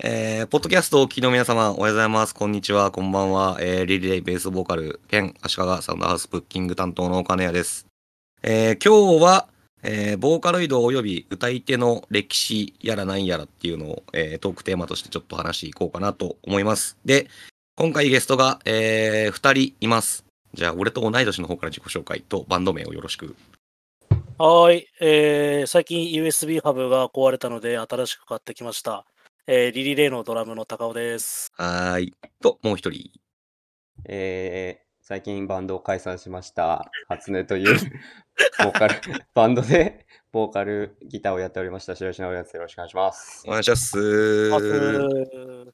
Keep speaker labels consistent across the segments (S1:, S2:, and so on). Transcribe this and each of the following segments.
S1: えー、ポッドキャストをお聞きの皆様、おはようございます。こんにちは、こんばんは。えー、リリレーベースボーカル、兼足利サウンドハウスブッキング担当の金谷です。えー、今日は、えー、ボーカロイド及び歌い手の歴史やらなんやらっていうのを、えー、トークテーマとしてちょっと話していこうかなと思います。で、今回ゲストが、えー、2人います。じゃあ、俺と同い年の方から自己紹介とバンド名をよろしく。
S2: はーい、えー最近 USB ハブが壊れたので新しく買ってきました。えーリリレイのドラムの高尾です。
S1: はーい。と、もう一人。
S3: えー最近バンドを解散しました。初音という ボーカル、バンドでボーカル、ギターをやっておりました。白石直哉です。よろしくお願いします
S1: お。願いします。
S2: あふ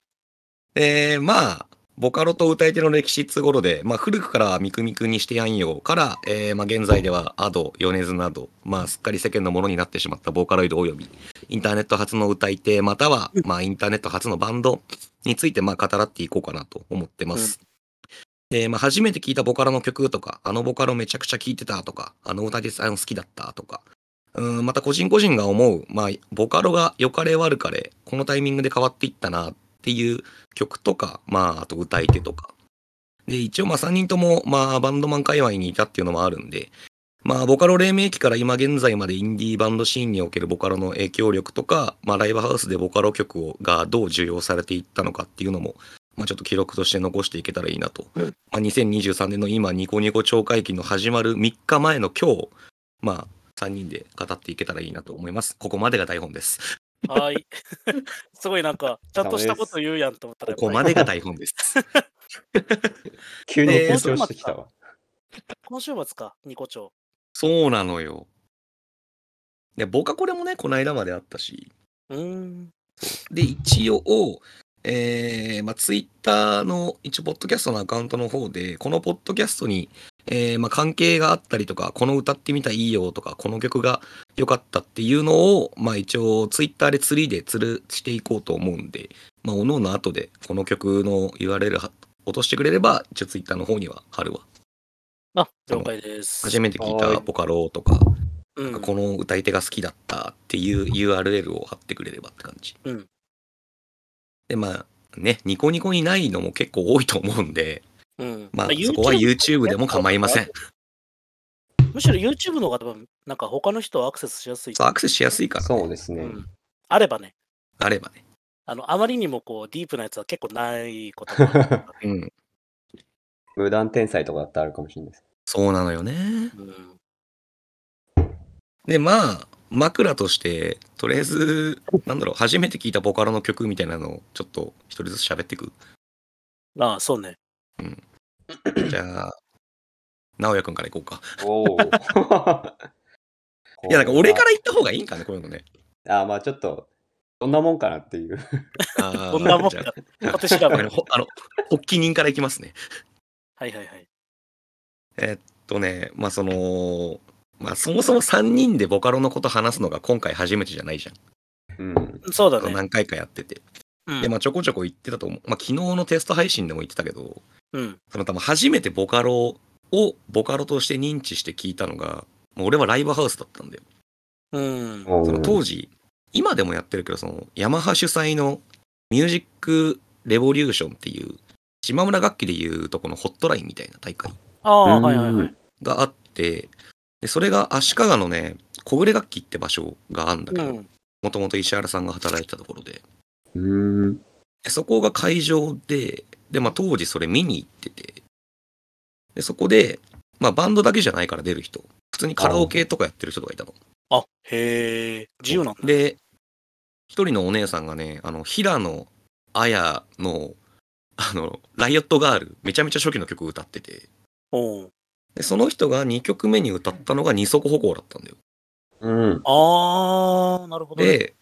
S1: で、まあ、ボカロと歌い手の歴史っつうことで、まあ、古くからミクミクにしてやんよから、えーまあ、現在ではアド、米津など、まあ、すっかり世間のものになってしまったボーカロイド及び、インターネット初の歌い手、または、まあ、インターネット初のバンドについて、まあ、語らっていこうかなと思ってます。で、まあ、初めて聞いたボカロの曲とか、あのボカロめちゃくちゃ聴いてたとか、あの歌い手さん好きだったとか、うん、また個人個人が思う、まあ、ボカロが良かれ悪かれ、このタイミングで変わっていったなっていう曲とか、まあ、あと歌い手とか。で、一応まあ3人とも、まあ、バンドマン界隈にいたっていうのもあるんで、まあ、ボカロ黎明期から今現在までインディーバンドシーンにおけるボカロの影響力とか、まあ、ライブハウスでボカロ曲をがどう受容されていったのかっていうのも、まあ、ちょっと記録として残していけたらいいなと。
S2: うん
S1: まあ、2023年の今、ニコニコ超会期の始まる3日前の今日、まあ、3人で語っていけたらいいなと思います。ここまでが台本です。
S2: ーはーい。 すごいなんか、ちゃんとしたこと言うやんと思ったら
S1: こ
S2: やっぱ
S1: こ
S2: り、
S1: までが台本です。
S3: 急に
S1: えー
S3: 緊張してきたわ。
S2: 今週末か、ニコ町。
S1: そうなのよ。で、僕はこれもね、この間まであったし。
S2: うーん。
S1: で、一応、えー、まあ、ツイッターの、一応、ポッドキャストのアカウントの方で、このポッドキャストに、えー、まあ、関係があったりとか、この歌ってみたらいいよとか、この曲が良かったっていうのを、まあ、一応、ツイッターでツリーでつるしていこうと思うんで、まあ、おのおの後で、この曲の URL は落としてくれれば、一応、ツイッターの方には貼るわ。
S2: あ、了解です。
S1: 初めて聞い
S3: は
S1: た
S3: ーい
S1: ボカロとか、
S2: う
S1: なん
S2: ん
S1: か、この歌い手が好きだったっていう URL を貼ってくれればって感じ。
S2: うん
S1: で、まあね、ニコニコにないのも結構多いと思うんで、
S2: うん
S1: まあそこは YouTube でも構いません。。
S2: むしろ YouTube の方が多分、なんか他の人はアクセスしやすい。
S1: そうアクセスしやすいから、ね、
S3: そうです
S2: う
S3: ね。
S2: ん。あればね、
S1: あればね。
S2: あの、あまりにもこう、ディープなやつは結構ないこともある から
S1: うん。
S3: 無断転載とかだったらあるかもしれないです。
S1: そうなのよね。
S2: うん
S1: で、まあ、枕として、とりあえず、なんだろう、初めて聞いたボカロの曲みたいなのを、ちょっと一人ずつ喋ってい く。
S2: ああ、そうね。
S1: じゃあ、直哉くんからいこうか。
S3: おー
S1: いや、なんか俺からら言った方がいいんかね、こういうの ね。
S3: あー、まあちょっと、どんなもんかなっていう。
S1: あー
S2: こんなもん
S1: じゃ
S2: か
S1: あ。
S2: 小手調
S1: わ
S2: べ
S1: かりましたほあの、発起人からいきますね。
S2: はいはいはい。
S1: とね、まあその、まあそもそも3人でボカロのこと話すのが今回初めてじゃないじゃん。
S3: うん。
S2: そうだね。
S1: 何回かやってて。
S2: うん
S1: で、まあちょこちょこ言ってたと思う。まあ昨日のテスト配信でも言ってたけど、
S2: うん。
S1: その多分初めてボカロをボカロとして認知して聞いたのが、もう俺はライブハウスだったんだよ。
S2: うん。
S1: その
S3: お
S1: 当時、今でもやってるけど、そのヤマハ主催のミュージックレボリューションっていう、島村楽器でいうとこのホットラインみたいな大会。
S2: ああ、はいはいはい。
S1: があって、でそれが足利のね、小暮楽器って場所があるんだけ
S2: う
S1: ど、
S2: ん。
S1: もともと石原さんが働いてたところで、
S3: ーうん。
S1: でそこが会場で、で、まあ当時それ見に行ってて、で、そこで、まあバンドだけじゃないから出る人、普通にカラオケとかやってる人がいたの。
S2: あ、へえ、自由なんだ。
S1: で、一人のお姉さんがね、あの、平野綾の、あの、ライオットガール、めちゃめちゃ初期の曲歌ってて、
S2: おう
S1: で、その人が2曲目に歌ったのが二足歩行だったんだよ。
S3: うん。
S2: ああ、なるほどね。
S1: で、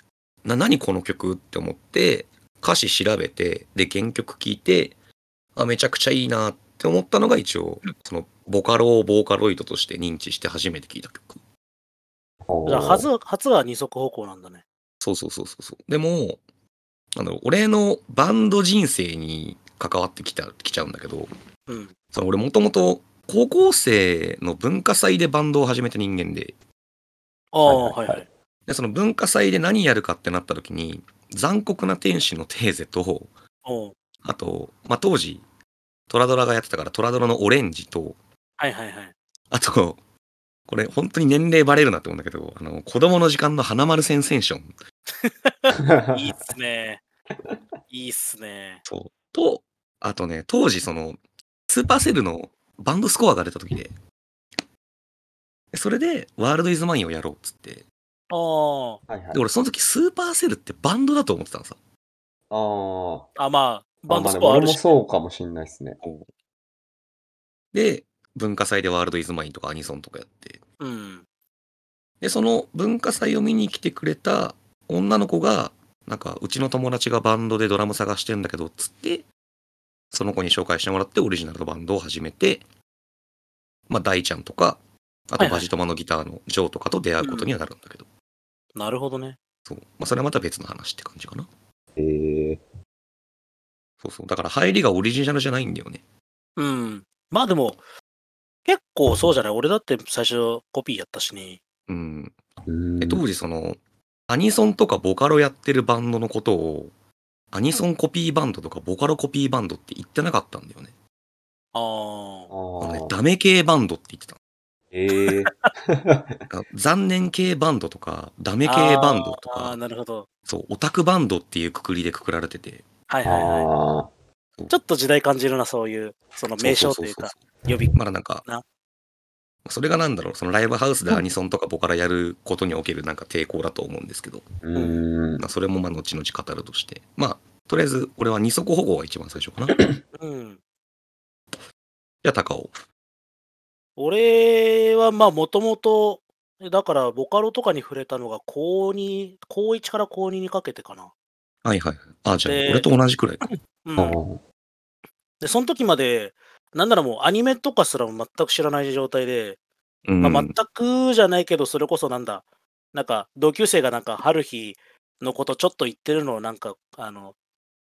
S1: な、何この曲って思って、歌詞調べて、で、原曲聴いて、あ、めちゃくちゃいいなって思ったのが一応、その、ボカロをボーカロイドとして認知して初めて聴いた曲。
S3: おー
S2: じゃあ、 初は、初は二足歩行なんだね。
S1: そうそうそうそうそう。でも、なんだろう、俺のバンド人生に関わってきた、きちゃうんだけど、
S2: うん。
S1: その俺もともと高校生の文化祭でバンドを始めた人間で、
S2: ああ、は
S3: は
S2: いい
S3: はい
S2: は
S3: はい
S2: い。
S1: で、その文化祭で何やるかってなった時に、残酷な天使のテーゼと、
S2: おう
S1: あと、まあ、当時、トラドラがやってたから、トラドラのオレンジと、
S2: はいはいはい。
S1: あと、これ本当に年齢バレるなって思うんだけど、あの、子供の時間の花丸センセーション
S2: いいっすね。 いいっすね。
S1: と、とあとね、当時その、スーパーセルのバンドスコアが出た時で、それで、ワールドイズマインをやろうっつって。
S2: ああ。
S3: はいはい
S1: で、。俺その時スーパーセルってバンドだと思ってたのさ。
S3: あー
S2: あ、まあ、バンドスコア
S3: あまあ
S2: あ
S3: で
S2: る
S3: も俺も
S2: し。
S3: そうかもしんないですね。
S1: で、文化祭でワールドイズマインとかアニソンとかやって。
S2: うん。
S1: で、その文化祭を見に来てくれた女の子が、なんか、うちの友達がバンドでドラム探してんだけど、つって、その子に紹介してもらってオリジナルのバンドを始めて、まあ、大ちゃんとか、あ
S2: はいは
S1: と
S2: い
S1: バジトマのギターのジョーとかと出会うことにはなるんだけど、
S2: なるほどね。
S1: そう。まあ、それはまた別の話って感じかな。
S3: えー、
S1: そうそう。だから入りがオリジナルじゃないんだよね。
S2: うん。まあでも、結構そうじゃない俺だって最初コピーやったしに。
S1: うん。
S3: う
S1: で
S3: ん
S1: 当時そのアニソンとかボカロやってるバンドのことをアニソンコピーバンドとかボカロコピーバンドって言ってなかったんだよね。
S2: あ
S3: あ
S2: あ。
S1: あのね
S3: ー
S1: ダメ系バンドって言ってた。
S3: えー、
S1: あ残念系バンドとかダメ系バンドと
S2: ああ、
S1: か
S2: なるほど。
S1: そうオタクバンドっていうくくりでくくられてて
S2: はいはいはい。
S3: あ
S2: ちょっと時代感じるな、そういう、その名称という
S1: そ
S2: か
S1: そ、そ
S2: 予備
S1: うまだなんか
S2: な
S1: それがなんだろうそのライブハウスでアニソンとかボカロやることにおけるなんか抵抗だと思うんですけど、
S3: ーうん
S1: まあ、それもまあ後々語るとしてまあとりあえず俺は二足歩行が一番最初かな。
S2: うん。
S1: じゃあ高尾。
S2: 俺はまあもともと、だからボカロとかに触れたのが高2、高1から高2にかけてかな。
S1: はいはい。あ、じゃあ、
S2: で
S1: 俺と同じくらい か。
S2: う
S3: あ
S2: ん。
S3: ー
S2: で、その時まで、なんならもうアニメとかすらも全く知らない状態で、
S1: うん。
S2: まあ、全くじゃないけど、それこそなんだ、なんか同級生がなんか春日のことちょっと言ってるのをなんか、あの、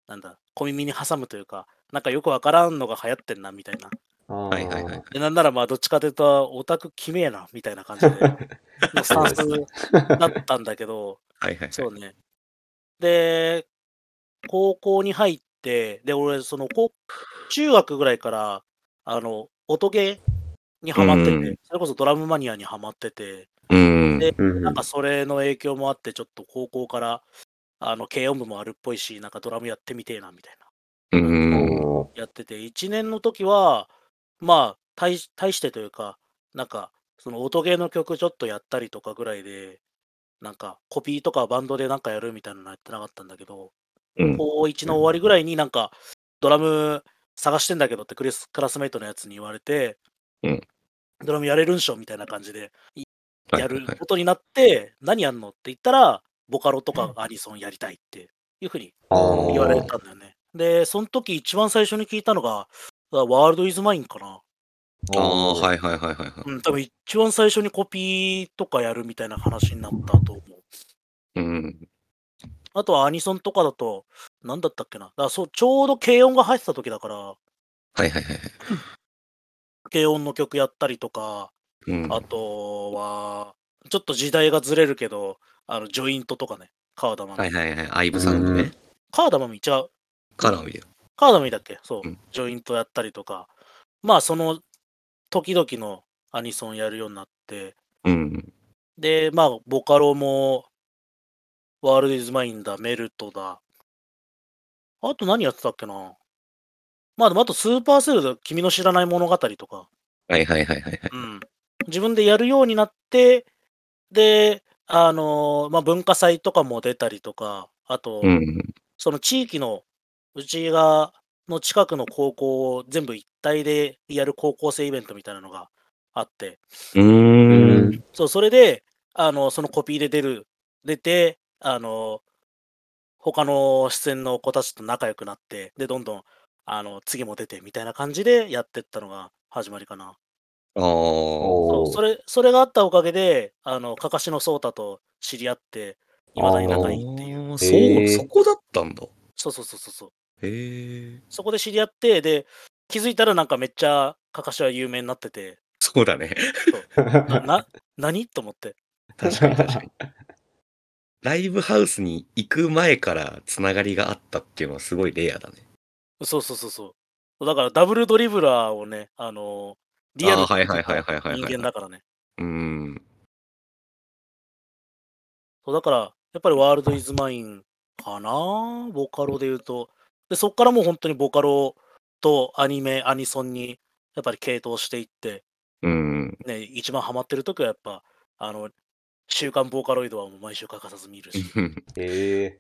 S2: なんだ、小耳に挟むというか、なんかよくわからんのが流行ってんなみたい な。
S3: あー
S1: はいはいはい。
S2: で、なんならまあどっちかというとオタクきめえなみたいな 感じで、のスタンスだったんだけど、
S1: はいはい。
S2: そうね。で、高校に入って、で、俺、その、高中学ぐらいから、あの、音ゲーにハマって
S1: うんう
S2: て、それこそドラムマニアにハマってて、
S1: うん。
S2: で
S3: うん
S2: なんかそれの影響もあって、ちょっと高校から、あの、軽音部もあるっぽいし、なんかドラムやってみてえな、みたいな。
S1: うん。
S2: やってて、1年の時は、まあ、大し大してというか、なんか、その音ゲーの曲ちょっとやったりとかぐらいで、なんか、コピーとかバンドでなんかやるみたいなのやってなかったんだけど、
S1: うん
S2: 高1の終わりぐらいになんか、ドラム探してんだけどってクレスクラスメイトのやつに言われて、
S1: うん
S2: ドラムやれるんしょみたいな感じで、い
S1: はい
S2: や
S1: はい
S2: る
S1: はい
S2: ことになって、何やんのって言ったら、ボカロとかアニソンやりたいっていうふうに
S3: あー
S2: 言われたんだよね。で、その時一番最初に聞いたのが、ワールドイズマインかな。
S1: ああ、はいはいはいはいはい。
S2: うん、多分一番最初にコピーとかやるみたいな話になったと思う。
S1: うん。
S2: あとはアニソンとかだと、何だったっけな。だからそうちょうど軽音が入ってた時だから、
S1: はいはいはいはい。
S2: 軽音の曲やったりとか、
S1: うん。
S2: あとは、ちょっと時代がずれるけど、あの、ジョイントとかね、川田真
S1: は
S2: 美。
S1: いはいはい。アイブサウンド
S3: う
S1: ね
S3: ん。
S2: 川田真美、違う。
S1: カラーを見る。
S2: カード見たっけそう、
S1: うん
S2: ジョイントやったりとか、まあその時々のアニソンやるようになって、
S1: うん。
S2: で、まあボカロも、ワールドイズマインだ、メルトだ。あと何やってたっけなまあでもあとスーパーセルだ、君の知らない物語とか、
S1: はいはいはいはいはい。
S2: うん、自分でやるようになって、で、あのーまあ文化祭とかも出たりとか、あと、
S1: うん。
S2: その地域のうちがの近くの高校を全部一体でやる高校生イベントみたいなのがあって、
S1: う。
S3: うんん
S2: そうそれであのそのコピーで出る出てあの他の出演の子たちと仲良くなってでどんどんあの次も出てみたいな感じでやってったのが始まりかな。
S1: ああ。
S2: そ
S3: お
S2: う
S3: ー
S2: それそれがあったおかげであのかかしの颯太と知り合っていまだに仲いいっていう。
S1: あー
S3: へー
S1: そう、そこだったんだ。
S2: そうそうそうそうそう。
S1: へえ。
S2: そこで知り合って、で、気づいたらなんかめっちゃかかしは有名になってて、
S1: そうだね。
S2: な、な何と思って。
S1: 確かに確かに。ライブハウスに行く前からつながりがあったっていうのはすごいレアだね。
S2: そうそうそうそう。だからダブルドリブラーをね、あのー、リアル
S1: あーはいはいはいはいはいはい
S2: 人間だからね。
S1: うん。
S2: そうだから、やっぱりワールドイズマインかなボカロで言うと。で、そっからもう本当にボカロとアニメ、アニソンにやっぱり系統していって、
S1: うん。
S2: ね、一番ハマってる時はやっぱ、あの、週刊ボーカロイドはもう毎週欠かさず見るし。
S3: え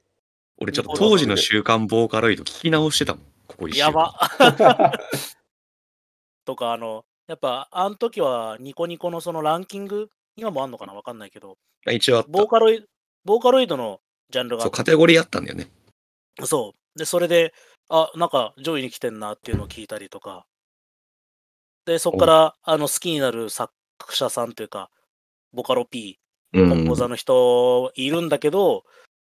S1: 俺ちょっと当時の週刊ボーカロイド聞き直してたもん。ここ一週間
S2: やば
S3: ー、
S2: とか、あの、やっぱ、あの時はニコニコのそのランキング、今もあんのかなわかんないけど、
S1: 一応あった。
S2: ボーカロイボーカロイドのジャンルがあ
S1: そう、
S2: っ
S1: カテゴリーあったんだよね。
S2: てそう。で、それで、あ、なんか上位に来てんなっていうのを聞いたりとか。で、そこから、あの、好きになる作者さんというか、ボカロ P、
S1: う
S2: コンポーザーの人いるんだけど、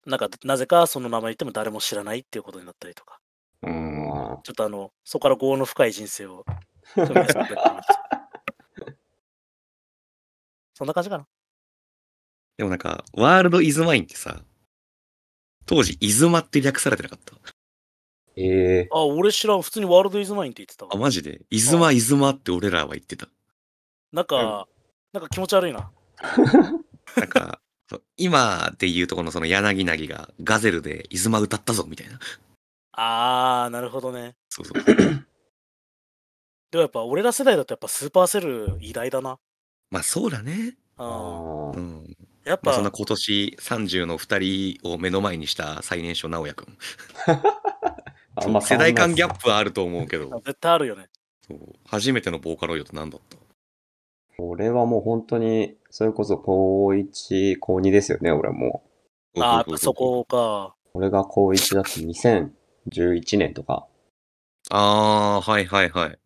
S2: なんか、なぜかその名前言っても誰も知らないっていうことになったりとか。
S1: うん。
S3: ま
S2: ちょっとあの、そこから業の深い人生を、ちょっと皆さんとやってみました そんな感じかな
S1: でもなんか、ワールドイズマインってさ、当時、イズマって略されてなかった。
S3: あ、え
S2: あ、俺知らん。普通にワールドイズマインって言ってたわ
S1: あ、。マジで。イ ズマ、イズマって俺らは言ってた。
S2: なんか、なんか気持ち悪いな。
S1: なん か、そう今で言うとこのその柳なぎがガゼルでイズマ歌ったぞみたいな。
S2: あー、なるほどね。
S1: そう そう。
S2: でもやっぱ俺ら世代だとやっぱスーパーセル偉大だな。
S1: まあそうだね。
S3: ー、
S2: うん、
S3: あ
S1: う
S3: ー
S1: ん。
S2: やっ
S1: ま
S2: ぱ、
S1: あそんな今年30の2人を目の前にした最年少直哉君。
S3: あんま
S1: 世代間ギ
S3: ッ
S1: ャップはあると思うけど、
S2: 絶対あるよね。
S1: そう初めてのボーカロイドって何だった
S3: プ。俺はもう本当に、それこそ高1、高2ですよね、俺はも
S2: あーやっぱそ。こか。
S3: う。俺が高1だって2011年とか
S1: ああ、はいはいはい。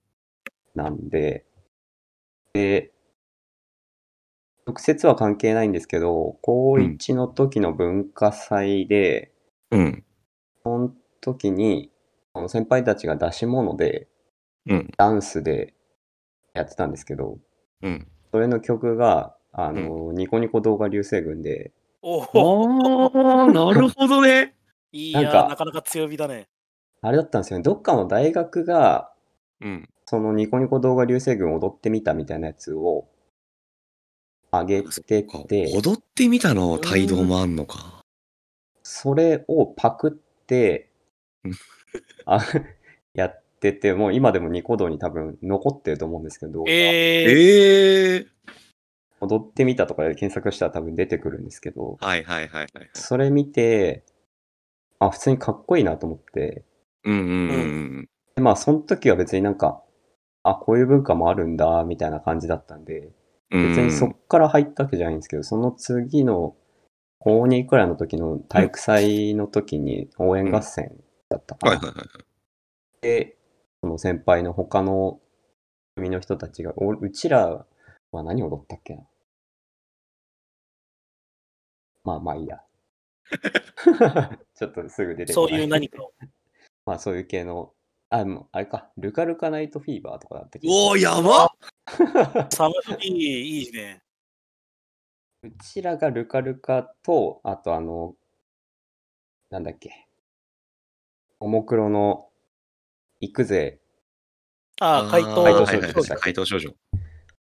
S3: なんで、で、直接は関係ないんですけど、高1の時の文化祭で、
S1: うん。
S3: その時に、あの先輩たちが出し物で、
S1: うん。
S3: ダンスでやってたんですけど、
S1: うん。
S3: それの曲が、あの、ニコニコ動画流星群で、
S2: お
S1: あ
S2: お、
S1: あ、なるほどね。
S2: いいや
S3: なんか
S2: なかなか強火だね。
S3: あれだったんですよね、どっかの大学が、
S1: うん。
S3: そのニコニコ動画流星群踊ってみたみたいなやつを、上げてて、
S1: 踊ってみたの帯同もあんのか。
S3: それをパクって
S1: うん、
S3: あ やってて、もう今でもニコ動に多分残ってると思うんですけど、動画
S2: えー、
S1: ええ
S3: 踊ってみたとかで検索したら多分出てくるんですけど、
S1: はいはいはいはい。
S3: それ見て、あ、普通にかっこいいなと思って、
S1: うんうんうん
S3: でまあ、その時は別になんか、あ、こういう文化もあるんだ、みたいな感じだったんで、
S1: うん。
S3: 別にそっから入ったわけじゃないんですけど、その次の、高2くらいの時の体育祭の時に応援合戦だったか
S1: はい
S3: な。
S1: はいはい。
S3: で、その先輩の他の組の人たちが、おうちらは何踊ったっけなまあまあいいや。 ちょっとすぐ出て
S2: そ
S3: こ
S2: う
S3: ない
S2: いう何かを。
S3: まあそういう系の、あ、もうあれか、ルカルカナイトフィーバーとかだったっけ
S1: おお、やば
S2: サムフリー、いいね。
S3: うちらがルカルカと、あとあの、なんだっけ、ももクロの、行くぜ
S2: あー、怪盗
S1: はい
S3: 怪盗
S1: はい
S3: 少女
S1: はい怪盗少女。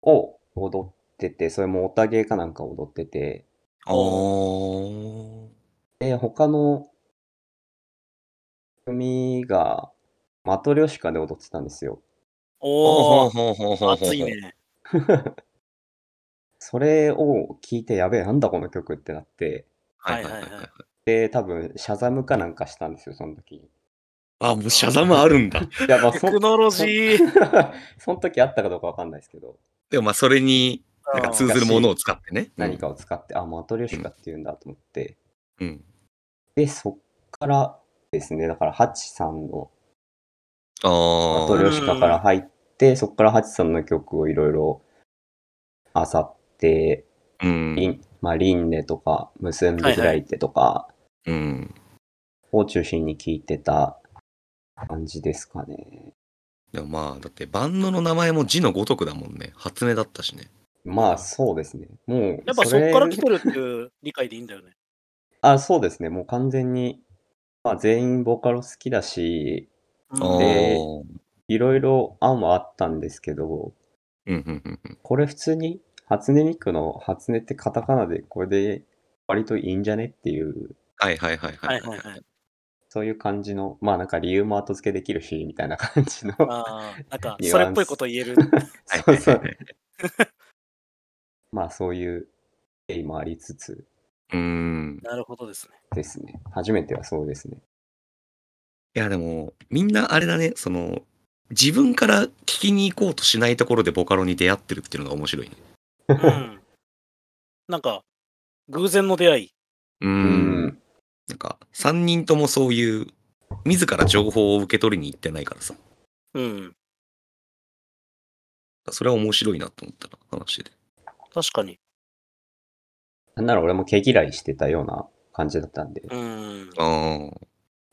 S3: を踊ってて、それもオタゲかなんか踊ってて、
S1: おー。
S3: で、他の組が、マトリョシカで踊ってたんですよ。
S2: お
S1: ほ
S2: お、
S1: うほうほうほうほう
S2: 熱い。ね。
S3: それを聞いて、やべえ、なんだこの曲ってなって、
S1: はいはいはい
S2: はいはい
S1: は
S2: はいい。
S3: で、多分、シャザムかなんかしたんですよ、その時に。
S1: あ、もうシャザムあるんだ。
S3: いや、まあ、
S2: テ
S3: そん
S2: クノロジー。
S3: その時あったかどうかわかんないですけど、
S1: でもまあそれに、なんか通ずるものを使ってね。
S3: 何かを使って、あ、マトリョシカっていうんだと思って、
S1: うん。
S3: で、そっからですね、だから、ハチさんの
S1: あ
S3: マト
S1: ー
S3: リョシカから入って、そこからハチさんの曲をいろいろあさって、
S1: うん。
S3: リンまあ、リンネとか、結んで開いてとか
S1: うん。
S3: を中心に聴いてた感じですかね。
S1: でもまあ、だってバンドの名前も字のごとくだもんね。初音だったしね。
S3: まあ、そうですね。もう、
S2: やっぱそ
S3: れ
S2: っから来てるっていう理解でいいんだよね。
S3: あ、そうですね。もう完全に、まあ、全員ボカロ好きだし、
S2: うん
S1: お
S3: で
S1: ー
S3: いろいろ案はあったんですけど、
S1: うんうんうんうん
S3: これ普通に、初音ミクの初音ってカタカナで、これで割といいんじゃねっていう、
S1: はいはいはいは
S2: はいいはいはい。
S3: そういう感じの、まあなんか理由も後付けできるし、みたいな感じの。
S2: あー なんか、
S3: ニュアンス
S2: それっぽいこと言える。
S1: はいは
S3: そう
S1: い
S3: そ
S1: は
S3: う
S1: い。はい
S3: まあそういう経緯もありつつ
S1: うーん
S2: なるほどですね。
S3: ですね。初めてはそうですね。
S1: いやでもみんなあれだねその自分から聞きに行こうとしないところでボカロに出会ってるっていうのが面白いね
S2: うん。なんか、偶然の出会い。
S1: うー
S3: うんん。
S1: なんか3人ともそういう自ら情報を受け取りに行ってないからさ
S2: うん。
S1: それは面白いなと思ったな話で
S2: 確かに。
S3: なんなら俺も毛嫌いしてたような感じだったんで、
S2: うん。
S1: あー。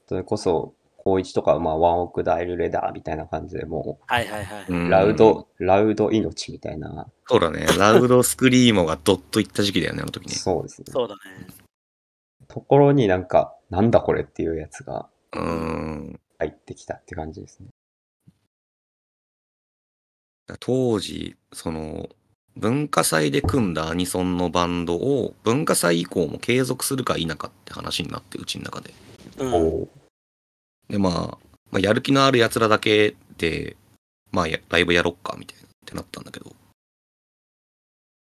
S3: それこそ、高一とかはまあワンオクダイルレダーみたいな感じでも
S2: はいはいはいう
S1: ん
S3: う、ラウド、ラウド命みたいな、
S1: そうだねラウドスクリーモがドッといった時期だよねあの 時ね
S3: そうですね。
S2: そうだね。
S3: ところになんか、なんだこれっていうやつが
S1: うーん
S3: 入ってきたって感じですね。
S1: 当時その文化祭で組んだアニソンのバンドを文化祭以降も継続するか否かって話になってうちの中で
S2: うん。
S3: おー
S1: で、まあ、まあやる気のあるやつらだけで、まあや、ライブやろっか、みたいな、ってなったんだけど。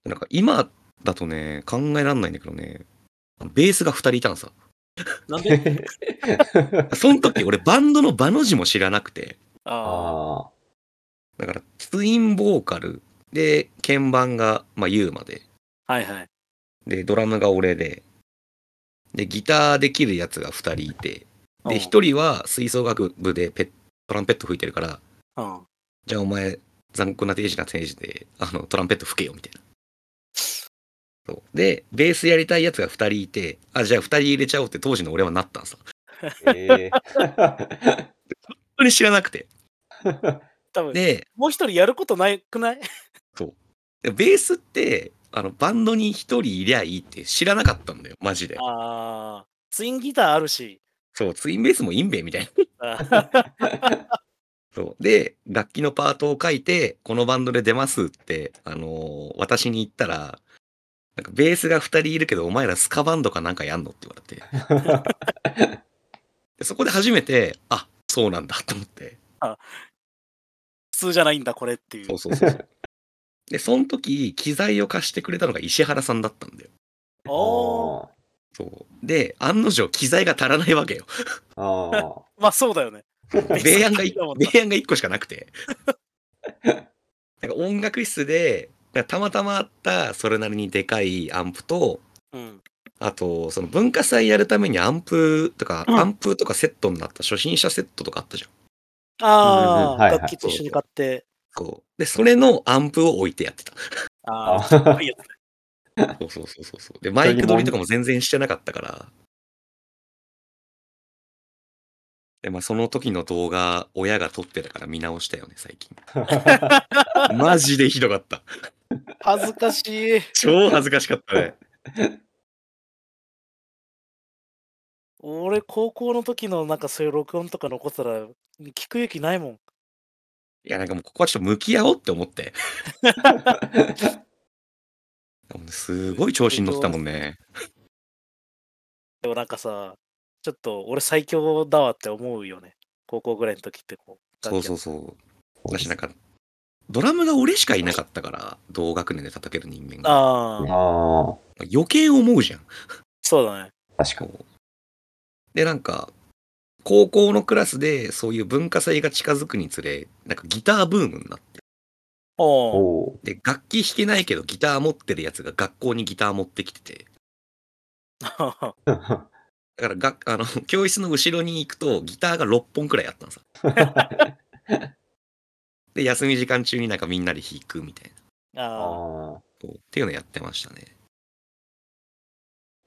S1: でなんか、今だとね、考えらんないんだけどね、ベースが2人いたのさ。
S2: なんで
S1: その時、俺、バンドの場の字も知らなくて、
S2: あ
S3: あ
S1: だから、ツインボーカルで、鍵盤が、まあ、ユーマで、
S2: あ。はいはい。
S1: で、ドラムが俺で、で、ギターできるやつが2人いて、
S2: うん
S1: で、1人は吹奏楽部でペットランペット吹いてるから、
S2: うん。
S1: じゃあお前、残酷な天使な天使で、あの、トランペット吹けよ、みたいな。そう。で、ベースやりたいやつが2人いて、あ、じゃあ2人入れちゃおうって当時の俺はなったんさ。本
S3: あ。えー
S1: 当に知らなくて。
S2: 多分
S1: で、
S2: もう一人やることないくない
S1: でベースって、あの、バンドに1人いりゃいいって知らなかったんだよ、マジで。
S2: ああ。ツインギターあるし。
S1: そう、ツインベースもインベイみたいな。
S2: あ ー
S1: そう。で、楽器のパートを書いて、このバンドで出ますって、あのー私に言ったら、なんかベースが2人いるけど、お前らスカバンドかなんかやんのって言われて。でそこで初めて、あそうなんだと思って。
S2: 普通じゃないんだ、これっていう
S1: そう。そうそうそう。で、その時、機材を貸してくれたのが石原さんだったんだよ。
S2: おー
S1: そう。で、案の定、機材が足らないわけよ。
S3: あー。あ
S2: まあそうだよね。
S1: 米案がい、
S2: だもんな
S1: 米案が1個しかなくて。なんか音楽室で、なんかたまたまあった、それなりにでかいアンプと、
S2: うん。
S1: あと、その文化祭やるためにアンプとか、
S2: うん
S1: アンプとかセットになった初心者セットとかあったじゃん。
S3: うん
S2: あ
S3: うん
S2: あ、
S3: はいはい
S2: 楽器と一緒に買って。
S1: こう。で、それのアンプを置いてやって た。
S2: ああ、
S3: あ
S2: いい。やつね
S1: そうそうそうそうそう。で、マイク取りとかも全然してなかったから。で、まあ、その時の動画、親が撮ってたから見直したよね、最 近。マジでひどかった。
S2: 恥ずかしい。
S1: 超恥ずかしかったね。
S2: 俺、高校の時のなんかそういう録音とか残ってたら、聞く勇気ないもん。
S1: いや、なんかもうここはちょっと向き合おうって思って。すごい調子に乗ってたもんね。
S2: でもなんかさ、ちょっと俺最強だわって思うよね。高校ぐらいの時ってこう。
S1: そうそう
S2: 楽
S1: そ
S2: 器
S1: う。私なんか、ドラムが俺しかいなかったから、同学年で叩ける人間が。
S2: ああ、
S3: ああ。
S1: 余計思うじゃん。
S2: そうだね。
S3: 確かに。
S1: で、なんか、高校のクラスでそういう文化祭が近づくにつれ、なんかギターブームになっ
S2: お お。
S3: おー
S1: て、楽器弾けないけどギター持ってるやつが学校にギター持ってきてて、だからが、あの、 教室の後ろに行くとギターが6本くらいあったのさ。で、休み時間中になんかみんなで弾くみたいな。
S2: ああ、
S3: ああ。
S1: こうっていうのやってましたね。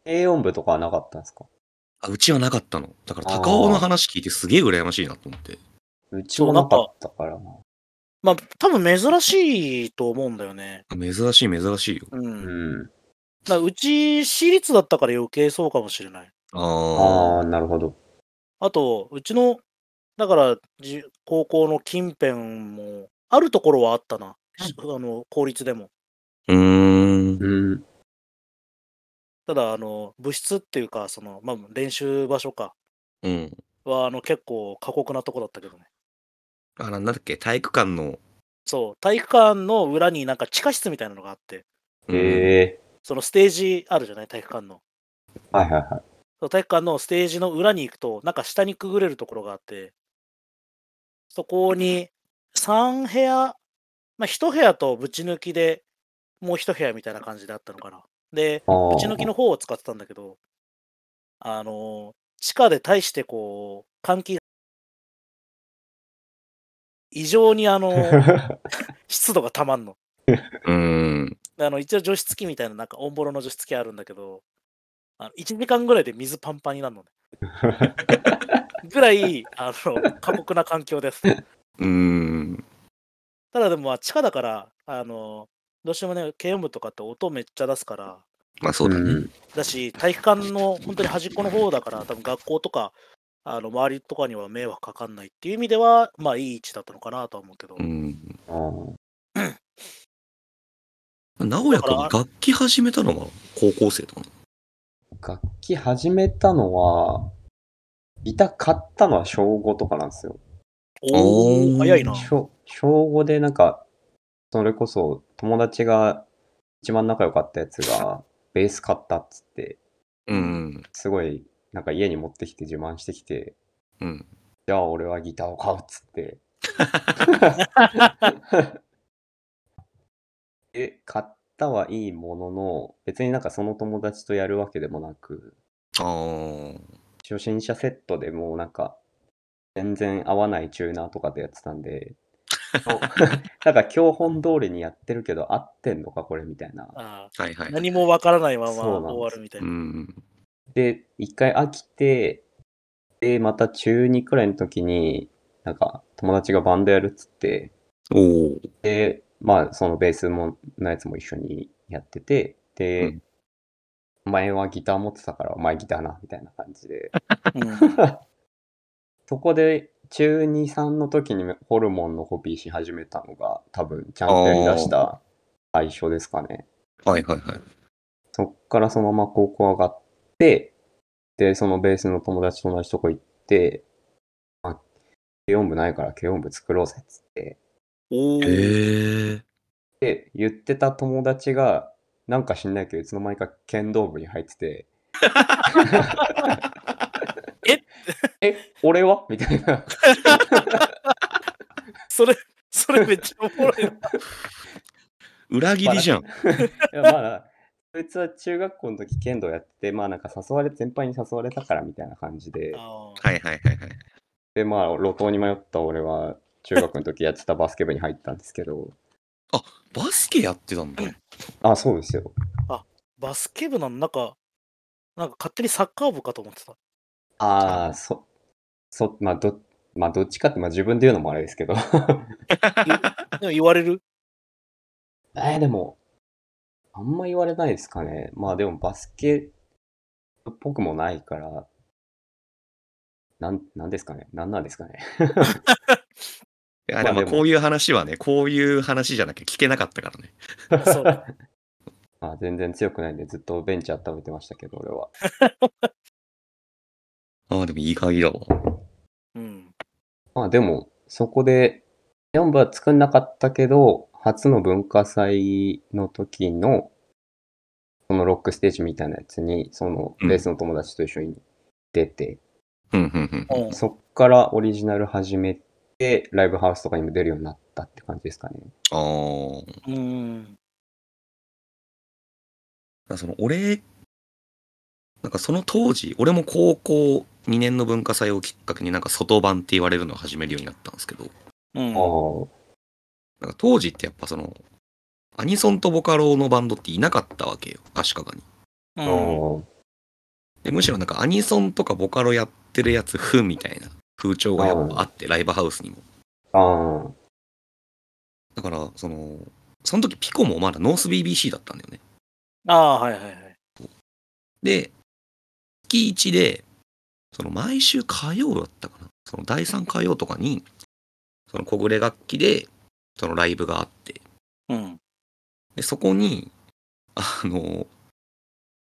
S3: 低音部とかはなかったんですか
S1: あ、うちはなかったの。だから高尾の話聞いてすげえ羨ましいなと思って。
S3: うちもなかったからな。
S2: まあ多分珍しいと思うんだよね。
S1: あ珍しい珍しいよ。
S2: う。
S3: うんん。
S2: なうち、私立だったから余計そうかもしれない。
S1: あ
S3: ああ、なるほど。
S2: あと、うちの、だから、じ高校の近辺も、あるところはあったな。しあの、公立でも。
S1: ーうーん
S3: うん。
S2: ただ、あの、部室っていうか、その、まあ、練習場所か、
S1: うん
S2: は、あの、結構過酷なとこだったけどね。
S1: あなんだっけ体育館の、
S2: そう、体育館の裏になんか地下室みたいなのがあって、
S1: うん
S3: ええ
S2: そのステージあるじゃない、体育館の。
S3: はいはいはい。
S2: そう体育館のステージの裏に行くと、なんか下にくぐれるところがあって、そこに3部屋、まあ、1部屋とぶち抜きでもう1部屋みたいな感じであったのかな。で、
S3: あー
S2: ぶち抜き の方を使ってたんだけど、あの、地下で大してこう、換気が異常にあの、 湿度がたまんの。
S1: うーん
S2: であの一応除湿器みたいな、なんかオンボロの除湿器あるんだけど、あの1時間ぐらいで水パンパンになるのね。ぐらい、あの、過酷な環境です。
S1: うーん
S2: ただでも、まあ地下だから、あの、どうしてもね、軽音部とかって音めっちゃ出すから、
S1: まあそうだね、
S3: うん
S2: だし、体育館の本当に端っこの方だから、多分学校とか、あの周りとかには迷惑かかんないっていう意味では、まあいい位置だったのかなとは思うけど、
S1: うん、
S3: あー
S1: 直哉君
S2: だ
S1: 楽器始めたのは高校生とかな
S3: 楽器始めたのは、ギター買ったのは小5とかなんですよ。
S2: お
S1: おー
S2: お、早いな。
S3: 小小5でなんか、それこそ友達が一番仲良かったやつがベース買ったっつって、
S1: うん
S3: すごいなんか家に持ってきて自慢してきて、
S1: うん
S3: じゃあ俺はギターを買うっつって。 え、買ったはいいものの、別になんかその友達とやるわけでもなく、
S1: あー
S3: 初心者セットでもうなんか、全然合わないチューナーとかでやってたんで、なんか教本通りにやってるけど合ってんのかこれみたいな。
S2: あ
S1: はいはい
S2: ー何もわからないまま
S3: そうなんです
S2: 終わるみたいうな。
S1: ん
S3: で、一回飽きて、で、また中2くらいの時に、なんか友達がバンドやるっつって、
S1: おお
S3: で、まあそのベースものやつも一緒にやってて、で、
S1: うん
S3: 前はギター持ってたからお前ギターな、みたいな感じで。
S2: うん
S3: そこで中2、3の時にホルモンのコピーし始めたのが多分ちゃんとやりだした最初ですかね。
S1: はいはいはい
S3: そっからそのまま高校上がって、で、そのベースの友達と同じとこ行って、あ、軽音部ないから軽音部作ろうぜっつって。
S2: おお、。
S1: へえ
S3: で、言ってた友達が、なんか知んないけど、いつの間にか剣道部に入ってて
S2: え
S3: え、俺はみたいな。
S2: それ、それめっちゃおも ろいな。
S1: 裏切りじゃん
S3: いやまあ、そいつは中学校の時剣道やってて、まあなんか誘われ、先輩に誘われたからみたいな感じで、
S2: あ
S1: は
S2: ー
S1: いはいはいはい
S3: でまあ路頭に迷った俺は中学の時やってたバスケ部に入ったんですけど、
S1: バスケやってたんだ
S3: あ、そうですよ。
S2: バスケ部なのなんか、なんか勝手にサッカー部かと思ってた。
S3: ああ、そ、そ、まあど、まあどっちかって、まあ自分で言うのもあれですけど、
S2: でも言われる
S3: えーでも、あんま言われないですかね。まあでもバスケっぽくもないから、なん、なんですかね。なんなんですかね。
S1: いやで
S3: まあ
S1: も
S3: でも
S1: こういう話はねこういう話じゃなきゃ聞けなかったからね
S2: そう
S3: まあ全然強くないんで、ずっとベンチ温めてましたけど、俺は。
S1: ああでもいい限りだわ
S2: うん。
S3: まあでも、そこで、4部は作んなかったけど、初の文化祭の時の、そのロックステージみたいなやつに、そのベースの友達と一緒に出て、
S1: うんうんうん
S2: うん
S3: そっからオリジナル始めて、ライブハウスとかにも出るようになったって感じですかね。
S1: あーだか
S2: うん。
S1: らその俺なんかその当時俺も高校2年の文化祭をきっかけになんか外版って言われるのを始めるようになったんですけど
S2: うん
S3: ああ、
S1: なんか当時ってやっぱそのアニソンとボカロのバンドっていなかったわけよ足利に
S2: う
S3: あ
S2: ん
S3: ー
S1: でむしろなんかアニソンとかボカロやってるやつふみたいな風潮がやっぱあってライブハウスにも
S3: あー、
S1: だからそのその時ピコもまだノース BBC だったんだよね
S2: ああ、はいはいはい。
S1: で、月1で、その毎週火曜だったかな。その第3火曜とかに、その小暮楽器で、そのライブがあって、
S2: うん。
S1: で、そこに、あの、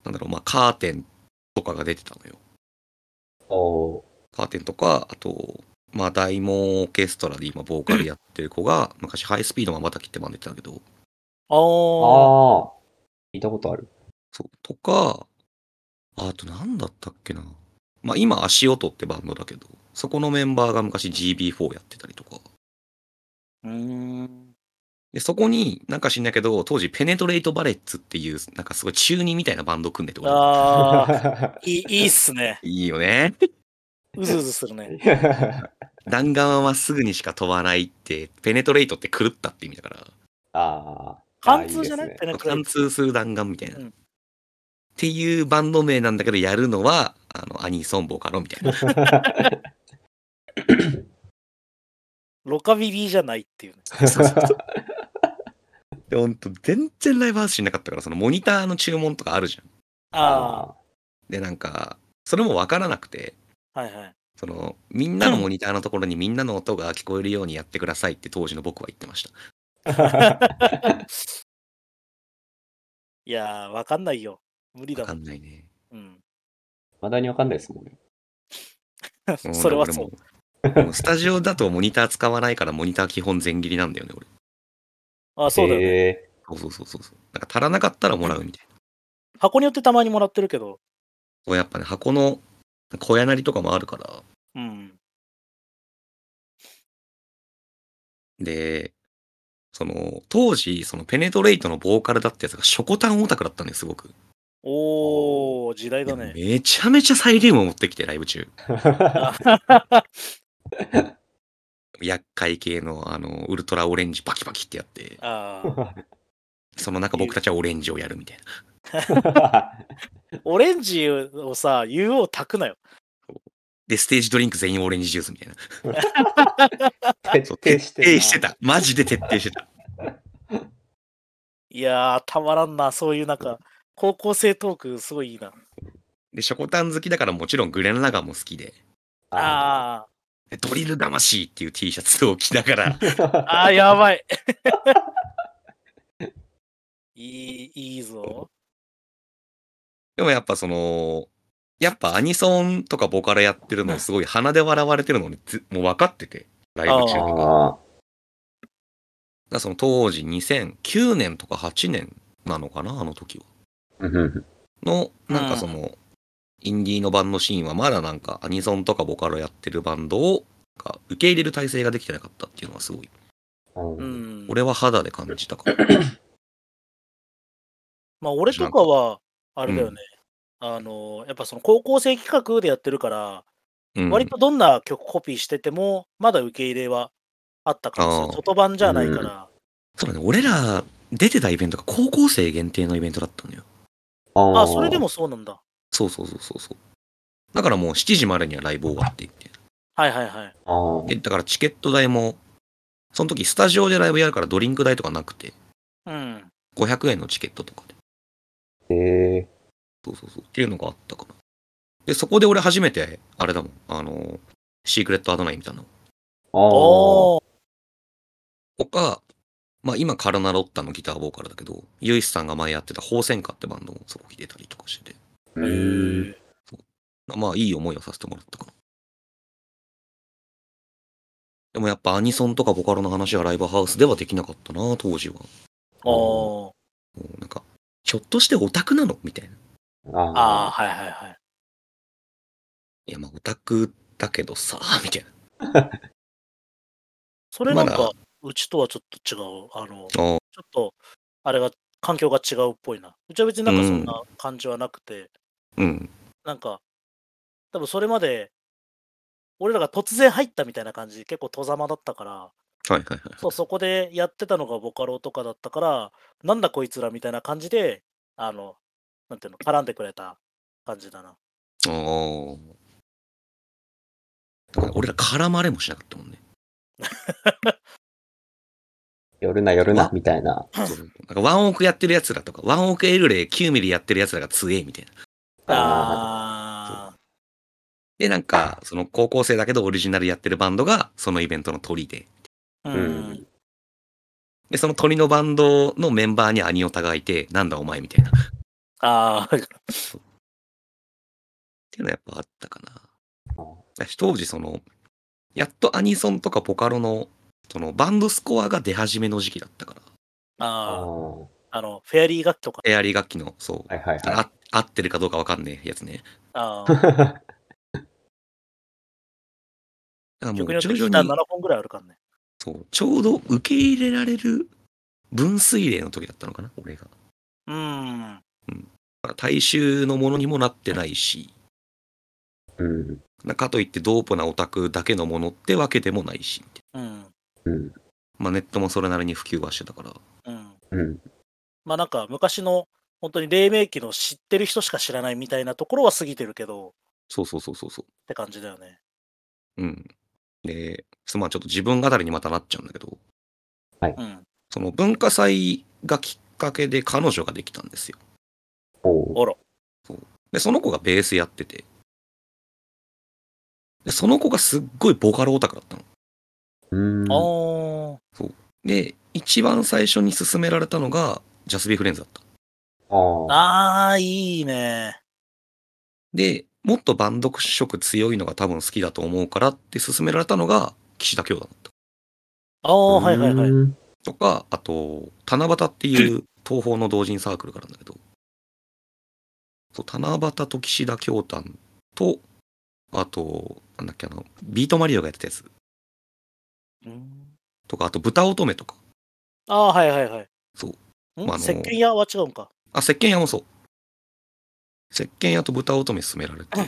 S1: なんだろう、まあ、カーテンとかが出てたのよ。
S3: おー
S1: カーテンとか、あと、まあ、大門オーケストラで今、ボーカルやってる子が、昔、ハイスピードまばたきってバンドやってたけど、
S2: ああ。
S3: ああ、聞いたことある。
S1: そう、とか、あと何だったっけな。まあ今、足音ってバンドだけど、そこのメンバーが昔 GB4 やってたりとか。
S2: うーん。
S1: で、そこになんか知んないけど、当時ペネトレイトバレッツっていう、なんかすごい中二みたいなバンド組んでて、俺
S2: ああ。
S3: あ
S2: いい、いいっすね。
S1: いいよね。
S2: うずうずす るね。
S1: 弾丸はまっすぐにしか飛ばないって、ペネトレイトって狂ったって意味だから。
S3: あー。
S2: 貫通じゃない
S3: あーいい
S2: ペネトレ
S1: 貫
S2: イト
S1: 通する弾丸みたいな。
S2: うん
S1: っていうバンド名なんだけど、やるのは、あの、アニソンボーカロみたいな。
S3: ですね
S2: ロカビリーじゃないっていうね。
S1: そうそうそうで、ほんと、全然ライブハウスしなかったから、そのモニターの注文とかあるじゃん。
S2: あ
S1: で、なんか、それもわからなくて、
S2: あ。はいはい。
S1: その、みんなのモニターのところにみんなの音が聞こえるようにやってくださいって当時の僕は言ってました。
S2: いやー、わかんないよ。無理だ
S1: わ
S2: も
S1: かん
S2: ん。
S1: ないね。
S2: うん。
S3: まだにわかんないですもん
S1: う
S3: ね。
S1: ん
S2: それは
S1: 俺
S2: そう
S1: も。もうスタジオだとモニター使わないからモニター基本全切りなんだよね、俺。
S2: あそうだよ、ね。
S3: え
S1: そうそうそうそうそう。なんか足らなかったらもらうみたいな。
S2: 箱によってたまにもらってるけど。
S1: こうやっぱね、箱の小屋なりとかもあるから、
S2: うん。
S1: で、その、当時、そのペネトレイトのボーカルだったやつが、ショコタンオタクだったんです、すごく。
S2: おー、時代だね。
S1: めちゃめちゃサイリウムを持ってきて、ライブ中。
S2: あ
S1: 厄介系の、あの、ウルトラオレンジバキバキってやって、
S2: あー。
S1: その中僕たちはオレンジをやるみたいな。
S2: オレンジをさ、UO 炊くなよ。
S1: で、ステージドリンク全員オレンジジュースみたいな。
S3: 徹
S1: そう
S3: 底
S1: 徹
S3: して
S1: 底
S3: るな
S1: して。た。マジで徹底してた。
S2: いやー、たまらんな。そういうなんか、高校生トーク、すごいいいな。
S1: で、ショコタン好きだからもちろんグレナガンも好きで、
S2: あ
S3: あ
S1: でドリル魂っていう T シャツを着なが ら、
S2: ー、あーやばい。 いい、いいぞ。
S1: でもやっぱその、やっぱアニソンとかボカロやってるのすごい鼻で笑われてるのにずもう分かってて、ライブ中とか。だか
S3: あ
S1: らその当時2009年とか8年なのかな、あの時は。
S3: ー。うんうん
S1: の、なんかその、インディーのバンドシーンはまだなんかアニソンとかボカロやってるバンドを、なんか受け入れる体制ができてなかったっていうのはすごい、
S3: う
S2: うんん。
S1: 俺は肌で感じた から。
S2: まあ、俺とかは、あれだよね。あの、やっぱその高校生企画でやってるから、
S1: うん
S2: 割とどんな曲コピーしてても、まだ受け入れはあったから
S1: あー
S2: さ、外版じゃないから。
S1: そうだね、俺ら出てたイベントが高校生限定のイベントだったのよ。
S3: ー
S2: あ、それでもそうなんだ。
S1: そうそうそうそうそう。だからもう7時までにはライブ終わっていて。
S2: はいはいはい。
S3: あー
S1: えだからチケット代も、その時スタジオでライブやるからドリンク代とかなくて、
S2: うん。
S1: 500円のチケットとかで。
S3: え
S1: そうそうそう。っていうのがあったから。で、そこで俺初めて、あれだもん、あの、シークレットアドナインみたいなの。
S3: ー。あ
S2: おー。
S1: とか、まあ今、カルナロッタのギターボーカルだけど、ユイスさんが前やってた宝泉歌ってバンドもそこ来てたりとかしてて、
S3: あ。
S2: へー
S1: まあいい思いをさせてもらったかな。でもやっぱアニソンとかボカロの話はライブハウスではできなかったな、当時は。
S2: おー。
S1: もうなんか、ひょっとしてオタクなのみたいな。
S2: ああ、
S3: あ
S2: はいはいはい。
S1: いや、まあ、オタクだけどさ、みたい
S2: それなん
S1: まだ
S2: か、うちとはちょっと違う。あの、ちょっ
S1: な。
S2: と、あれが、環境が違うっぽいな。うちは別になんかそんな感じはなくて、
S1: うん。
S2: なんか、多分それまで、俺らが突然入ったみたいな感じで結構戸ざまだったから、
S1: はいはいはい。
S2: そうそこでやってたのがボカロとかだったから、なんだこいつらみたいな感じで、あの、なんていうの、絡んでくれた感じだな。
S1: ああ。だから俺ら絡まれもしなかったもんね。
S3: 寄るな、寄るな
S1: わ、
S3: みたいな。
S1: そうなんかワンオクやってるやつらとか、ワンオクエルレイ9ミリやってるやつらが強えみたいな。
S2: あ
S1: で、なんか、その高校生だけどオリジナルやってるバンドが、そのイベントの鳥で。
S2: あ。う
S3: うんん。
S1: で、その鳥のバンドのメンバーにアニオタがいて、なんだお前みたいな。っ
S2: あ
S1: て
S2: あ。
S1: いうのはやっぱあったかな。私当時その、やっとアニソンとかポカロの、そのバンドスコアが出始めの時期だったから。
S2: あ
S3: あー
S2: あ。
S3: は
S2: あの、フェアリー楽器とか。
S1: エアリー楽器の、そう。
S3: いはいは
S1: あ合ってるかどうかわかんねえやつね。
S2: あ あ。
S3: い。
S1: だからも
S2: 曲によ
S1: う
S2: って
S1: 徐
S2: ギタ
S1: 々
S2: ー
S1: に
S2: 7、本ぐらいあるからね。
S1: そう、ちょうど受け入れられる分水嶺の時だったのかな、俺が。
S2: うーん。
S1: だから大衆のものにもなってないし、
S3: うん。
S1: なかといってドープなオタクだけのものってわけでもないし、
S2: うん。
S3: うん。
S1: まあネットもそれなりに普及はしてたから、
S2: うん。
S3: うん。
S2: まあなんか昔の本当に黎明期の知ってる人しか知らないみたいなところは過ぎてるけど
S1: そうそうそうそうそ
S2: って感じだよね。
S1: う。うん。で、そまあちょっと自分語りにまたなっちゃうんだけど、
S2: うん。
S1: その文化祭がきっかけで彼女ができたんですよ。
S3: おう
S2: おろ。
S1: で、その子がベースやってて、で、その子がすっごいボカロオタクだったの。
S3: うん。
S2: あー
S1: で、一番最初に勧められたのが、ジャスビーフレンズだった。
S3: あ
S2: あ
S3: あ。
S2: ー、いいね。
S1: で、もっとバンド色強いのが多分好きだと思うからって勧められたのが、岸田教団だった。
S2: ああ、はいはいはい。
S3: うん。
S1: とか、あと、七夕っていう東方の同人サークルからなんだけど、そう、七夕と岸田教団と、あと、なんだっけ、あの、ビートマリオがやってたやつ
S2: うん
S1: とか、あと、豚乙女とか、
S2: ああー、はいはいはい。
S1: そう
S2: うん。
S1: まああの
S2: 石鹸屋は違うんか。
S1: あ、石鹸屋もそう。石鹸屋と豚乙女勧められて、
S2: あ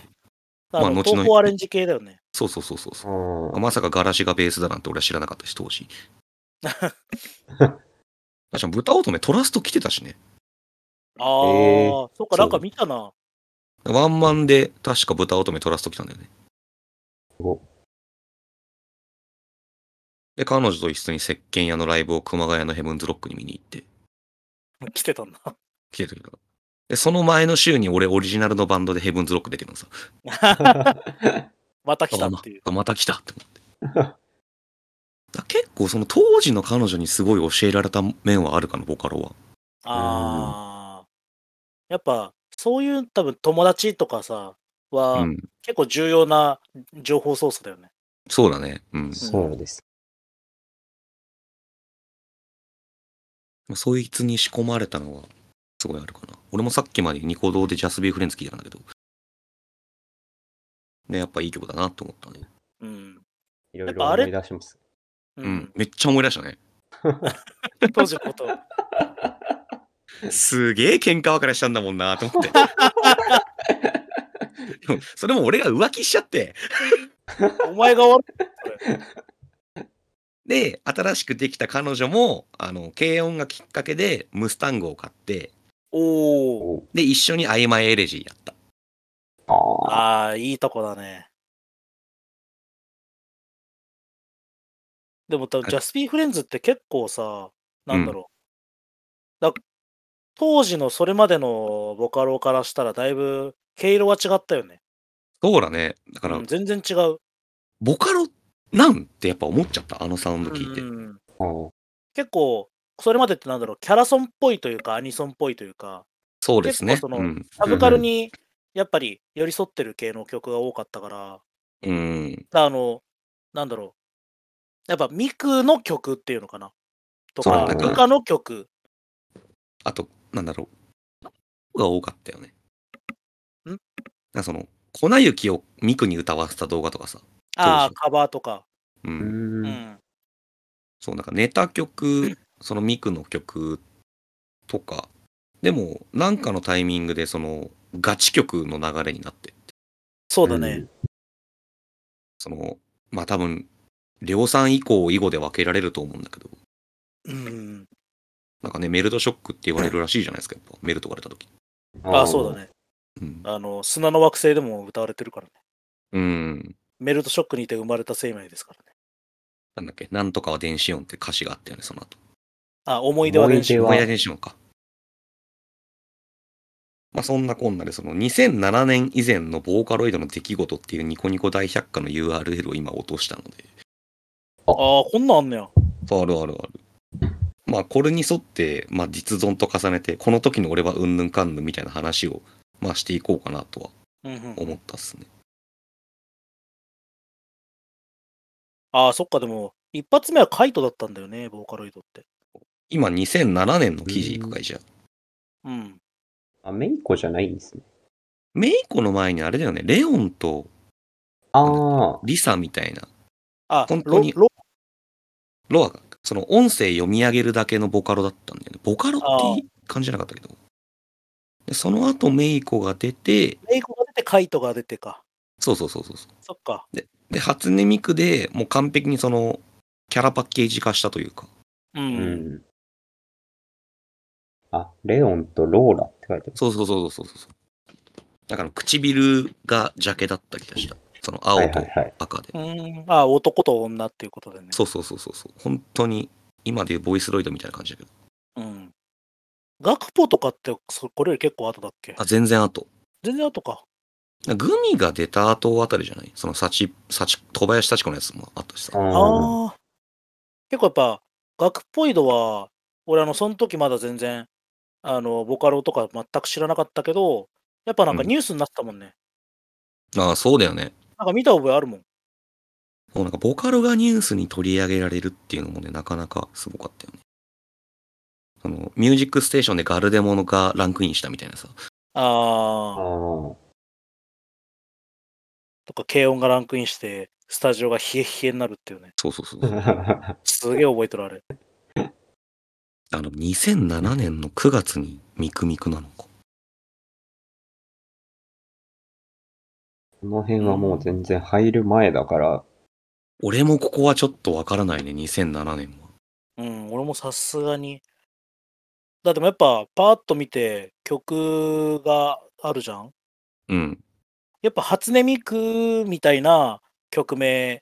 S1: まあ
S2: の、
S1: 後の
S2: 東宝アレンジ系だよね。
S1: そうそうそうそうそう。
S3: あ
S1: まさかガラシがベースだなんて俺は知らなかったし、当時。確かに豚乙女トラスト来てたしね。
S2: ああ、
S3: えー
S2: そっか、なんか見たな。
S1: ワンマンで確か豚乙女トラスト来たんだよね。
S3: お
S1: で、彼女と一緒に石鹸屋のライブを熊谷のヘブンズロックに見に行って、
S2: 来てたんだ。
S1: 来てたけど。で、その前の週に俺オリジナルのバンドでヘブンズロック出てるのさ。
S2: また来たっていう。
S1: あままた来たって思って。 だから結構その当時の彼女にすごい教えられた面はあるかな、ボカロは。
S2: ああ。やっぱ、そういう多分友達とかさ、は、
S1: うん。
S2: 結構重要な情報ソースだよね。
S1: そうだね。うん。
S3: そうです。
S1: まあそいつに仕込まれたのは、すごいあるかな。俺もさっきまでニコ動でジャスビーフレンズ聞いたんだけど。ね、やっぱいい曲だなと思ったね。
S2: うん。
S3: いろ
S2: やっ
S3: いろ
S2: ぱあ
S3: 思
S2: れ
S3: い出します。
S2: う
S1: うんん。。めっちゃ思い出したね。
S2: 当時のこと。
S1: すげえ喧嘩別れしたんだもんなと思 って。でもそれも俺が浮気しちゃって。
S2: お前が悪い。
S1: で、新しくできた彼女も、あの、軽音がきっかけでムスタングを買って、
S2: おお。
S3: おう
S1: で、一緒に曖昧エレジーやった。
S3: ああ。
S2: ああ、いいとこだね。でも多分、
S1: あ
S2: ジャスピーフレンズって結構さ、なんだろう。だ当時のそれまでのボカロからしたら、だいぶ毛色は違ったよね。
S1: そうだね。だから、
S2: うん、全然違う。
S1: ボカロなんてやっぱ思っちゃった、あのサウンド聞いて。
S2: うん
S3: うん
S2: 結構、それまでってなんだろう、キャラソンっぽいというか、アニソンっぽいというか、
S1: そうですね。
S2: 結構そ
S1: う
S2: の
S1: ん
S2: サブカルにやっぱり寄り添ってる系の曲が多かったから、
S1: うん、
S2: あの、なんだろう。やっぱミクの曲っていうのかなと
S1: そう
S2: か、
S1: なんか
S2: 他の曲。
S1: あと、なんだろう。が多かったよね。
S2: ん
S1: なんかその、粉雪をミクに歌わせた動画とかさ。
S2: ああ、
S1: 当時
S2: カバーとか。
S1: う。
S3: うん。
S2: うんん。
S1: そう、なんかネタ曲、そのミクの曲とか。でも、なんかのタイミングで、その、ガチ曲の流れになって。
S2: そうだね。
S1: その、まあ多分、量産以降以後で分けられると思うんだけど。
S2: うん。
S1: なんかね、メルトショックって言われるらしいじゃないですか、やっぱ。メルトが出た時。
S3: うん。
S2: ああ、そうだね。
S1: うん。
S2: あの、砂の惑星でも歌われてるからね。
S1: うん。
S2: メルトショックにて生まれた生命ですからね。
S1: なんだっけ、なんとかは電子音って歌詞があったよね、その後。
S2: あ、思い出は練習。
S3: 思
S1: 思
S3: い
S1: い
S3: 出
S1: 出にしようか。まあそんなこんなで、その2007年以前のボーカロイドの出来事っていうニコニコ大百科の URL を今落としたので。
S2: ああ、こんなんあんねや。
S1: そうあるあるある。まあこれに沿って、まあ、実存と重ねてこの時の俺はうんぬんかんぬんみたいな話を、まあ、していこうかなとは
S2: うんうん
S1: 思ったっすね。
S2: ああ、そっか、でも、一発目はカイトだったんだよね、ボーカロイドって。
S1: 今2007年の記事いくかいじゃあ
S2: うん。
S3: あ、メイコじゃないんですね。
S1: メイコの前にあれだよねレオンと
S3: ああ、
S1: リサみたいな
S2: あ、
S1: 本当に
S2: ロ
S1: ロアがその音声読み上げるだけのボカロだったんだよね。ボカロ
S2: あ
S1: っ
S2: ー
S1: ていい感じじゃなかったけど。でその後メイコが出て
S2: ロメイクが出て、カイトが出てか。
S1: そうそうそうそうそ
S2: そっか。
S1: う。で初音ミクでもう完璧にそのキャラパッケージ化したというか
S2: うん。
S3: うん。あ、レオンとローラって書いてます。
S1: そうそうそうそうそうそう。だから唇がジャケだった気がした。その青
S3: はいは
S1: と
S3: いはい。
S1: 赤で。
S2: うん、ああ、男と女っていうことでね。
S1: そうそうそうそうそう。本当に今でいうボイスロイドみたいな感じだけど。
S2: うん。学ポとかって、そこれより結構後だっけ
S1: あ、全然後。
S2: 全然後か。
S1: グミが出た後あたりじゃないその幸、幸、小林幸子のやつもあったしさ。
S3: あ
S2: ああ。結構やっぱ、学ポイドは、俺、あの、その時まだ全然、あの、ボカロとか全く知らなかったけど、やっぱなんか
S1: うん
S2: ニュースになってたもんね。
S1: ああ、そうだよね。
S2: なんか見た覚えあるもん。
S1: もうなんかボカロがニュースに取り上げられるっていうのもね、なかなかすごかったよね。その、ミュージックステーションでガルデモノがランクインしたみたいなさ。
S3: あ
S2: ああ。
S3: ー。
S2: とか、軽音がランクインして、スタジオが冷え冷えになるっていうね。
S1: そうそうそう。
S2: すげえ覚えてる、あれ。
S1: あの、2007年の9月にミクミクなのか。
S3: この辺はもう全然入る前だから、
S1: 俺もここはちょっとわからないね、2007年は。
S2: うん、俺もさすがに。だってもうやっぱ、パーッと見て、曲があるじゃん
S1: うん。
S2: やっぱ、初音ミクみたいな曲名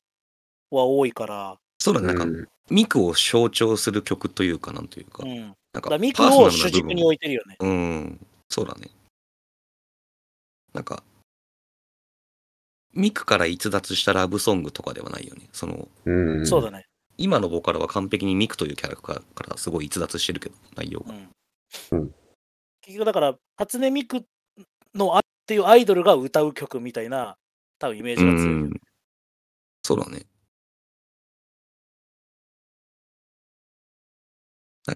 S2: は多いから、
S1: そうだね、なんか、
S3: うん
S1: ミクを象徴する曲というか、なんというか、
S2: うん。だ
S1: なん
S2: か
S1: か、
S2: らミク
S1: パーソナ
S2: を
S1: ル
S2: 主
S1: な部
S2: 軸
S1: 分
S2: に置いてるよね。
S1: うん、そうだね。なんか、ミクから逸脱したラブソングとかではないよね。その、
S3: うん。
S2: そうだね。
S1: 今のボカロは完璧にミクというキャラクターからすごい逸脱してるけど、内容
S2: う
S1: が。
S2: ん。
S3: うん
S2: 結局、だから、初音ミクのあっていうアイドルが歌う曲みたいな、多分イメージが強いよね。
S1: うんそうだね。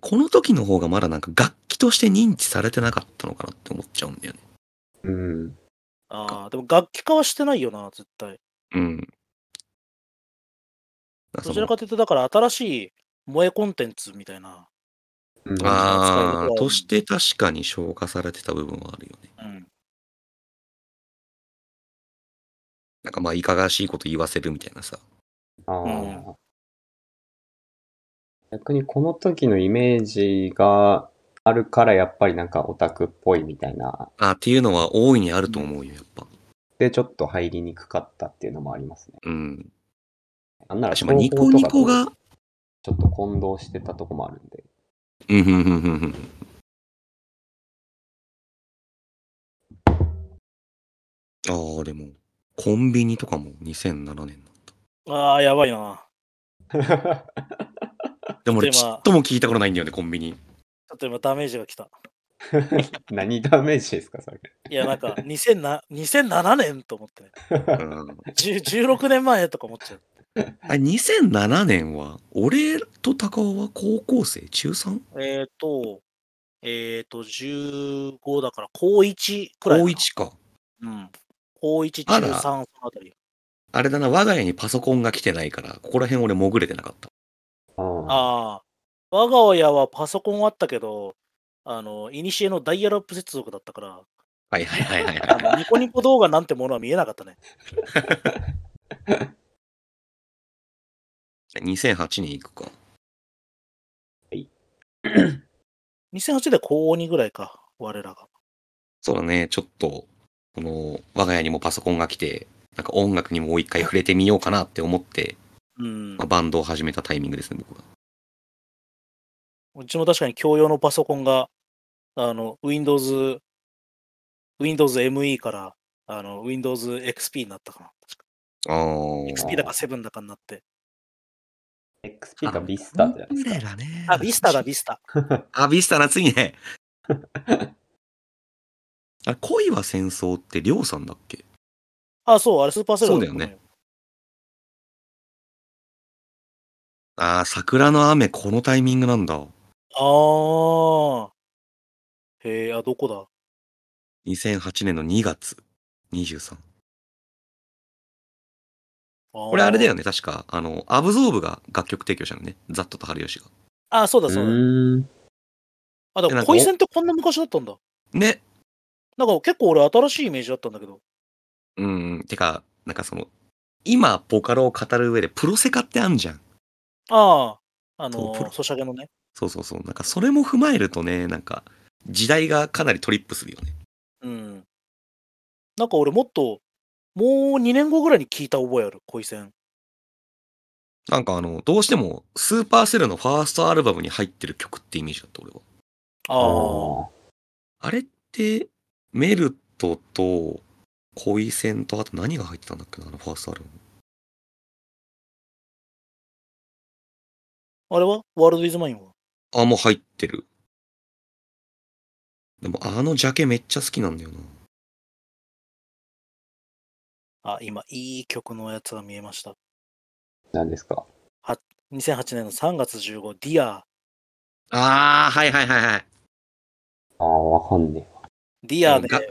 S1: この時の方がまだなんか楽器として認知されてなかったのかなって思っちゃうんだよね。
S3: うん。
S2: ああ、でも楽器化はしてないよな、絶対。
S1: うん。
S2: どちらかというと、だから新しい萌えコンテンツみたいな。
S3: うん
S2: 使え
S1: あ
S2: る
S1: あ、
S2: と
S1: として確かに消化されてた部分はあるよね。
S2: うん。
S1: なんかまあ、いかがわしいこと言わせるみたいなさ。
S3: あ
S2: うん
S3: ー逆にこの時のイメージがあるからやっぱりなんかオタクっぽいみたいな。
S1: あっていうのは大いにあると思うよ、やっぱ。
S3: で、ちょっと入りにくかったっていうのもありますね。
S1: うん。
S3: なんなら
S1: 確かにニコニコが、
S3: ちょっと混同してたとこもあるんで。
S1: うん、うん、うん、うんうん。ああ、でも、コンビニとかも2007年なん
S2: ああ、やばいな。
S1: だ。でも俺、
S2: ちょ
S1: ち
S2: っと今
S1: っとも聞いたことないんだよね、コンビニ。
S2: ちょっと今ダメージが来た。
S3: 何ダメージですか、それ。
S2: いや、なんか 2007, 2007年と思ってね。
S1: うん
S2: 10 16年前とか思っちゃう。
S1: あ2007年は、俺と高尾は高校生、中 3?
S2: えっ、と、えっ、と、15だから高1くらいかな。
S1: 高一か。
S2: うん。高1、中
S1: あ
S2: 3
S1: ら
S2: そのあたり。
S1: あれだな、我が家にパソコンが来てないから、ここら辺俺潜れてなかった。
S3: ああ。
S2: ああ。我が家はパソコンあったけど、あの、いにしえのダイヤルアップ接続だったから、
S1: はいはいはいはい
S2: あ
S1: は
S2: のニコニコ動画なんてものは見えなかったね。
S1: い。2008年行くか。
S2: 2008で高2ぐらいか、我らが。
S1: そうだね、ちょっと、この、我が家にもパソコンが来て、なんか音楽にもう一回触れてみようかなって思って、
S2: うん
S1: まあ、。バンドを始めたタイミングですね、僕は。
S2: うちも確かに共用のパソコンが、あの、Windows、Windows ME から、あの、Windows XP になったかな。
S1: あー。
S2: XP だか7だかになって。
S3: XP か Vista じゃないですか。
S1: だね
S2: あ、ビスタだ、ビスタ。
S1: あ、ビスタ夏いね。 あ恋は戦争ってりょうさんだっけ
S2: あ、そう、あれスーパーセル
S1: そうだよね。ああ、桜の雨、このタイミングなんだ。
S2: ああ。へえ、あ、どこだ
S1: 2008年の2月23。
S2: こ
S1: これあれだよ
S2: ね。
S1: ね、確か。あの、アブゾーブが楽曲提供したのね。ザットと春吉が。
S2: あ、そうだ、
S3: う
S2: そうだ。
S3: ーん。
S2: あ、で
S1: な
S2: も、
S1: んか
S2: 恋戦ってこんな昔だったんだ。
S1: ね。
S2: なんか結構俺新しいイメージだったんだけど。
S1: うん。てか、なんかその、今、ボカロを語る上で、プロセカってあんじゃん。
S2: ああ、あ
S1: そ
S2: の
S1: うプロ
S2: ー、ソシャゲのね。
S1: そうそうそう。なんか、それも踏まえるとね、なんか、時代がかなりトリップするよね。
S2: うん。なんか俺もっと、もう2年後ぐらいに聞いた覚えある、恋戦。
S1: なんかあの、どうしても、スーパーセルのファーストアルバムに入ってる曲ってイメージだった、俺は。
S2: ああ。
S1: あれって、メルトと、恋戦と、あと何が入ってたんだっけな、あのファーストアルバム。
S2: あれはワールドイズマインは。
S1: あ、もう入ってる。でも、あのジャケめっちゃ好きなんだよな。
S2: あ、今、いい曲のやつが見えました。
S3: 何ですか。
S2: 2008年の3月15、ディア、
S1: あー、はいはいはいはい。
S3: ああ、わかんね
S2: ディアで
S1: な、ん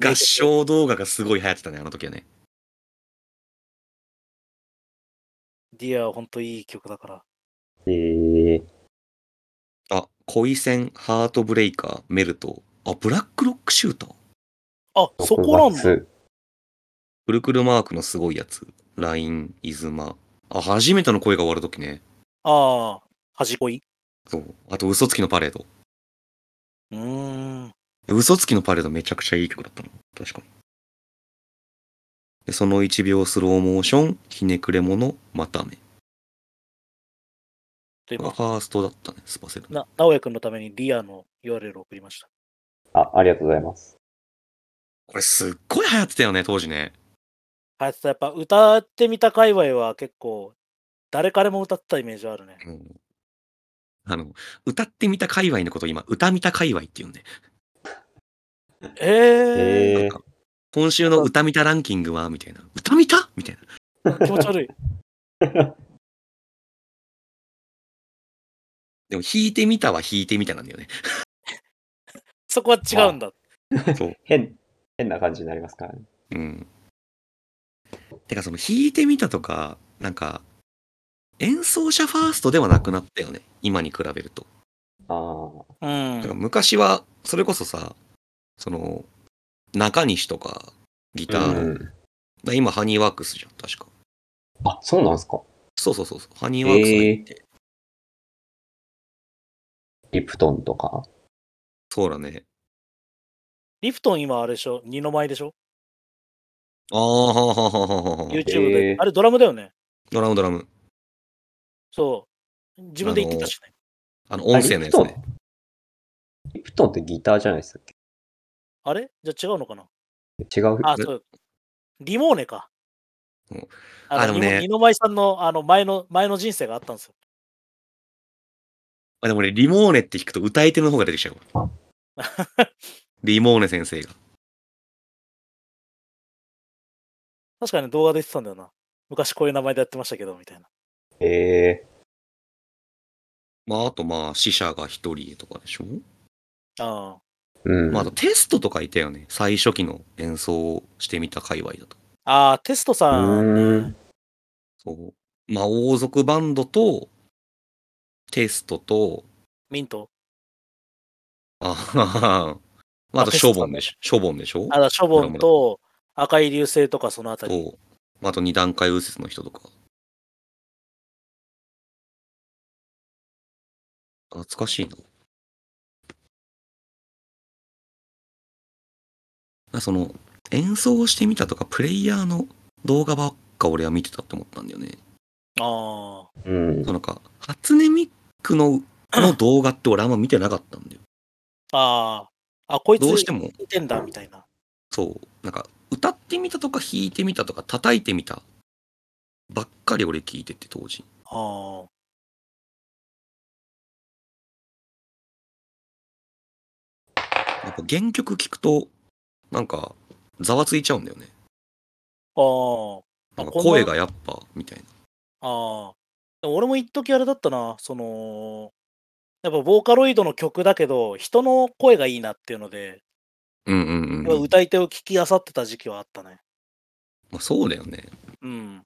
S1: か合唱動画がすごい流行ってたね、あの時はね。
S2: ディアは本当いい曲だから。
S3: え。へえ。
S1: あ、恋戦、ハートブレイカー、メルト。あ、ブラックロックシューター。
S2: あ、そこなんだ。
S3: 6月
S1: くるくるマークのすごいやつ。ライン、イズマ。あ、初めての声が終わるときね。
S2: ああ、端っこい。
S1: そう。あと、嘘つきのパレード。
S2: うーん。
S1: 嘘つきのパレードめちゃくちゃいい曲だったの。確かに。でその1秒スローモーション、ひねくれ者、まため。
S2: という
S1: これが
S2: か、
S1: ファーストだったね、スパセル。
S2: な、直哉くんのためにディアの URL を送りました。
S3: あ、ありがとうございます。
S1: これすっごい流行ってたよね、当時ね。
S2: はい、やっぱ歌ってみた界隈は結構、誰からも歌ってたイメージあるね。
S1: うんあの、歌ってみた界隈のことを今、歌見た界隈って言うんで。
S2: ええ
S3: へえ
S1: なん。か今週の歌見たランキングはみたいな。歌見たみたいな。
S2: 気持ち悪い。
S1: でも、弾いてみたは弾いてみたなんだよね。
S2: そこは違うんだ。
S1: そう。
S3: 変、変な感じになりますからね。
S1: うん。てか、その、弾いてみたとか、なんか、演奏者ファーストではなくなったよね。今に比べると。
S3: あ
S2: う
S3: あ。
S1: だから
S2: ん。
S1: 昔は、それこそさ、その、中西とか、ギターの、だか
S3: ん。
S1: ら今、ハニーワークスじゃん、確か。
S3: あ、そうなんですか。
S1: そうそうそうそう。ハニーワークス入って。
S3: リプトンとか。
S1: そうだね。
S2: リフトン今あれでしょ二の舞でしょ
S1: ああ、はあはあはあはあ。
S2: ?YouTube
S3: へえ
S2: で。あれドラムだよね。
S1: ドラムドラム。
S2: そう。自分で言ってたしね。
S1: あの、音声のやつ
S3: あリプ
S1: ね
S3: ト。ンリプトンってギターじゃないですっけ
S2: あれじゃあ違うのかな
S3: 違う。
S2: あ、
S1: え
S2: そう。リモーネか
S1: うん。あ
S2: あ
S1: で
S2: の、
S1: も
S2: 二
S1: ね
S2: の二の舞さんの、あの、前の、前の人生があったんですよ。
S1: あ、でもね、リモーネって弾くと歌い手の方が出てきちゃうわ。 リモーネ先生が。
S2: 確かに動画で言ってたんだよな。昔こういう名前でやってましたけど、みたいな。
S3: ええ
S1: まあ、あとまあ、死者が一人とかでしょ、
S2: あ
S3: うん。
S1: まあ、あとテストとかいたよね。最初期の演奏をしてみた界隈だと。
S2: あ。ああ、テストさ
S3: うん
S2: ね
S3: ん。
S1: そう。まあ、王族バンドと、テストと、
S2: ミント。
S1: あははまあ、あと、
S2: テス
S1: シ
S2: ト
S1: ョ
S2: さ
S1: ボ
S2: ん
S1: ン
S2: ね
S1: でしょ。ショボンでしょ
S2: あだ、ショボンと赤い流星とかそのあたり。
S1: と、まああと二段階右折の人とか。懐かしいな。あその、演奏をしてみたとか、プレイヤーの動画ばっか俺は見てたって思ったんだよね。
S2: ああ。
S3: うん
S1: そう。なんか、初音ミックのの動画って俺あんま見てなかったんだよ。
S2: ああ、あ、こいつ
S1: どうしても、
S2: 見てんだみたいな。
S1: そう、なんか歌ってみたとか弾いてみたとか叩いてみたばっかり俺聞いてて当時。
S2: ああ。
S1: やっぱ原曲聞くとなんかざわついちゃうんだよね。
S2: あー
S1: なんか
S2: こんな
S1: 声がやっぱみたいな。
S2: あー。でも俺も一時あれだったな、その、やっぱボーカロイドの曲だけど、人の声がいいなっていうので、
S1: うんうんうん。
S2: 歌い手を聞き漁ってた時期はあったね。
S1: まあ、そうだよね。
S2: うん。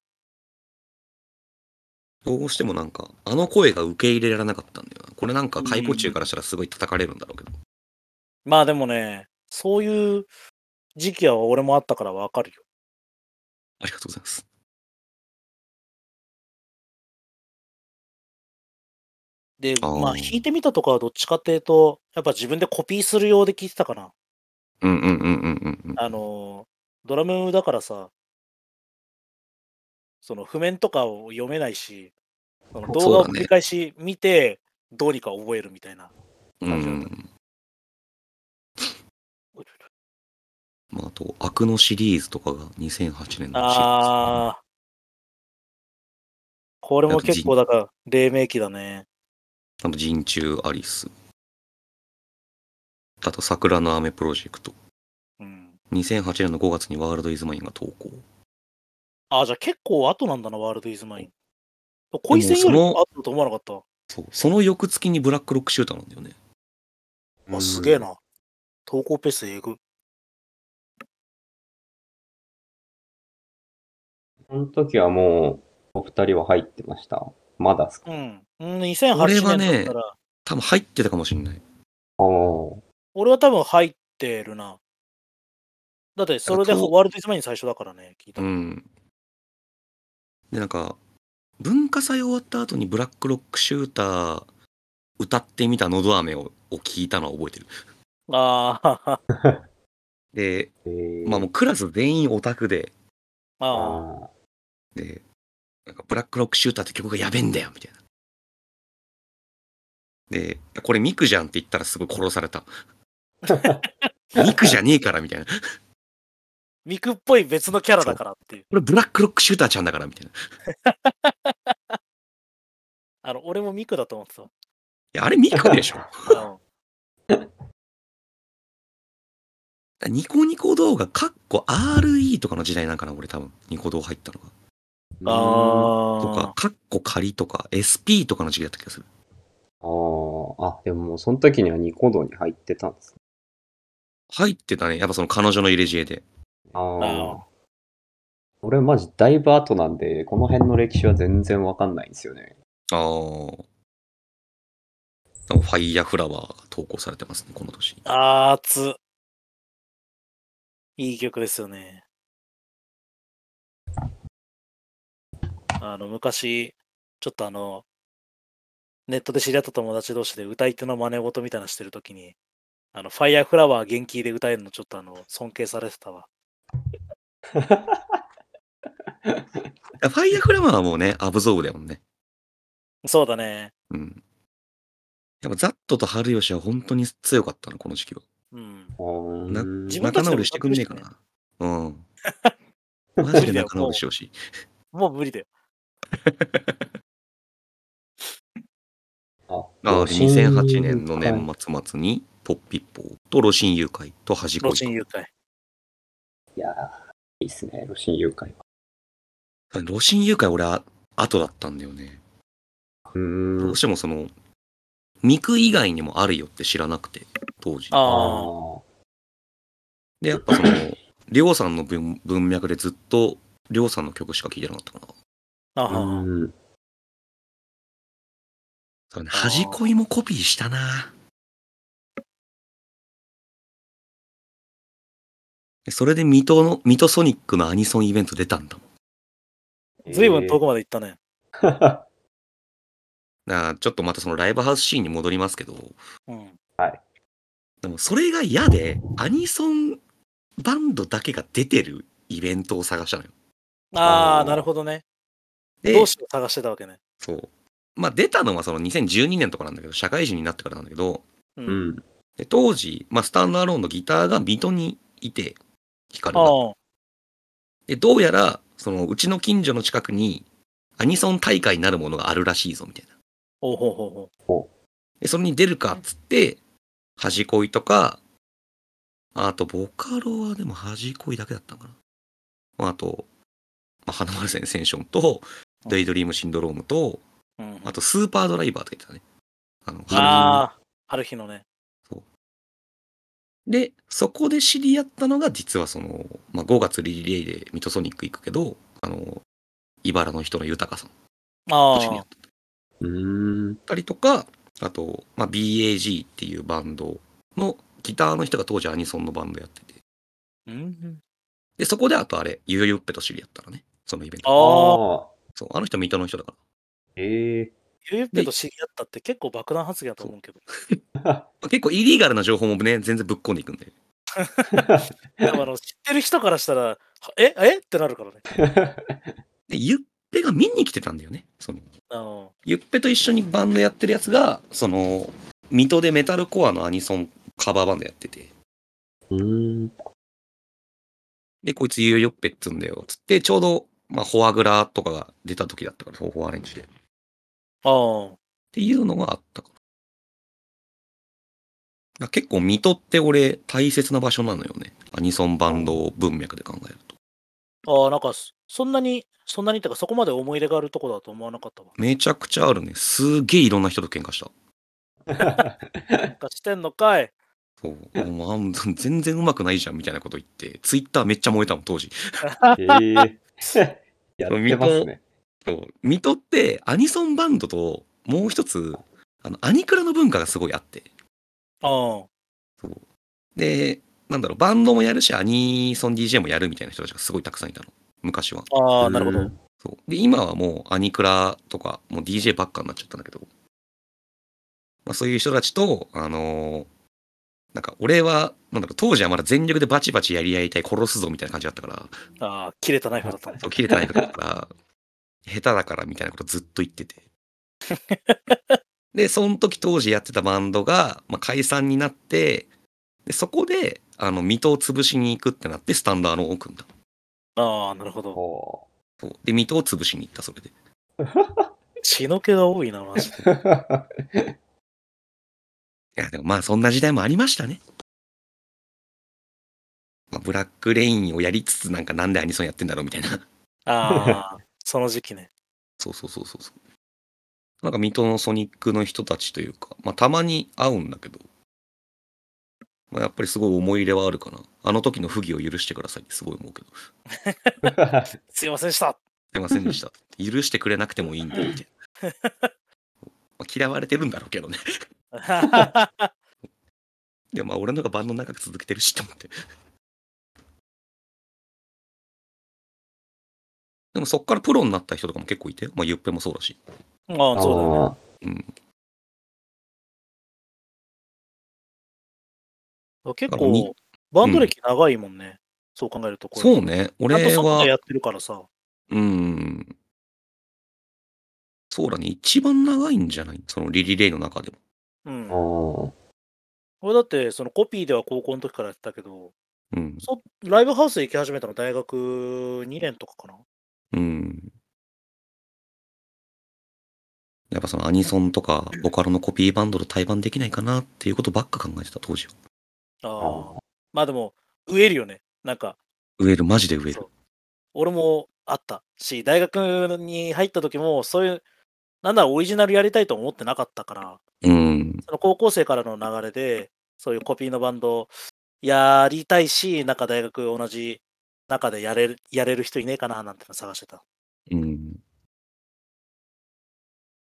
S1: どうしてもなんかあの声が受け入れられなかったんだよな。これなんか解雇中からしたらすごい叩かれるんだろうけど。
S2: まあでもね、そういう時期は俺もあったからわかるよ。
S1: ありがとうございます。
S2: で、
S1: あー
S2: まあ弾いてみたとかはどっちかっていうと、やっぱ自分でコピーする用で聞いてたかな。
S1: うんうんうんうんうんうん。
S2: あのードラムだからさ、その譜面とかを読めないし、その動画を
S1: そうだね
S2: 繰り返し見て、どうにか覚えるみたいな。
S1: うんまあ、あと、悪のシリーズとかが2008年のシリーズ。
S2: あー、これも結構だから、黎明期だね。
S1: あと、人中アリス。あと、桜の雨プロジェクト。
S2: うん。
S1: 2008年の5月にワールドイズマインが投稿。
S2: ああ、じゃあ結構後なんだな、ワールドイズマイン。恋戦より
S1: でもその
S2: 後だと思わなかった。
S1: そう。その翌月にブラックロックシューターなんだよね。
S2: あ、すげえな。投稿ペースえぐ。
S3: その時はもう、お二人は入ってました。まだっすか
S2: うん。うん、2008
S1: 俺
S2: 年だ
S1: は
S2: ったら、
S1: ね多分入ってたかもしれない。
S3: あー
S2: 俺は多分入ってるな。だって、それで
S1: なんかこう
S2: ワールドイズマイン最初だからね、聞いた
S1: う
S2: の。
S1: ん。で、なんか、文化祭終わった後にブラックロックシューター歌ってみたのど飴をを聞いたのは覚えてる。
S2: ああ、
S1: で、
S3: えー
S1: まあもうクラス全員オタクで、
S2: ああ、
S3: あ
S1: で、なんかブラックロックシューターって曲がやべえんだよ、みたいな。で、これミクじゃんって言ったらすごい殺された。ミクじゃねえから、みたいな。こ
S2: ミクっぽい別のキャラだからっていう。
S1: れブラックロックシューターちゃんだから、みたいな。い
S2: あの、俺もミクだと思ってた。
S1: や、あれミクで しょ。
S2: うん
S1: ニコニコ動画、かっこ RE とかの時代なんかな、俺多分。ニコ動入ったのが。
S3: ー
S1: と
S2: あ
S1: か、かっこ仮とか、SP とかの時期だった気がする。
S3: あー。あ、でももうその時にはニコ動に入ってたんですね。
S1: 入ってたね。やっぱその彼女の入れ知恵で。
S3: あ
S2: あ
S3: ー。俺マジだいぶ後なんで、この辺の歴史は全然わかんないんですよね。
S1: あー。でもファイヤーフラワーが投稿されてますね、この年。
S2: あーつ。いい曲ですよね。あの、昔、ちょっとあの、ネットで知り合った友達同士で歌い手の真似事みたいなのしてるときに、あの、ファイヤーフラワー元気で歌えるのちょっとあの、尊敬されてたわ。
S1: あファイヤーフラワーはもうね、アブゾーブだもんね。
S2: そうだね。
S1: うん。やっぱザットと春吉は本当に強かったな、この時期は。
S2: うん。
S3: あー
S1: な
S3: うん
S2: 自分た
S1: 仲直
S2: ちでも
S1: りしてくんねえか
S2: 歌
S1: な。 うん。マジで仲直りしてほしい。
S2: もう無理だよ。
S3: あ
S1: ああ、2008年の
S3: はい
S1: 年末末に、ポッピッポーと露心誘拐と恥こ
S2: ロシン
S1: い
S2: 誘拐。
S3: いやーいいっすね、ロシン誘拐は。
S1: か。露心誘拐俺は後だったんだよね。
S3: うー
S1: ど
S3: ん
S1: う。してもその、ミク以外にもあるよって知らなくて、当時。
S2: ああ。
S1: で、やっ ぱその、りょうさんの文文脈でずっと、りょうさんの曲しか聴いてなかったかな。
S2: あ
S3: あー
S2: ー
S3: うん
S1: そうね、
S2: あー
S1: 恥恋もコピーしたな。それで水戸の、水戸ソニックのアニソンイベント出たんだもん。
S2: ずいぶん遠くまで行ったね。
S3: は
S1: だからちょっとまたそのライブハウスシーンに戻りますけど、
S2: うん。
S1: でもそれが嫌で、アニソンバンドだけが出てるイベントを探したのよ。
S2: あ
S3: あ
S2: あ、
S3: ー
S2: なるほどね。
S1: で
S2: どうしよう探してたわけね。
S1: そう。まあ出たのはその2012年とかなんだけど、社会人になってからなんだけど、
S2: う。
S3: うんん。
S1: で当時、まあスタンドアローンのギターが水戸にいて、光が。
S2: ああ。
S1: で、どうやら、そのうちの近所の近くにアニソン大会になるものがあるらしいぞ、みたいな。
S2: ほうほうほうほ
S1: で、それに出るかっつって、恥恋とか、あと、ボカロはでも恥恋だけだったのかな。まああと、まあ、花丸センセーションと、デイドリームシンドロームと、
S2: う。うん、
S1: あと、スーパードライバーとか言ってたね。あの、ハ
S2: ああ、春日のね。
S1: ルミンで、そこで知り合ったのが、実はその、まあ、5月リレーでミトソニック行くけど、あの、茨の人の豊さん
S2: あ
S1: と知り合っ
S2: あ
S1: た。
S3: うーん。
S1: たりとか、あと、まあ、BAG っていうバンドのギターの人が当時アニソンのバンドやってて、
S2: うん。
S1: で、そこであとあれ、ゆよゆっぺと知り合ったらね、そのイベント。
S2: ああ。
S3: ああ。
S1: そう、あの人水戸の人だから。
S3: ええ
S2: ゆうゆっぺと知り合ったって結構爆弾発言だと思うけど。
S1: まあ結構イリーガルな情報もね、全然ぶっこんでいくんで。
S2: でもあの、知ってる人からしたら、はええってなるからね。
S1: で、ゆっぺが見に来てたんだよね。その、
S2: あの
S1: ゆっぺと一緒にバンドやってるやつが、その、水戸でメタルコアのアニソンカバーバンドやってて、
S3: うーん。
S1: で、こいつゆよゆっぺっつうんだよ、つって、ちょうど、まあ、フォアグラとかが出た時だったから、フォアアレンジで。っ
S2: ああ。
S1: ていうのがあったから。だから結構、水戸って俺、大切な場所なのよね。アニソンバンド文脈で考えると。
S2: ああ、なんか、そそんなに、そんなにってか、そこまで思い入れがあるとこだと思わなかったわ。
S1: めちゃくちゃあるね。すげえいろんな人と喧嘩した。
S2: なんかしてんのかい。
S1: そう。もうあん全然うまく ないじゃんみたいなこと言って、ツイッターめっちゃ燃えたもん、当時。
S3: え えやってますね。
S1: そう。水戸ってアニソンバンドと、もう一つ、あの、アニクラの文化がすごいあって。
S2: あ
S1: で、なんだろう、バンドもやるし、アニソン DJ もやるみたいな人たちがすごいたくさんいたの。昔は。
S2: あ。ああ、なるほど。
S3: うん。
S1: そう。で、今はもうアニクラとか、もう DJ ばっかになっちゃったんだけど、まあ、そういう人たちと、あのーなんか俺は、なんだろう、当時はまだ全力でバチバチやり合いたい、殺すぞみたいな感じだったから、
S2: ああ、切れたナイフだったね。
S1: そう切れてない人だから、下手だからみたいなことずっと言ってて。で、その時当時やってたバンドが、まあ、解散になって、でそこで、あの、水戸を潰しに行くってなって、スタンダードを組んだ。
S2: ああ、なるほど。
S3: お
S1: そうで、水戸を潰しに行った、それで。
S2: 血の気が多いな、マジで。
S3: ー
S1: いや、でもまあそんな時代もありましたね。まあ、ブラックレインをやりつつなんかなんでアニソンやってんだろうみたいな。
S2: ああ、 その時期ね。
S1: そうそうそうそうそう。なんか水戸のソニックの人たちというか、まあたまに会うんだけど、まあやっぱりすごい思い入れはあるかな。あの時の不義を許してくださいってすごい思うけど。す
S2: すいませんでした。
S1: いませんで した。許してくれなくてもいいんだみたいな。 まあ嫌われてるんだろうけどね。でもまあ俺の方がバンド長く続けてるしと思って。 でもそっからプロになった人とかも結構いて、まあゆっぺもそうだし。
S2: ああ、そうだよね。
S3: あ
S1: うん。
S2: 結
S1: だからに
S2: 構、バンド歴長いもんね。そう考えるとこれ。
S1: そうね。俺
S2: ちゃんとサッカーや
S1: は、
S2: ってるからさ。
S1: うん。そうだね。一番長いんじゃないそのリリレイの中でも。
S2: うん
S3: ー。あー。
S2: 俺だって、そのコピーでは高校の時からやってたけど、
S1: うん。
S2: そライブハウス行き始めたの大学2年とかかな。
S1: うん。やっぱそのアニソンとかボカロのコピーバンドと対バンできないかなっていうことばっか考えてた当時は。
S2: ああ。まあでも、植えるよね。なんか、
S1: 植える、マジで植える
S2: そ。う俺もあったし、大学に入った時も、そういう、なんだろう、オリジナルやりたいと思ってなかったから、
S1: うん。
S2: その高校生からの流れで、そういうコピーのバンドやりたいし、なんか大学同じ中でやれるやれる人いねえかななんての探してた。
S1: うん。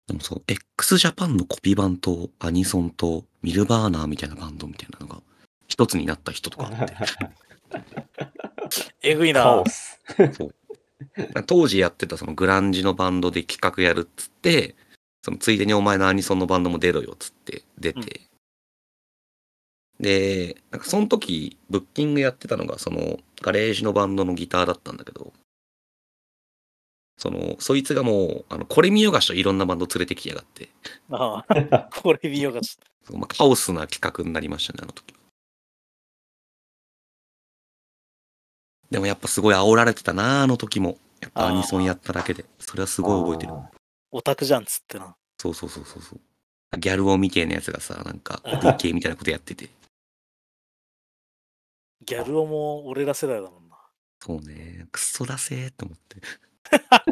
S1: でもそう、x ジャパンのコピー版とアニソンとミルバーナーみたいなバンドみたいなのが一つになった人とかあって。
S2: えぐい
S3: カ
S2: な
S3: オ。ス。
S1: 当時やってたそのグランジのバンドで企画やるっつって、そのついでにお前のアニソンのバンドも出ろよっつって出て。で、なんかその時、ブッキングやってたのが、そのガレージのバンドのギターだったんだけど、そのそいつがもうあのこれ見よがしといろんなバンド連れてきやがって
S2: ああこれ見ようがち。
S1: そうまあ、カオスな企画になりましたねあの時でもやっぱすごい煽られてたなあの時もやっぱアニソンやっただけでそれはすごい覚えてる
S3: あー
S2: オタクじゃんっつってな。
S1: そうそうそうそうそうギャル王みてえなやつがさなんか VK みたいなことやってて
S2: ギャル男も俺ら世代だもんな。
S1: そうねクソだせーと思って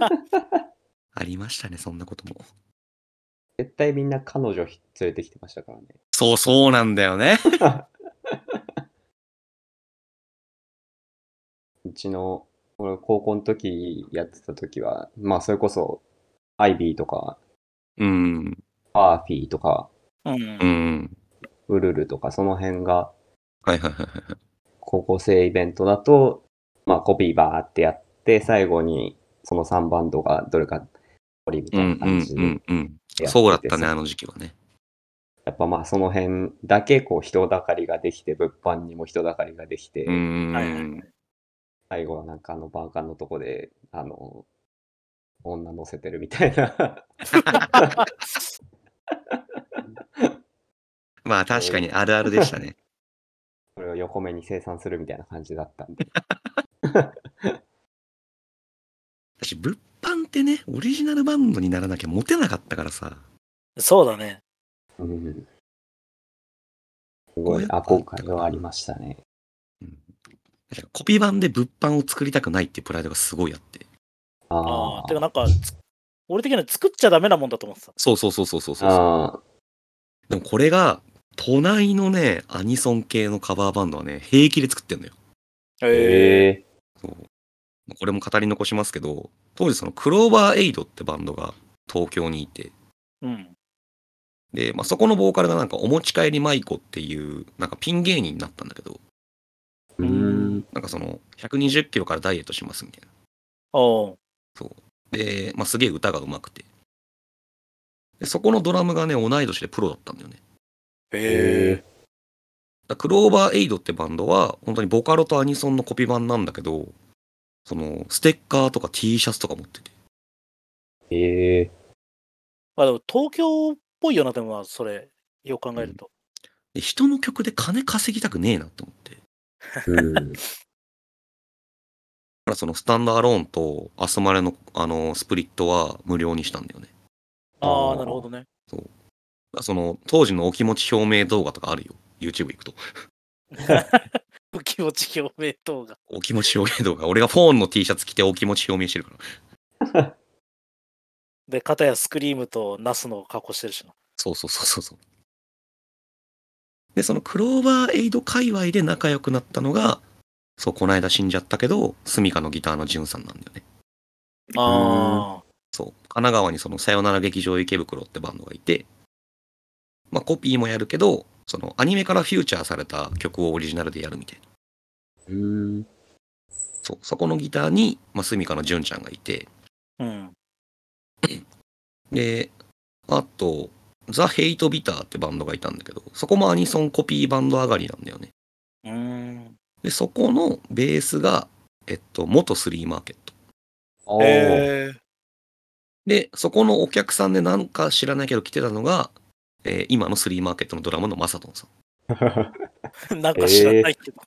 S1: ありましたねそんなことも
S3: 絶対みんな彼女ひ連れてきてましたからね。
S1: そうそうなんだよね
S3: うちの、俺高校の時やってた時は、まあそれこそ、アイビーとか、
S1: うん
S3: パーフィーとか、
S2: う。
S1: うんん
S3: ウルルとか、その辺が
S1: はいはいはいはいはい
S3: 高校生イベントだと、まあコピーバーってやって、最後にその3バンドがどれか取りみ
S1: う
S3: たい
S1: ん
S3: な
S1: う
S3: 感
S1: ん
S3: じ
S1: う
S3: で
S1: んうん
S3: てて
S1: そうだったね
S3: そ
S1: あの時期はね
S3: やっぱまあその辺だけこう人だかりができて、物販にも人だかりができて、
S1: う
S2: はいはいは
S1: ん
S2: い。
S3: 最後はなんかあのバーカンのとこで、あの、女乗せてるみたいな。
S1: まあ確かにあるあるでしたね。
S3: それを横目に生産するみたいな感じだったんで。
S1: 私、物販ってね、オリジナルバンドにならなきゃモテなかったからさ、
S2: そうだね。
S3: うん、すごい憧れはありましたね。
S1: なんかコピー版で物販を作りたくないっていうプライドがすごいあって。
S3: あ
S2: あ
S3: あ
S2: あ。てかなんか、つ俺的には作っちゃダメなもんだと思ってた。
S1: そうそうそうそうそうそう。
S3: ああ
S1: でもこれが、都内のね、アニソン系のカバーバンドはね、平気で作ってんのよ。
S2: え。
S3: ええ
S1: そうまあこれも語り残しますけど、当時そのクローバーエイドってバンドが東京にいて、
S2: うん。
S1: で、まあ、そこのボーカルがなんかお持ち帰り舞子っていう、なんかピン芸人になったんだけど、
S3: うーん。
S1: なんかその、120キロからダイエットしますみたいな。
S2: おう
S1: で、まあ、すげえ歌がうまくてでそこのドラムがね同い年でプロだったんだよね
S3: え
S1: だクローバーエイドってバンドは本当にボカロとアニソンのコピー版なんだけどそのステッカーとか T シャツとか持ってて
S3: えええ
S2: まあでも東京っぽいよな、でもまあそれ、よく考えると。
S1: で人の曲で金稼ぎたくねえなって思ってだ
S3: うん。
S1: からそのスタンドアローンとアスマレのあのスプリットは無料にしたんだよねだか
S2: ああ、なるほどね。
S1: らその当時のお気持ち表明動画とかあるよ YouTube 行くと
S2: お気持ち表明等が。
S1: お気持ち表明動画俺がフォーンの T シャツ着てお気持ち表明してるから
S2: で、片やスクリームとナスの格好してるしな。
S1: そうそうそうそうそう。で、そのクローバーエイド界隈で仲良くなったのが、そう、この間死んじゃったけど、スミカのギターのジュンさんなんだよね。
S2: ああ。
S1: そう。神奈川にそのさよなら劇場池袋ってバンドがいて、まあコピーもやるけど、そのアニメからフューチャーされた曲をオリジナルでやるみたいな。
S3: うーん。
S1: そう。そこのギターに、まあスミカのジュンちゃんがいて、
S2: うん。
S1: で、あと、ザ・ヘイト・ビターってバンドがいたんだけど、そこもアニソンコピーバンド上がりなんだよね。
S2: うーん。
S1: で、そこのベースが、えっと、元スリーマーケット。
S3: おお。
S2: ええ。
S1: で、そこのお客さんでなんか知らないけど来てたのが、えー今のスリーマーケットのドラムのマサトンさん。
S2: なんか知らないけど。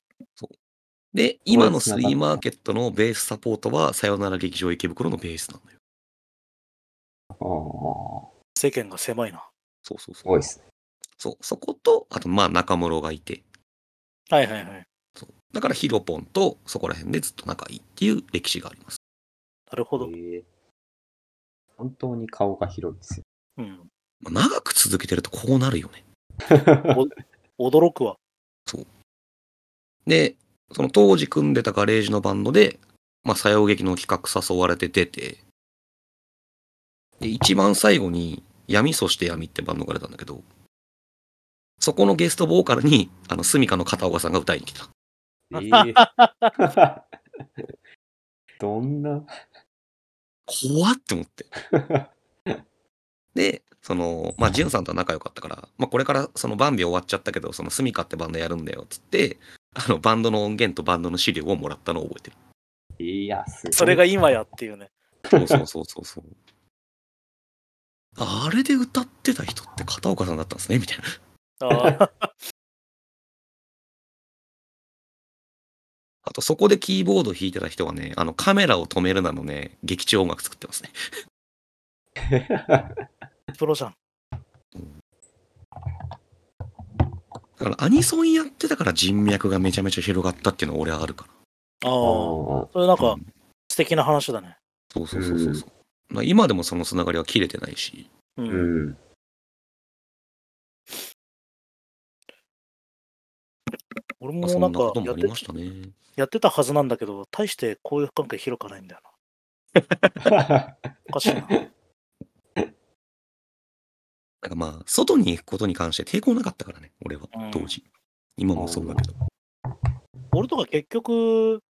S1: で、今のスリーマーケットのベースサポートは、さよなら劇場池袋のベースなんだよ。
S3: おー
S2: 世間が狭いな。
S1: そうそう
S3: す
S1: そ。
S3: ごいうっすね。
S1: そう、そこと、あと、まあ、中室がいて。
S2: はいはいはい。
S1: そうだから、ヒロポンとそこら辺でずっと仲いいっていう歴史があります。
S2: なるほど。
S3: ええ本当に顔が広いですよ。
S2: うん。
S1: まあ長く続けてるとこうなるよね。
S2: 驚くわ。
S1: で、その当時組んでたガレージのバンドで、まあ、作用劇の企画誘われて出て、で、一番最後に、闇そして闇ってバンドが出たんだけど、そこのゲストボーカルに、あの、スミカの片岡さんが歌いに来た。
S3: え えどんな
S1: 怖っって思って。で、その、まあ、ジュンさんとは仲良かったから、まあ、これからそのバンビ終わっちゃったけど、そのスミカってバンドやるんだよ、つって、あの、バンドの音源とバンドの資料をもらったのを覚えてる。
S3: いや、すごい。
S2: それが今やっていうね。
S1: そうそうそうそうそう。あれで歌ってた人って片岡さんだったんですね、みたいな。
S2: あ
S1: あと、そこでキーボード弾いてた人はね、あの、カメラを止めるなのね、劇中音楽作ってますね。
S2: ープロじゃん。
S1: だから、アニソンやってたから人脈がめちゃめちゃ広がったっていうのは俺はあるか
S2: ああ。
S3: あ
S2: そ
S3: ー
S2: れなん
S1: ら。
S2: か
S1: うん
S2: 素敵な話だね。
S1: そうそうそうそうそう。まあ今でもそのつながりは切れてないし。
S2: うん。
S3: うん。
S2: 俺
S1: ま
S2: も
S1: あそん
S2: な
S1: なんこ
S2: か
S1: とも
S2: や
S1: あ
S2: っ
S1: り
S2: て
S1: ましたね。
S2: やってたはずなんだけど、大して交友関係広かないんだよな。おかしいな。
S1: なんかまあ、外に行くことに関して抵抗なかったからね、俺は
S2: うん、
S1: 当時。今もそうだけど。
S2: 俺とか結局、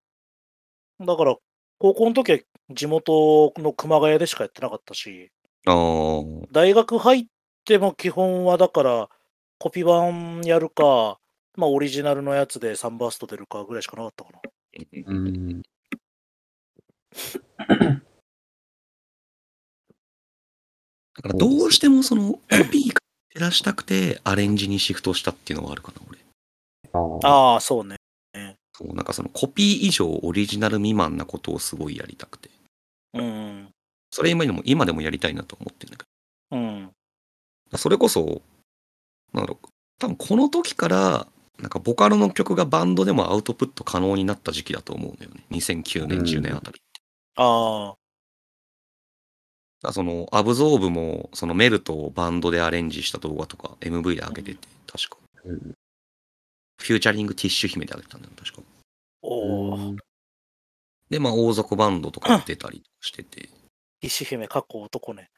S2: だから、高校の時は地元の熊谷でしかやってなかったし、
S1: ああ、
S2: 大学入っても基本はだから、コピー版やるか、まあオリジナルのやつでサンバースト出るかぐらいしかなかったかな。
S3: うん。
S1: だからどうしてもそのコピーから照らしたくてアレンジにシフトしたっていうのはあるかな、俺。
S3: ああ。
S2: ああ、そうね。
S1: そう、なんかそのコピー以上オリジナル未満なことをすごいやりたくて。
S2: うん。
S1: それ今でも、今でもやりたいなと思ってるんだけ
S2: うん。
S1: ど。それこそ、なんだろう、多分この時から、なんかボカロの曲がバンドでもアウトプット可能になった時期だと思うのよね。2009年、
S3: うん
S1: 10年あたり。
S2: ああ、
S1: だからその、アブゾーブも、そのメルトをバンドでアレンジした動画とか、MV で上げてて、確か。
S3: うん
S1: フューチャリングティッシュ姫で上げてたんだよ、確か。
S2: おお、
S1: で、まあ、王族バンドとかやってたりしてて。
S2: 石姫かっこ男ね。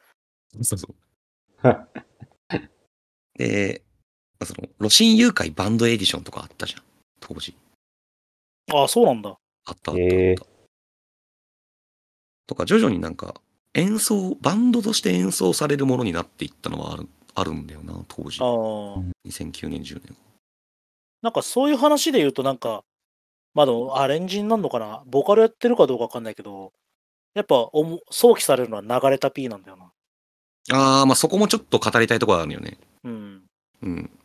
S1: そうそう。で、その、露心誘拐バンドエディションとかあったじゃん。当時。
S2: ああ、そうなんだ。
S1: あったあったあった。
S3: へえ
S1: とか、徐々になんか、演奏、バンドとして演奏されるものになっていったのはあるあるんだよな、当時。
S2: ああ。
S1: 2009年、10年。
S2: なんかそういう話で言うと、なんか、まあでもアレンジになるのかな、ボカルやってるかどうかわかんないけど、やっぱおも想起されるのは流れた P なんだよな。
S1: あー、まあそこもちょっと語りたいところあるよね。
S2: うん。
S1: うん。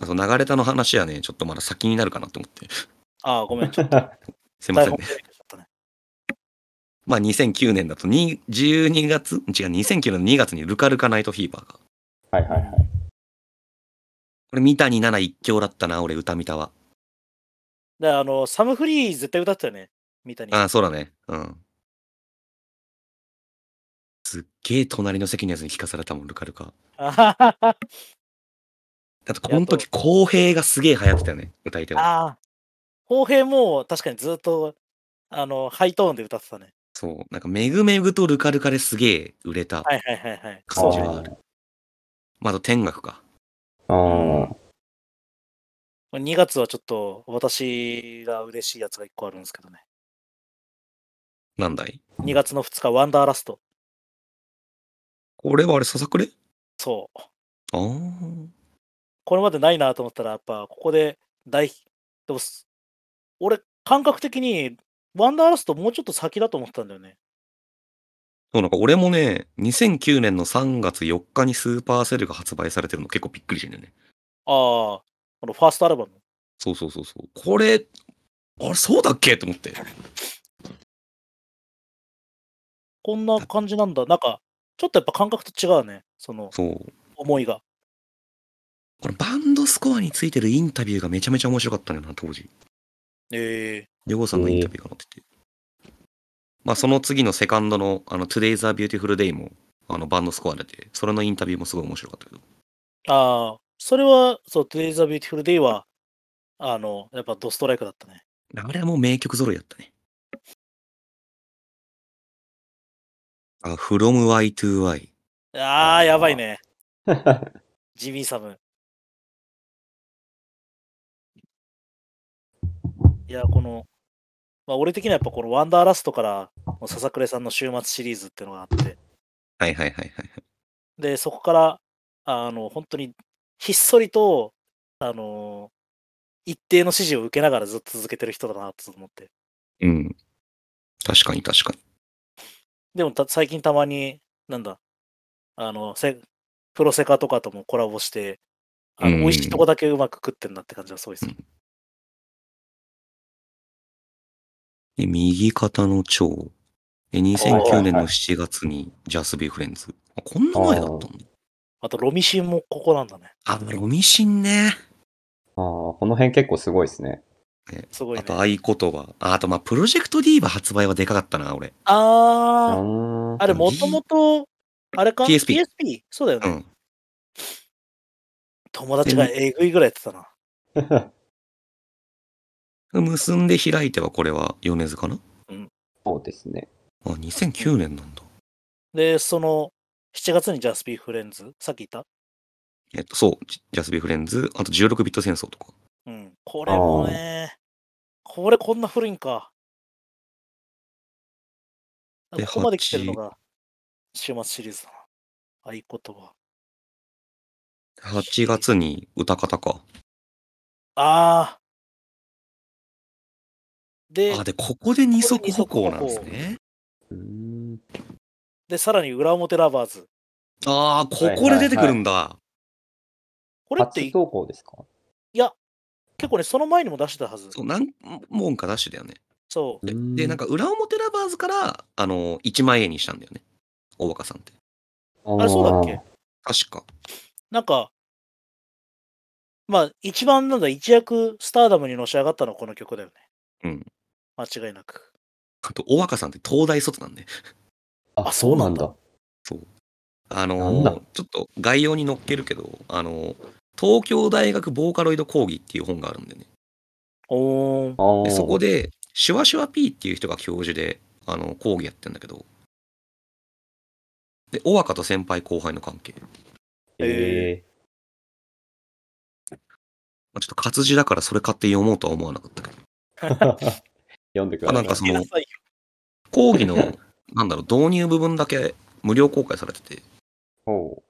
S1: あと流れたの話はね、ちょっとまだ先になるかなと思って。
S2: ああ、ご めん、ちょっ
S1: すい
S2: と
S1: ませ
S2: 台
S1: んね
S2: 本が。出てきちゃったね。
S1: まあ2009年だとに12月、違う、2009年の2月にルカルカナイトフィーバーが。こ
S3: はいはいはい。
S1: れ三谷奈々一強だったな、俺歌見たは。
S2: で、あの、サムフリー絶対歌ってたよね、三谷。
S1: ああ、そうだね。うん。すっげえ隣の席のやつに聞かされたもん、ルカルカ。
S2: あははは
S1: だってこの時、公平がすげえ流行ってたよね、歌い手は。
S2: ああ。公平も確かにずっと、あの、ハイトーンで歌ってたね。
S1: そう。なんか、めぐめぐとルカルカですげえ売れた
S2: はいはいはいはい。
S1: 感じ
S2: そう
S1: はある。まあ、あと天楽か。
S3: ああ。
S2: 2月はちょっと私が嬉しいやつが1個あるんですけどね。
S1: なんだい
S2: 2月の2日、ワンダーラスト。
S1: これはあれ、ささくれ
S2: そう。
S1: ああ。
S2: これまでないなと思ったら、やっぱここで大ヒ、でもす俺、感覚的に、ワンダーラストもうちょっと先だと思ってたんだよね。
S1: そう、なんか俺もね、2009年の3月4日にスーパーセルが発売されてるの結構びっくりしてるんだよね。
S2: ああ、このファーストアルバム。
S1: そうそうそうそう。これ、あれ、そうだっけと思って。
S2: こんな感じなんだ。なんか、ちょっとやっぱ感覚と違うね。その
S1: そう。
S2: 思いが。
S1: これバンドスコアについてるインタビューがめちゃめちゃ面白かったんだよな、当時。
S2: ええ
S1: りょうさんのインタビューが載ってて。まあ、その次のセカンドの、あの、Today's a Beautiful Day も、あの、バンドスコア出て、それのインタビューもすごい面白かったけど。
S2: ああ、それは、そう、Today's a Beautiful Day は、あの、やっぱドストライクだったね。
S1: あれはもう名曲揃いだったね。あ、From Y to Y。
S2: あ
S3: あ
S2: あ、
S3: ー
S2: やばいね。ジミーサム。いや、この、まあ、俺的にはやっぱこのワンダーラストから、もう笹倉さんの週末シリーズっていうのがあって、
S1: はいはいはいはい。
S2: で、そこから、あの、本当にひっそりと、あの、一定の指示を受けながらずっと続けてる人だなと思って。
S1: うん。確かに確かに。
S2: でもた最近たまに、なんだ、あの、せプロセカとかともコラボして、あ
S1: う
S2: の
S1: ん
S2: 美味しいとこだけうまく食ってんなって感じはすごいです。
S1: で右肩の蝶。で2009年の7月にジャスビーフレンズ。あこんな前だったんだ。
S2: あと、ロミシンもここなんだね。
S1: あ、ロミシンね。
S3: ああ、この辺結構すごいですね。
S2: すごい
S1: あ
S2: ね。
S1: と合言葉。ああとまあ、プロジェクト D は発売はでかかったな、俺。
S3: う
S2: あー、
S3: ーん。
S2: あれ、もともと、あれか
S1: PSP
S2: PSP? そうだよ
S1: う
S2: ね。
S1: ん。
S2: 友達がえぐいぐらいやってたな。
S1: 結んで開いてはこれは米津かな
S3: そうですね。
S1: あ、2009年なんだ。
S2: で、その、7月にジャスピーフレンズ、さっき言った
S1: えっと、そう、ジジャスビーフレンズ、あと16ビット戦争とか。
S2: うん。これもね、これこんな古いんか。こ
S1: で
S2: こまで来てるのが、週末シリーズだな。合言葉。
S1: 8月に歌方か。
S2: ああ。で
S1: あ、で、ここで二足歩行なんですね。
S3: うーん。
S2: で、さらに裏表ラバーズ。
S1: ああ、ここで出てくるんだ。
S2: これって
S3: 初投稿ですか
S2: 結構ね、その前にも出してたはず。
S1: そう、何問かダッシュだよね。
S2: そう。
S1: で、
S3: うーん
S1: でなんか、裏表ラバーズから、あの、1万円にしたんだよね。大若さんって。
S3: あ
S2: あれそうだっけ
S1: 確か。
S2: なんか、まあ、一番なんだ、一躍スターダムにのし上がったのはこの曲だよね。
S1: うん。
S2: 間違いなく。
S1: あと、大若さんって東大卒なんで。
S3: あ、
S2: あ
S3: そ
S2: そうう
S3: な
S2: なんん
S3: だ
S2: だ。
S1: あ
S3: なん
S1: の
S3: だ
S1: ちょっと概要に載っけるけど、あの東京大学ボーカロイド講義っていう本があるんだよね。
S2: おー。
S3: あー
S1: でそこで、シュワシュワ P っていう人が教授で、あの、講義やってんだけど、で、尾若と先輩後輩の関係。ま
S3: え
S1: あ、ちょっと活字だからそれ買って読もうとは思わなかったけど、
S3: ー 読んでく
S1: あ
S3: ださ
S1: ないん。かそ
S2: 言い
S1: の
S2: なさいよ
S1: 講義の、 なんだろう、導入部分だけ無料公開されてて、
S3: ほ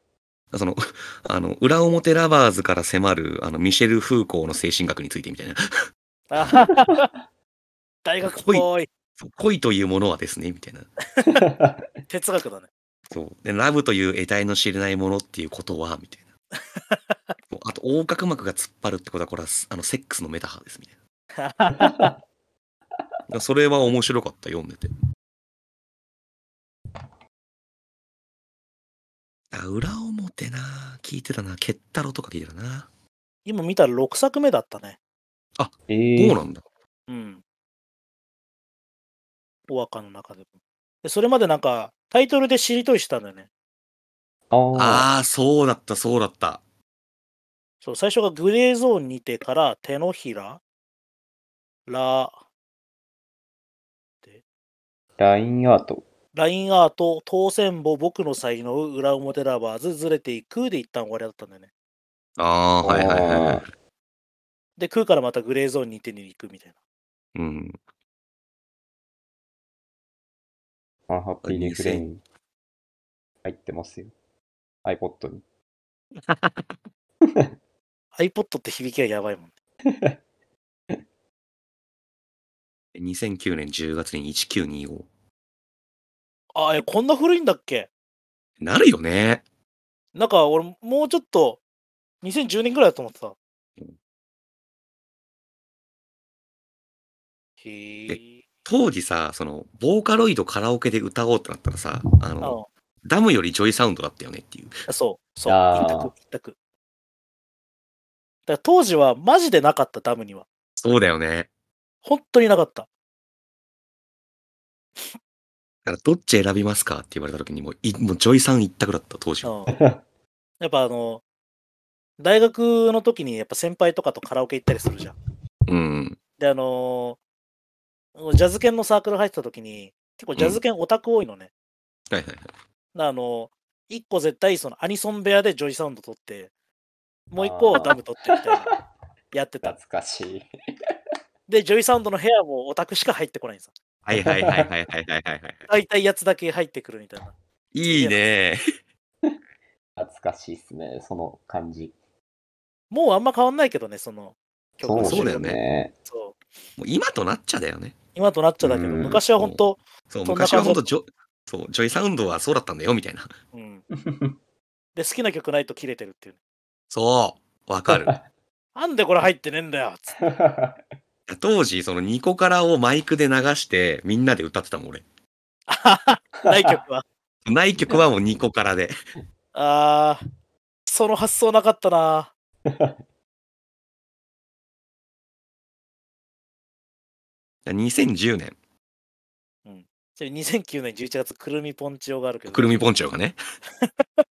S1: その、あの、裏表ラバーズから迫る、あの、ミシェル・フーコーの精神学についてみたいな、
S2: あはは 大学っぽい。
S1: そう恋というものはですね、みたいな。
S3: う
S2: 哲学だね。
S1: そう。で、ラブという得体の知れないものっていうことは、みたいな。 そうあと、横隔膜が突っ張るってことは、これはすあのセックスのメタハーです、みたいな。それは面白かった、読んでて。あ、裏表な聞いてたな。ケッタロとか聞いてたな。
S2: 今見たら6作目だったね。
S1: ど
S3: えー
S1: うなんだ
S2: うん。お若の中でも。でそれまでなんか、タイトルでしりとりしてたんだよね。
S3: あ
S1: ああー、そうだった、そうだった。
S2: そう、最初がグレーゾーンにてから、手のひら、ラ、
S3: ー、ラインアート。
S2: ラインアート、当選簿、僕の才能、裏表ラバーズ、ずれていくで一旦終わりだったんだよね。
S1: ああー、はいはいはいは
S3: あ
S1: い。
S3: ー
S2: で、空からまたグレーゾーンにてに行くみたいな。
S1: うん。
S3: アンハッピーリフレイン入ってますよ。iPod に。
S2: iPod って響きがやばいもんね。
S1: 2009年10月に1925。
S2: あ、え、こんな古いんだっけ
S1: なるよね。
S2: なんか俺、もうちょっと、2010年ぐらいだと思ってた
S1: うん。
S2: へぇ。
S1: 当時さ、その、ボーカロイドカラオケで歌おうってなったらさ、あの、
S2: あ
S1: ダムよりジョイサウンドだったよねっていう。
S2: あそう、そう、
S3: あー
S2: 一択、一択。だから当時はマジでなかった、ダムには。
S1: そうだよね。
S2: 本当になかった。
S1: だからどっち選びますかって言われた時にもういもうジョイサウン一択だった当時
S2: う
S1: は。
S2: んやっぱあの、大学の時にやっぱ先輩とかとカラオケ行ったりするじゃん。
S1: うん。
S2: で、あのージャズ犬のサークル入ってた時に、結構ジャズ犬オタク多いのね。
S1: はいはいはい。
S2: だからあのー、一個絶対そのアニソン部屋でジョイサウンド取って、もう一個
S3: あー
S2: ダム取ってみたいな、やってた。
S3: 懐かしい。
S2: で、ジョイサウンドの部屋もオタクしか入ってこないんですよ。
S1: はいはいはいはいはいはいはい。
S2: 大体やつだけ入ってくるみたいな。
S1: いいね。
S3: 懐かしいっすね、その感じ。
S2: もうあんま変わんないけどね、その曲の
S1: そうだよ
S2: 種類は
S1: ね
S2: そう
S1: もう今となっちゃだよね。
S2: 今となっちゃだけど、
S3: うん
S2: 昔は本当、
S1: そう、
S2: そんな感
S1: 昔
S2: じ
S1: は本当ジョそう、ジョイサウンドはそうだったんだよ、みたいな。
S2: うん。で、好きな曲ないと切れてるっていう。
S1: そう、 わ かる。
S2: なんでこれ入ってねえんだよつって
S1: 当時、そのニコカラをマイクで流して、みんなで歌ってたもん、俺。
S2: ない曲は。
S1: ない曲はもうニコカラで。
S2: あー、その発想なかったな。
S1: 2010年、
S2: ちなみに2009年11月、くるみポンチオがあるけど。
S1: くるみポンチョが ね。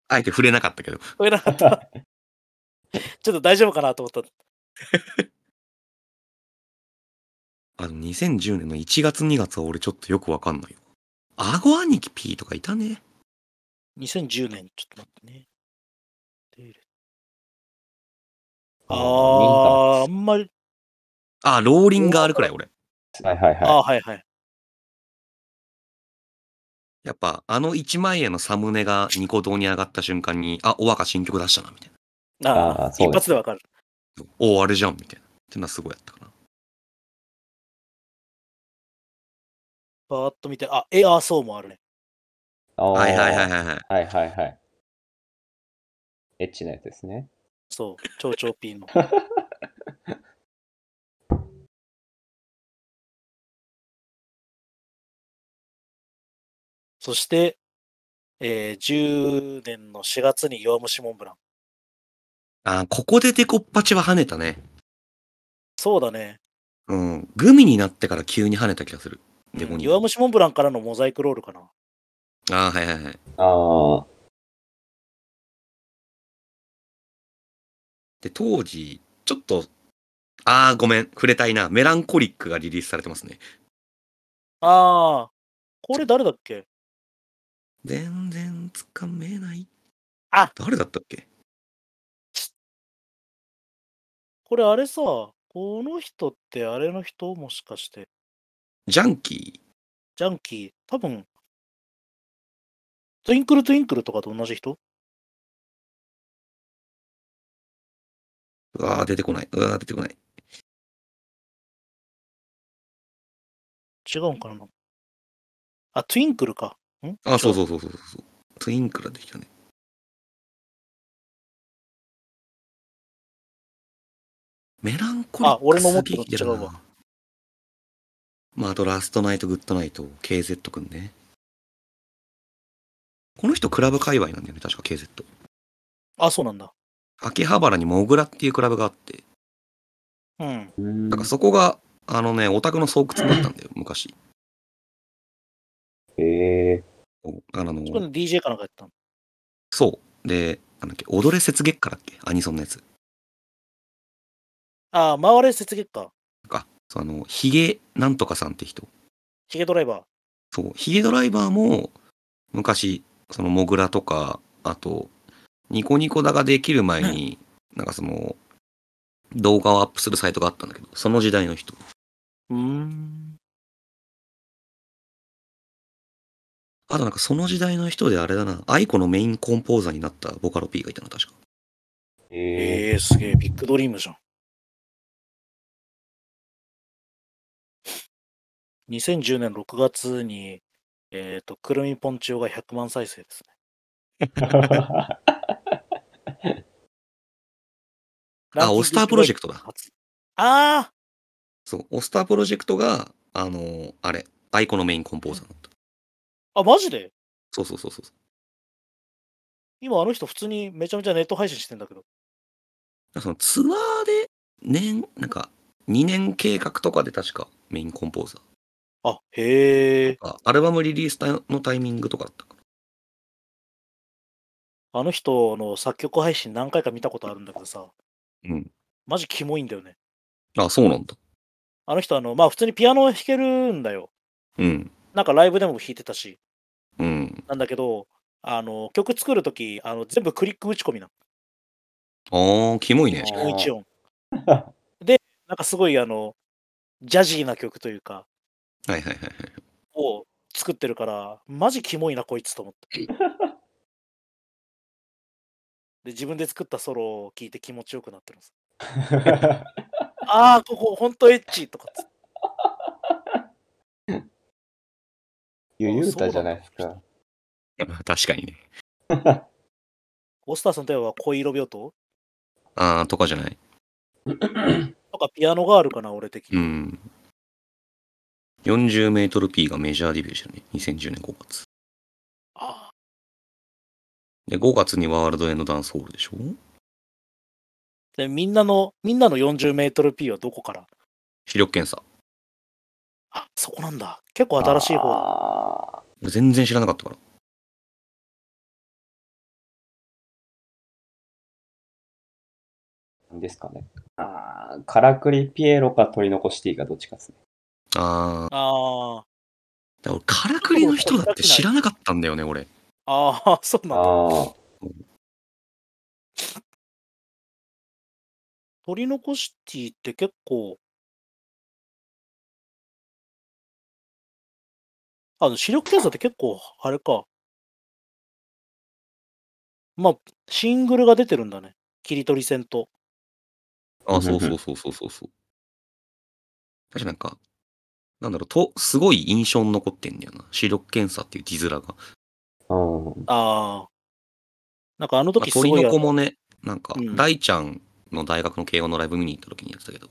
S1: あえて触れなかったけど。
S2: これなかった。ちょっと大丈夫かなと思った。
S1: あの、2010年の1月2月は俺ちょっとよくわかんないよ。アゴ兄貴 P とかいたね。
S2: 2010年、ちょっと待ってね。あー、あ
S3: あー
S2: んまり。
S1: あ、ローリンがあるくらい俺。
S3: はいはいは
S2: あー、はいはい。
S1: やっぱ、あの1万円のサムネがニコ動に上がった瞬間に、あ、お若新曲出したな、みたい
S2: あ
S3: あ
S2: あ
S3: ーそう
S2: 一
S3: です
S2: 発でわかる。
S1: な。おあれじゃん、みたいな。ってのはすごいやったかな。
S2: パーッと見て、あ、エアーソーもあるね。
S3: い。あー
S1: はいはいはいはいはい。
S3: はいはいはい。エッチなやつですね。
S2: そう、超超 P の。 そして、えー、10年の4月に弱虫モンブラン。
S1: あ、ここでデコッパチは跳ねたね。
S2: そうだね。
S1: うん。グミになってから急に跳ねた気がする。デ
S2: う
S1: コ
S2: ん
S1: に。
S2: 弱虫モンブランからのモザイクロールかな。
S1: あ、はいはいはい。
S3: ああ。
S1: で、当時、ちょっと、あーごめん、触れたいな。メランコリックがリリースされてますね。
S2: ああ、これ誰だっけ
S1: 全然つかめない。
S2: あ
S1: 誰だったっけ
S2: これあれさ、この人ってあれの人もしかして、
S1: ジャンキ
S2: ジャンキー、多分、トゥインクルトゥインクルとかと同じ人
S1: ー。うわー、出てこない。うわー、出てこない。
S2: 違うんかなあ、トゥインクルか。ん
S1: あ、そうそうそうそうそうそう。トゥインクラできたね。メランコリック
S2: あ俺の思ってたのと
S1: すげえ
S2: 違うわ。
S1: まあ、あとラストナイト、グッドナイト、KZ くんね。この人、クラブ界隈なんだよね、確か KZ。
S2: あ、そうなんだ。
S1: 秋葉原にモグラっていうクラブがあって、
S2: うん。
S3: うん
S1: なんかそこが、あのね、オタクの巣窟だったんだよ、昔。
S3: え
S1: あの
S2: そこで DJ かなんかやってたの。
S1: そう。で、なんだっけ、踊れ雪月花だっけアニソンのやつ。
S2: ああ、回れ雪月か。
S1: か、そうあの、ヒゲなんとかさんって人。
S2: ヒゲドライバー。
S1: そう、ヒゲドライバーも、昔、その、モグラとか、あと、ニコニコだができる前に、なんかその、動画をアップするサイトがあったんだけど、その時代の人。
S2: うーん。
S1: あとなんかその時代の人であれだな、アイコのメインコンポーザーになったボカロ P がいたの、確か。
S3: ー、え
S2: ええー、すげえ、ビッグドリームじゃん。2010年6月に、えっ、と、くるみポンチオが100万再生ですね。
S3: ー、
S1: あ、オスタープロジェ
S2: ク
S1: クトだ。
S2: 初。ああ
S1: そう、オスタープロジェクトが、あのーあれ、アイコのメインコンポーザーになった。
S2: あ、マジで
S1: そうそうそうそう。
S2: 今あの人普通にめちゃめちゃネット配信してんだけど。
S1: なんかそのツアーで年、なんか2年計画とかで確かメインコンポーザー
S2: あ、へえ。
S1: とか、アルバムリリースのタイミングとかだったか
S2: あの人の作曲配信何回か見たことあるんだけどさ、
S1: な。うん。
S2: マジキモいんだよね。
S1: あ、そうなんだ。
S2: あの人、あの、まあ普通にピアノ弾けるんだよ。
S1: うん。
S2: なんかライブでも弾いてたし、
S1: うん。
S2: なんだけど、あの、曲作るとき、あの、全部クリック打ち込みな
S1: あー、キモいね
S3: あ。
S2: の。
S3: ー
S2: もう一音。 で、なんかすごい、あの、ジャジーな曲というか、
S1: はいはいはいはい。
S2: を作ってるから、マジキモいな、こいつと思って。 で、自分で作ったソロを聴いて気持ちよくなってるんです。ああ、ここ、ほんとエッチとかっつって
S3: ゆゆうたじゃないですか。
S1: 確かにね。
S2: オスターさんといえば恋色病棟
S1: ああ、とかじゃない。
S2: とかピアノがあるかな、俺的
S1: う
S2: に。
S1: ん。40メートル P がメジャーデビューしたね。2010年5月。
S2: あ
S1: で、5月にワールドエンドダンスホールでしょ
S2: でみんなの、みんなの40メートル P はどこから
S1: 視力検査。
S2: あ、そこなんだ。結構新しい方。
S3: あ
S1: 俺全然知らなかったから。
S3: ーなんですかね。ああ、カラクリピエロか取り残しティがどっちかですね。
S1: ああ。だ
S2: あ
S1: から俺、カラクリの人だって知らなかったんだよね、俺。
S2: あ、ああ、 そうなんだ。
S3: あ
S2: 取り残しティって結構、あの視力検査って結構、あれか。まあ、シングルが出てるんだね。切り取り線と。
S1: あ、そうそうそうそうそうそう。確かなんか、なんだろう、と、すごい印象に残ってんだよな。視力検査っていう字面が。
S3: あ、うん。
S2: ああ。なんかあの
S1: まあ
S2: 時すごい
S1: 鳥の子
S2: あの
S1: もね、なんか、
S2: うん
S1: 大ちゃんの大学の慶応のライブ見に行った時にやってたけど。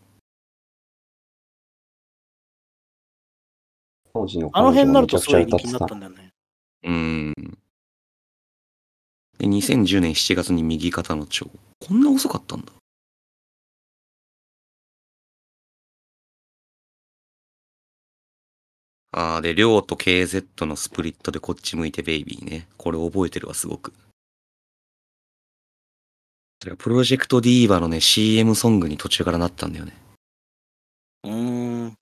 S3: 当時の
S2: あの辺になると
S3: め
S2: す
S3: ち
S2: ご
S3: ゃ
S2: い
S3: くちゃ
S2: 人
S3: 歌
S2: 気にな
S3: っ
S2: ってたんだよね。
S1: うーん。で、2010年7月に右肩の腸。こんな遅かったんだ。あーで、りょうと KZ のスプリットでこっち向いてベイビーね。これ覚えてるわ、すごく。それがプロジェクトディーバのね、CM ソングに途中からなったんだよね。
S2: うーん。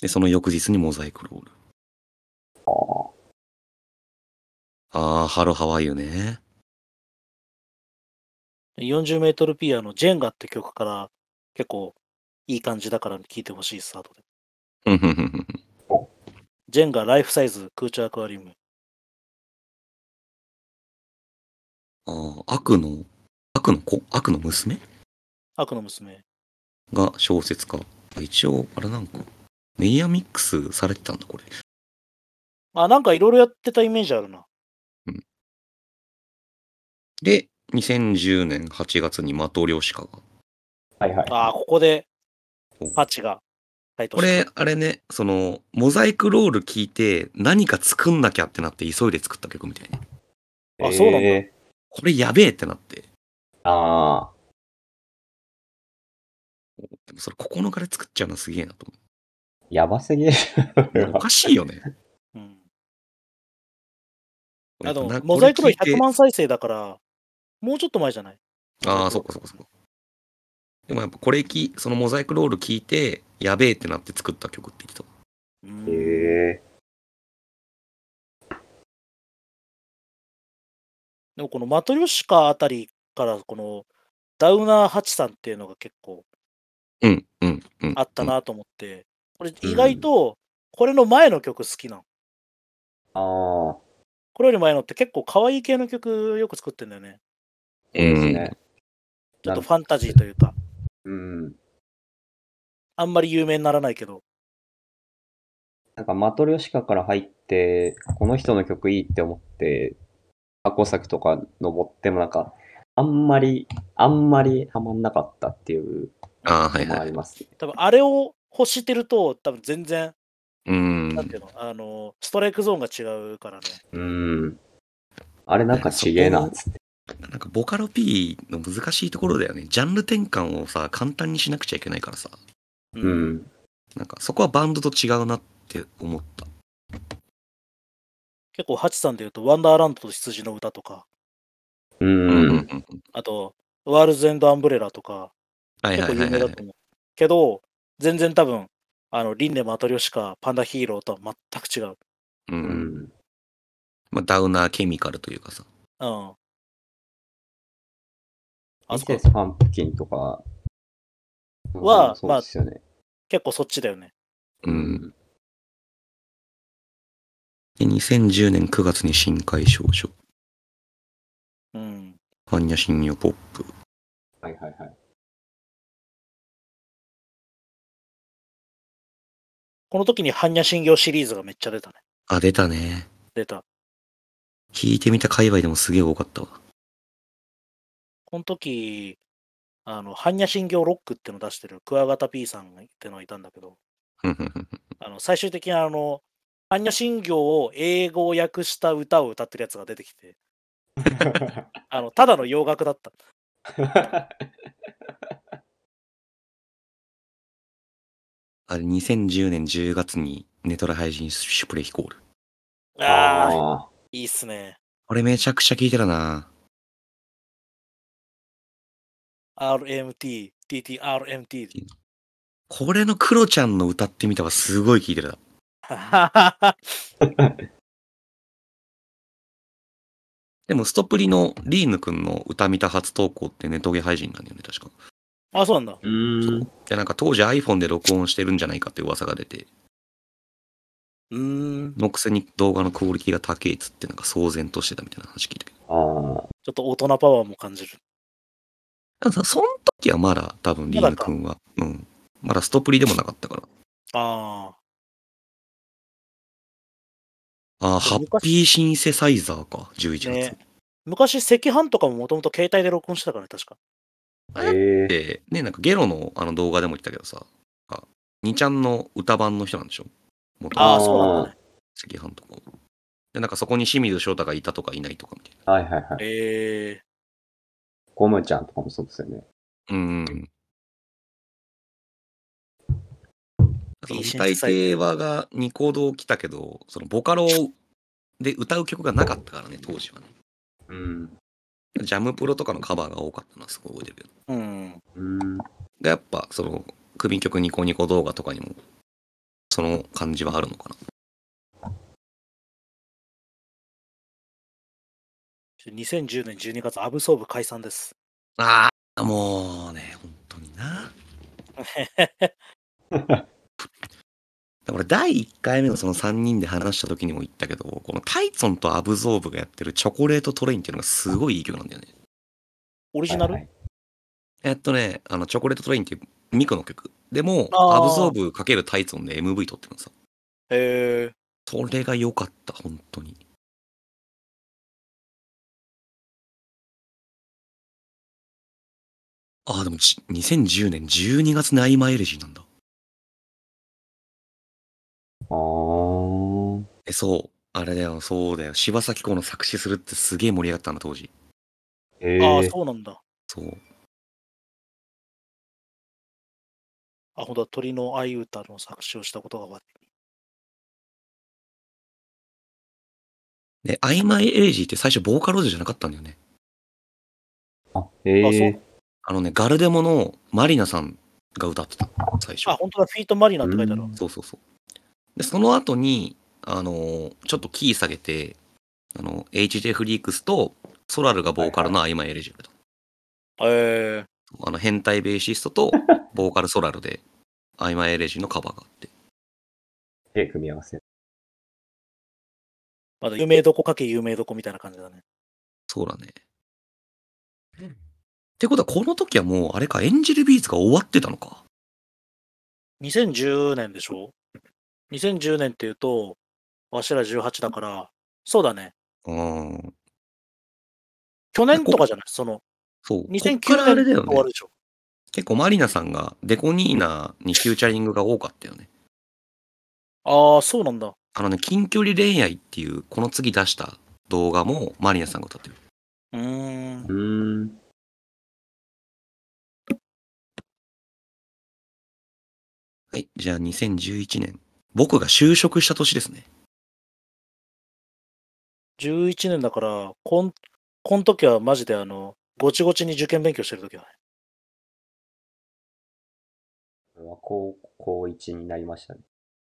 S1: で、その翌日にモザイクロール。
S3: た。あ
S1: あー、ハローハワイユね。
S2: 40メートルピアのジェンガって曲から結構いい感じだから聴いてほしいスタートで。
S1: ふんふんふんふん。
S2: ジェンガライフサイズ空中アクアリウム。
S1: ああ、悪の、悪の子悪の娘
S2: 悪の娘。
S1: が小説家。一応、あれなんか、メディアミックスされてたんだ、これ。
S2: あ、なんかいろいろやってたイメージあるな。
S1: で、2010年8月にマトリョシカが。
S3: あ、はいはい。
S2: あーここで
S1: お
S2: パチが回答
S1: こ
S2: して
S1: れ、あれね、その、モザイクロール聞いて、何か作んなきゃってなって、急いで作った曲みたいな。
S2: あそうなんだ
S3: え
S1: これやべえってなって。
S3: ーあ
S1: でもそれ9日で作っちゃうのすげえなと
S3: ー、やば すぎる。
S1: 思う。おかしいよね。
S2: た。うん。
S1: これ
S2: あと
S1: な、
S2: モザイクロール
S1: これ聞い
S2: 100
S1: て
S2: 万再生だから、もうちょっと前じゃない
S1: ああ、そっかそっかそっか。でもやっぱこれき、そのモザイクロール聞いて、やべえってなって作った曲って言ってた。
S2: う
S3: へ
S2: ん。
S3: え
S2: でもこのマトリョシカあたりから、このダウナーハチさんっていうのが結構
S1: うん、うん、うん。
S2: あったなと思って、これ意
S1: う
S2: 外
S1: ん
S2: と、これの前の曲好きなの。
S3: ああ、
S2: これより前のって結構可愛い系の曲よく作ってんだよね。
S3: そうですね。
S2: ちょっとファンタジーというか、
S3: うん。
S2: あんまり有名にならないけど。
S3: なんか、マトリョシカから入って、この人の曲いいって思って、過去作とか登ってもなんか、あんまり、あんまりハマんなかったっていう
S1: ああ、は
S3: の
S1: い
S3: もあ
S1: はい。
S3: りますね。
S2: 多分あれを欲してると、多分全然、
S1: うーん。
S2: なんていうの、あの、ストライクゾーンが違うからね。
S3: うん。あれなんかちげえな、つって。
S1: なんかボカロ P の難しいところだよね。ジャンル転換をさ、簡単にしなくちゃいけないからさ。
S2: う
S3: う。ん。
S1: なんかそこはバンドと違うなって思った。
S2: 結構、ハチさんで言うと、ワンダーランドと羊の歌とか、
S3: う。。
S1: うん
S2: あと、ワールズエンド・アンブレラとか、
S1: はい
S2: 結
S1: は
S2: 構
S1: いは
S2: 有
S1: い
S2: 名だ
S1: はい
S2: と。思う。けど、全然多分、あの、リンネ・マトリョシカ、パンダ・ヒーローとは全く違う。
S1: う。
S3: うんん。
S1: まあ、ダウナーケミカルというかさ。
S2: うん。あ
S3: ミ
S2: そこ
S3: セス・パンプキンとか、
S2: は
S3: うんそうですよね。
S2: 結構そっちだよね。
S1: うん。で、2010年9月に深海少女。
S2: うん。
S1: ファンニャ新ニポップ。
S3: はいはいはい。
S2: この時に般若心経シリーズがめっちゃ出たね。
S1: あ、出たね。
S2: 出た。
S1: 弾いてみた界隈でもすげえ多かったわ。
S2: この時、あの、般若心経ロックっての出してるクワガタ P さんってのがいたんだけど、
S1: ふんふんふんふん
S2: あの、最終的にあの、般若心経を英語を訳した歌を歌ってるやつが出てきて、あの、ただの洋楽だった。
S1: あれ、2010年10月にネトラ配信シュプレヒコール。
S2: ああ、
S3: あ
S2: いいっすね。
S1: あれめちゃくちゃ聞いてたな。
S2: RMT、TTRMT。
S1: これのクロちゃんの歌ってみたはすごい聞いてた。でも、ストプリのリーヌくんの歌見た初投稿ってネトゲ配信なんだよね、確か。
S2: あ、そうなんだ。
S3: ー。うん。
S1: で、なんか当時 iPhone で録音してるんじゃないかって噂が出て、
S2: うーん。
S1: のくせに動画のクオリティが高いっつってなんか騒然としてたみたいな話聞いたけど。
S3: ああ。
S2: ちょっと大人パワーも感じる。
S1: たださ、その時はまだ多分リーヌくんは、うん。まだストプリでもなかったから。
S2: あ
S1: あー、ハッピーシンセサイザーか、11月。
S2: あ、ね。昔、赤飯とかももともと携帯で録音してたからね、確か。
S3: ええ。
S1: で、ね、なんかゲロのあの動画でも言ったけどさ、なんか2ちゃんの歌版の人なんでしょ元々
S2: ああ、
S3: ー
S2: そうなんだね。
S1: 赤飯とか。で、なんかそこに清水翔太がいたとかいないとかみたい
S3: はいはいはい。
S2: え
S3: ゴムちゃんとかもそうですよね。
S1: な。うんうん。その
S2: いいシン
S1: 歌
S2: セ
S1: い
S2: サイザー
S1: 手話がニコ動来たけど、そのボカロで歌う曲がなかったからね、当時はね。
S3: うん。
S1: ジャムプロとかのカバーが多かったのはすごい覚えてるけど。
S2: ー、うん。
S3: うん。
S1: で、やっぱその組曲ニコニコ動画とかにも、その感じはあるのかな。
S2: 2010年12月、アブソーブ解散です。
S1: ああ、もうね、本当にな。俺、第1回目のその3人で話した時にも言ったけど、このタイツォンとアブゾーブがやってるチョコレートトレインっていうのがすごいいい曲なんだよね。
S2: オリジナル、
S3: はい
S1: えっとね、あの、チョコレートトレインっていうミクの曲。でも、
S2: あ
S1: ア
S2: ー
S1: ブゾーブかけるタイツォンで MV 撮ってるのさ。
S2: え
S1: それが良かった、本当に。ああ、でもじ2010年12月にアイマエレジーなんだ。
S3: はいあ
S1: え、そう。あれだよ、そうだよ。柴咲コウの作詞するってすげえ盛り上がったんだ、当時。
S3: あ。え
S2: ー、ああ、
S3: え。
S2: そうなんだ。
S1: そう。
S2: あ、ほんとだ、鳥の愛歌の作詞をしたことが分かっ
S1: で、アイマイエレジーって最初ボーカロイドじゃなかったんだよね。
S3: あ、ええ。
S1: あのね、ガルデモのマリナさんが歌ってた、最初
S2: た。あ、。本当だ、フィートマリナって書いてあるわ。
S3: うん
S1: そうそうそう。で、その後に、あのーちょっとキー下げて、あの、HJ フリークスとソラルがボーカルのアイマイエレジーだと。
S2: え
S1: あの、変態ベーシストとボーカルソラルで、アイマイエレジーのカバーがあって。
S3: ええ、組み合わせ。
S2: まだ有名どこかけ有名どこみたいな感じだね。
S1: そうだね。ってことは、この時はもう、あれか、エンジェルビーズが終わってたのか。
S2: 2010年でしょ ?2010 年っていうと、わしら18だから、そうだね。
S1: うん。
S2: 去年とかじゃないその、
S1: そう。こっからあ
S2: 2009
S1: れだ
S2: 年
S1: よ
S2: の終わ
S1: ね
S2: る。でしょ。
S1: 結構、マリナさんが、デコニーナにフューチャリングが多かったよね。
S2: ああ、そうなんだ。
S1: あのね、近距離恋愛っていう、この次出した動画も、マリナさんが歌ってる。
S2: うーん。
S3: うん。
S1: はい。じゃあ、2011年。僕が就職した年ですね。
S2: 11年だから、こん、こん時はマジであの、ごちごちに受験勉強してる時はね。
S3: これは高高一になり ましたね。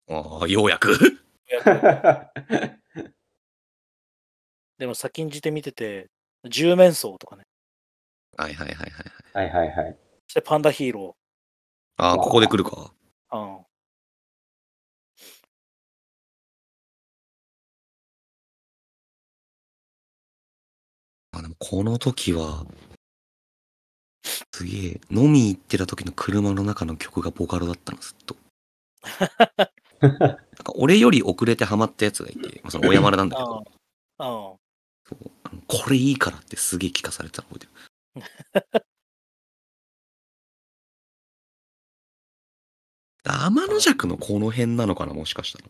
S1: ああ、ようやく。
S2: でも先んじて見てて、十面相とかね。
S1: はいはいはいはいはい。
S3: はいはいはい。
S2: そしてパンダヒーロ
S1: ああ、ここで来るか。
S2: ー。うん。
S1: あでもこの時は、すげえ、飲み行ってた時の車の中の曲がボカロだったの、ずっと。なんか俺より遅れてハマったやつがいて、まあその小山田なんだけ
S2: あ
S1: ど、
S2: あ。うん。
S1: そうあのこれいいからってすげえ聞かされたの覚えてる。天の弱のこの辺なのかなもしかしたら。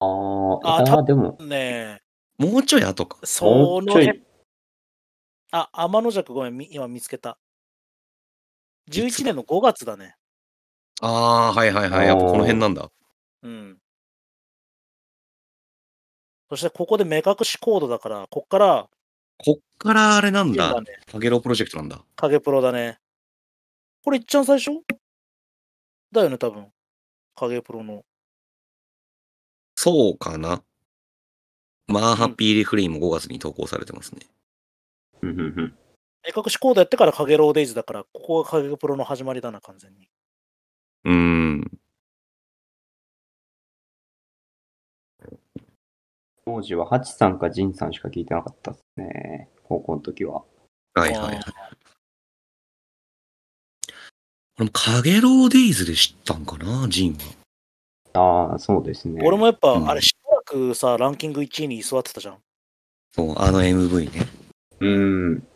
S3: あー
S2: あー
S3: あー、でも、
S2: ねえ、
S1: もうちょい後か。
S2: そ
S3: もう
S2: の
S3: ちょ
S2: 辺
S3: い、
S2: あ、天の弱ごめん、み今見つけた。11年の5月だね。
S1: ああ、はいはいはい。やっぱこの辺なんだ。
S2: うん。そしてここで目隠しコードだから、こっから、
S1: こっからあれなん
S2: だ
S1: だ。
S2: ね、
S1: かげろうプロジェクトなんだ。
S2: 影プロだね。これいっちゃん最初だよね、多分。影プロの。
S1: そうかな。まあ、ハッピーリフリーも5月に投稿されてますね。
S3: うんうんうん
S2: 目隠しコードやってから影ローデイズだから、ここが影プロの始まりだな、完全に。
S1: うーん。
S3: 当時はハチさんかジンさんしか聞いてなかったですね。高校の時は。
S1: はいはいはい
S2: あ。
S1: 俺もかげろうデイズで知ったんかな、ジンは。
S3: ああ、そうですね。
S2: 俺もやっぱ、
S1: うん
S2: あれ、しばらくさ、ランキング1位に居座ってたじゃん。
S1: そう、あの MV ね。
S3: うん。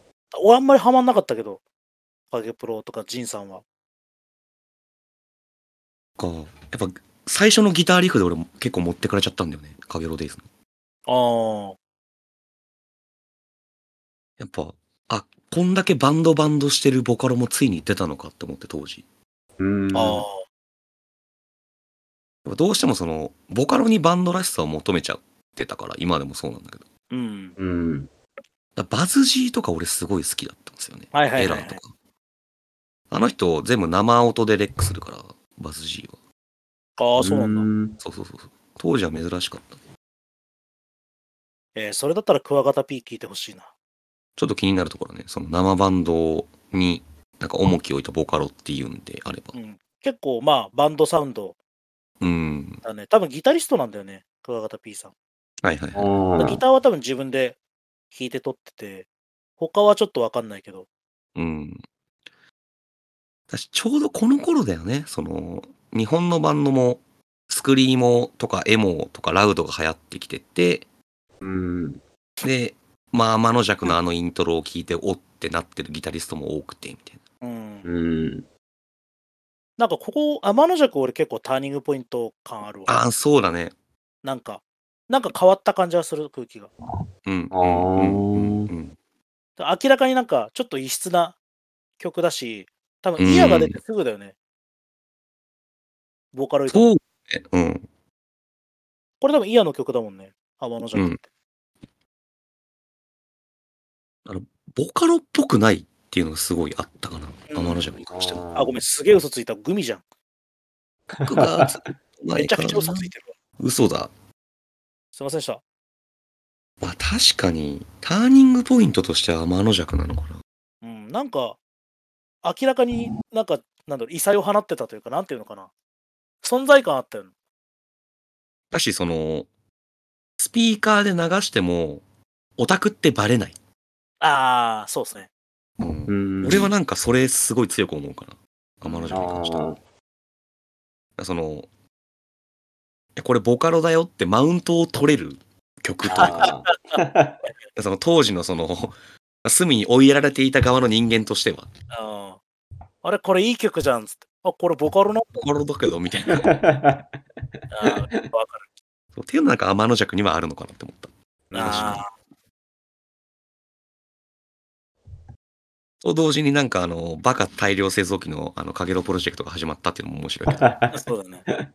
S2: 俺あんまりハマんなかったけど、影プロとかジンさんは。
S1: か、やっぱ最初のギターリフで俺も結構持ってかれちゃったんだよね。かげろうデイズの。
S2: ああ、
S1: やっぱ、あ、こんだけバンドバンドしてるボカロもついに出たのかって思って当時。
S3: うん。
S2: ああ、
S1: やっぱどうしてもその、ボカロにバンドらしさを求めちゃってたから、今でもそうなんだけど。
S2: うん。
S3: うん。
S1: だからバズ G とか俺すごい好きだったんですよね。
S2: はいはいはいはい
S1: エラーとか。あの人全部生音でレックするから、バズ G は。
S2: ああ、そうなんだ。
S3: ん
S1: そうそうそうそう。当時は珍しかった。
S2: えーそれだったらクワガタ P 聞いてほしいな。
S1: ちょっと気になるところはね、その生バンドに、なんか重きを置いたボカロっていうんであれば
S2: う。ん。結構、まあ、バンドサウンド
S1: うん。
S2: だね。多分ギタリストなんだよね、クワガタ P さん。
S1: はいはいはい。
S3: あ
S2: ギ
S3: ー
S2: ターは多分自分で弾いて撮ってて、他はちょっとわかんないけど。
S1: うん。私、ちょうどこの頃だよね。その、日本のバンドも、スクリーモとかエモとかラウドが流行ってきてて、
S3: うん。
S1: で、まあ、天の弱のあのイントロを聞いて、おってなってるギタリストも多くて、みたいな。
S2: うん。
S3: うん。
S2: なんか、ここ、天の弱俺結構ターニングポイント感あるわ。
S1: ああ、そうだね。
S2: なんか、なんか変わった感じがする空気が。
S1: うん。
S3: あー
S1: うんうんうん
S2: 明らかになんか、ちょっと異質な曲だし、多分、イヤが出てすぐだよね。ボーカロイ
S1: そ
S2: ド。
S1: うね。うん。
S2: これ多分、イヤの曲だもんね。天の弱って。
S1: ボカロっぽくないっていうのがすごいあったかな。
S2: うん
S1: 天の弱に関して は。
S2: あ、ごめん、すげえ嘘ついた。グミじゃん。
S1: 僕がずっと
S2: め
S1: 前
S2: ちゃ
S1: か
S2: く
S1: ら
S2: ちゃ嘘ついてるわ。
S1: 嘘だ。
S2: すいませんでした。
S1: まあ確かに、ターニングポイントとしては天の弱なのかな。
S2: うん、なんか、明らかになんか、なんだろう、異彩を放ってたというか、なんていうのかな。存在感あったよね。
S1: だし、その、スピーカーで流しても、オタクってバレない。
S2: ああ、そうですね。
S1: うん
S3: うん。
S1: 俺はなんかそれすごい強く思うかな。天の
S3: あ
S1: 弱に関しては。
S3: ー
S1: その、いやこれボカロだよってマウントを取れる曲というか、
S3: あー。
S1: その当時のその、 隅に追いやられていた側の人間としては、
S2: あーあれ、これいい曲じゃんっつって。あ、これボカロの。
S1: ボカロだけどみた いな。
S2: あーわかる。
S1: そうっていうのなんか天の弱にはあるのかなって思った。
S2: あ
S1: と同時になんかあの、バカ大量製造機のあの、かげろプロジェクトが始まったっていうのも面白いけど、
S2: あ、そうだね。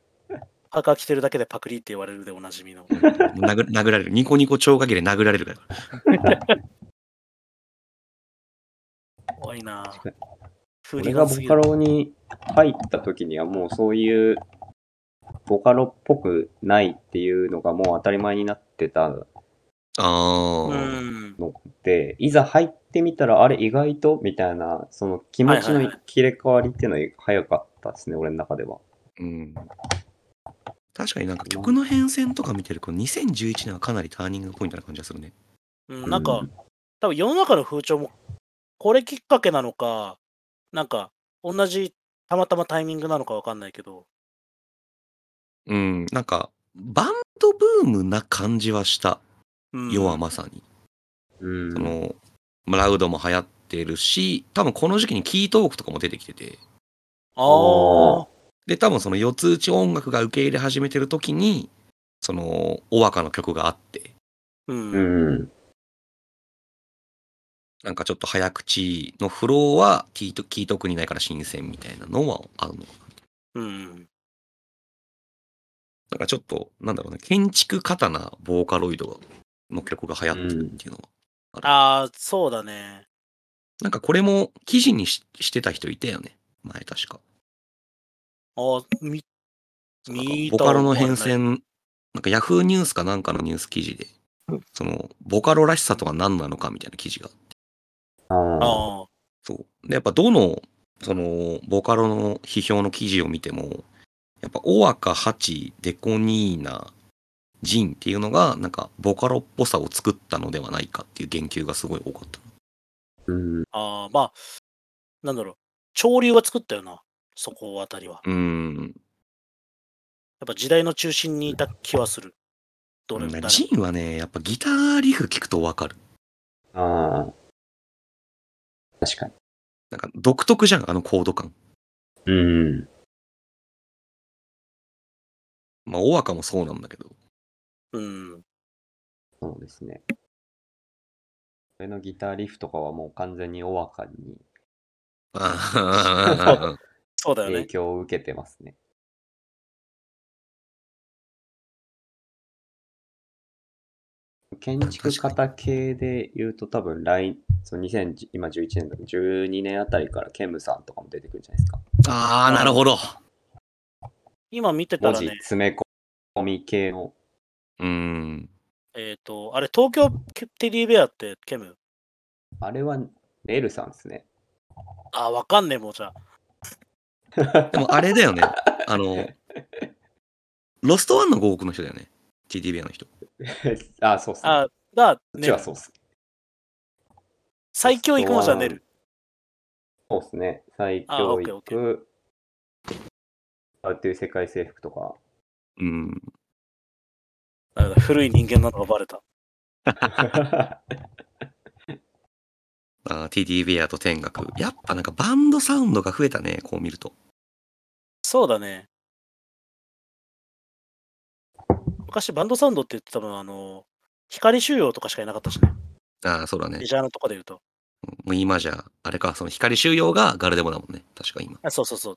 S2: パーカー着てるだけでパクリって言われるでおなじみの。
S1: うん殴殴られる。ニコニコ超過切れ殴られるから。
S2: 多いな
S3: 確かに。
S2: フ
S3: 俺がボカロに入った時にはもうそういうボカロっぽくないっていうのがもう当たり前になってたの
S1: あ
S2: う
S1: あ、
S2: ん。
S3: で、いざ入ってみたらあれ意外とみたいなその気持ち
S2: はい
S3: の
S2: はい
S3: 切れ替わりっていうのが早かったですね、俺の中では。
S1: うん。確かになんか曲の変遷とか見てると、2011年はかなりターニングポイントな感じがするね。
S2: うん、なんか、多分世の中の風潮も、これきっかけなのか、なんか、同じ、たまたまタイミングなのかわかんないけど、
S1: うん。なんか、バンドブームな感じはした。
S2: うん
S1: 世はまさに。
S3: うん
S1: そのまあラウドも流行ってるし多分この時期にキートークとかも出てきてて
S2: ああ。は
S1: で多分その四つ打ち音楽が受け入れ始めてる時にそのお若の曲があって
S2: い
S3: うん。
S1: なんかちょっと早口のフローはキートキートークにないから新鮮みたいなのはあるのかななんかちょっとなんだろうね建築家たなボーカロイドの曲が流行ってるっていうのは、
S2: ああ、そうだね。
S1: なんかこれも記事にししてた人いたよね前確か
S2: ああ、み、
S1: なんか
S2: 見た
S1: ボカロの変
S2: 覚えない。
S1: 遷、なんかヤフーニュースかなんかのニュース記事で、その、ボカロらしさとは何なのかみたいな記事が。
S3: ああ。
S2: ああ、
S1: そう。で、やっぱどの、その、ボカロの批評の記事を見ても、やっぱ、オアカ、ハチ、デコニーナ、ジンっていうのが、なんか、ボカロっぽさを作ったのではないかっていう言及がすごい多かった。
S3: うん。
S2: ああ、まあ、なんだろう。潮流は作ったよな。そこあたりは。
S1: うーん。
S2: やっぱ時代の中心にいた気はする。どれも誰も
S1: ジンはね、やっぱギターリフ聞くとわかる。
S3: ああ。確かに。
S1: なんか、独特じゃん、あのコード感。
S3: うん。
S1: まあ、オアカもそうなんだけど。
S2: うん。
S3: そうですね。それのギターリフとかはもう完全にお若に
S1: ああ、
S2: そうだよ
S3: 影
S2: ね。
S3: 響を受けてますね。建築型系で言うと多分来、その2000今11年だから12年あたりからケムさんとかも出てくるんじゃないですか。
S1: あーなるほど。
S2: 今見てた
S3: 文
S2: ら
S3: 字
S2: ね、
S3: 詰め込み系の。
S1: うーん。
S2: えっ、と、あれ、東京テディベアってケム
S3: あれはレルさんですね。
S2: ああ、わかんねえ、もうじゃあ。
S1: でもあれだよね。 あの、ロストワンの5億の人だよね。TTB の人。
S3: あ、そうっすね。
S2: ああ、が、
S3: こっ
S2: ね
S3: ちは、そうっす。
S2: 最強いくもじゃねる。
S3: そうっすね。再
S2: あオ
S3: 教
S2: ッケーオッケ
S3: 育。あっていう世界征服とか。
S1: うん。
S2: なんだ古い人間なのがバレた。
S1: あー TTB と天学。やっぱなんかバンドサウンドが増えたね。こう見ると。
S2: そうだね。昔バンドサウンドって言って多分あの、光収容とかしかいなかったしね。
S1: ああ、そうだね
S2: メ。ジャーのとかで言うと。
S1: もう今じゃ、あれか、その光収容がガルデモだもんね。確か今。
S2: あそうそうそう。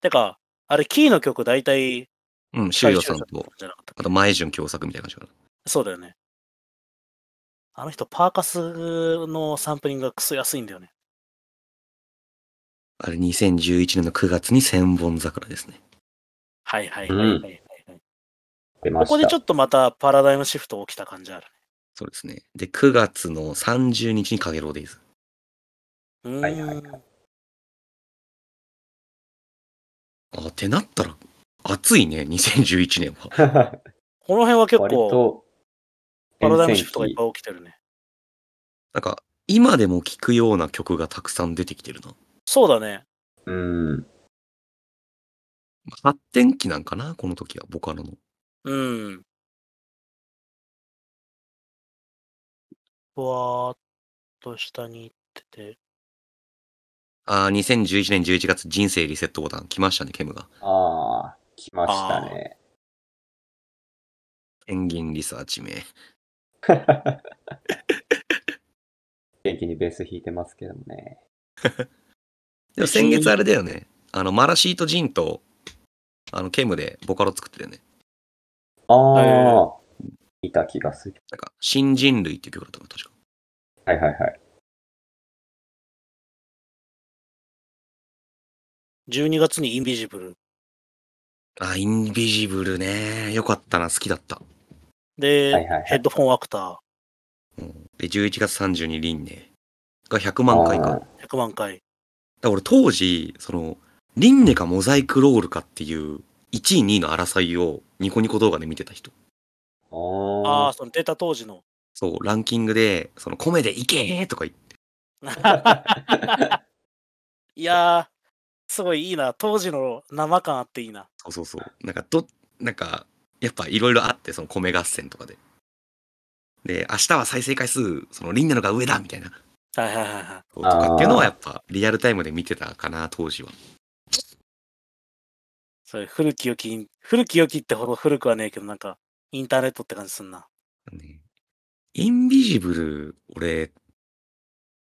S2: てか、あれ、キーの曲大体、
S1: うん、収容さん
S2: 光収容
S1: と、
S2: じゃなかった
S1: あと前順共作みたいな感じか
S2: そうだよね。あの人、パーカスのサンプリングがクソ安いんだよね。
S1: な。あれ、2011年の9月に千本桜ですね。
S2: はいはいはいはいはい、はい
S3: 出ま
S2: こ
S3: した
S2: こでちょっとまたパラダイムシフト起きた感じある
S1: そうですね。で、9月の30日にカゲロウデイズ。
S2: ね。うーん、
S3: はいはいは
S1: あ、ってなったら、暑いね、2011年は。
S2: この辺は結
S3: 割
S2: 構
S3: と、
S2: パラダイムシフトがいっぱい起きてるね。
S1: なんか、今でも聴くような曲がたくさん出てきてるな。
S2: そうだね。
S3: うん。
S1: まあ発展期なんかな、この時は、ボカロの。
S2: うん。ふわーっと下に行ってて。
S1: ああ、2011年11月、人生リセットボタン来ましたね、ケムが。
S3: ああ、来ましたね。
S1: ペンギンリサーチ名。
S3: 元気にベース弾いてますけどもね。
S1: でも先月あれだよね。あの、マラシーとジンと、あの、ケムでボカロ作ってたよね。
S3: あ
S2: え
S3: あ、見た気がする。
S1: なんか、新人類っていう曲だったの、確か。
S3: はいはいはい。
S2: 12月にインビジブル。
S1: あー、インビジブルね。よかったな、好きだった。
S2: で、
S3: はいはいはい
S2: ヘッドフォンアクタ
S1: うんで、11月30にリンネが100万回か。
S3: あー
S2: ー100万回。
S1: だから俺当時、その、リンネかモザイクロールかっていう、1位2位の争いをニコニコ動画で見てた人。
S2: ああ、
S3: あ
S2: その出た当時 の。
S1: そう、ランキングで、その、米でいけーとか言って、
S3: あ。
S2: いやー、すごいいいな。当時の生感あっていいな。
S1: そうそうそう。なんか、ど、なんか、やっぱいろいろあって、その米合戦とかで。で、明日は再生回数、そのリンナのが上だみたいな、
S2: はいはいはいはい。
S1: とかっていうのはやっぱリアルタイムで見てたかな、当時は。
S2: そういう古き良き、古き良きってほど古くはねえけど、なんか、インターネットって感じすんな。
S1: ねインビジブル、俺、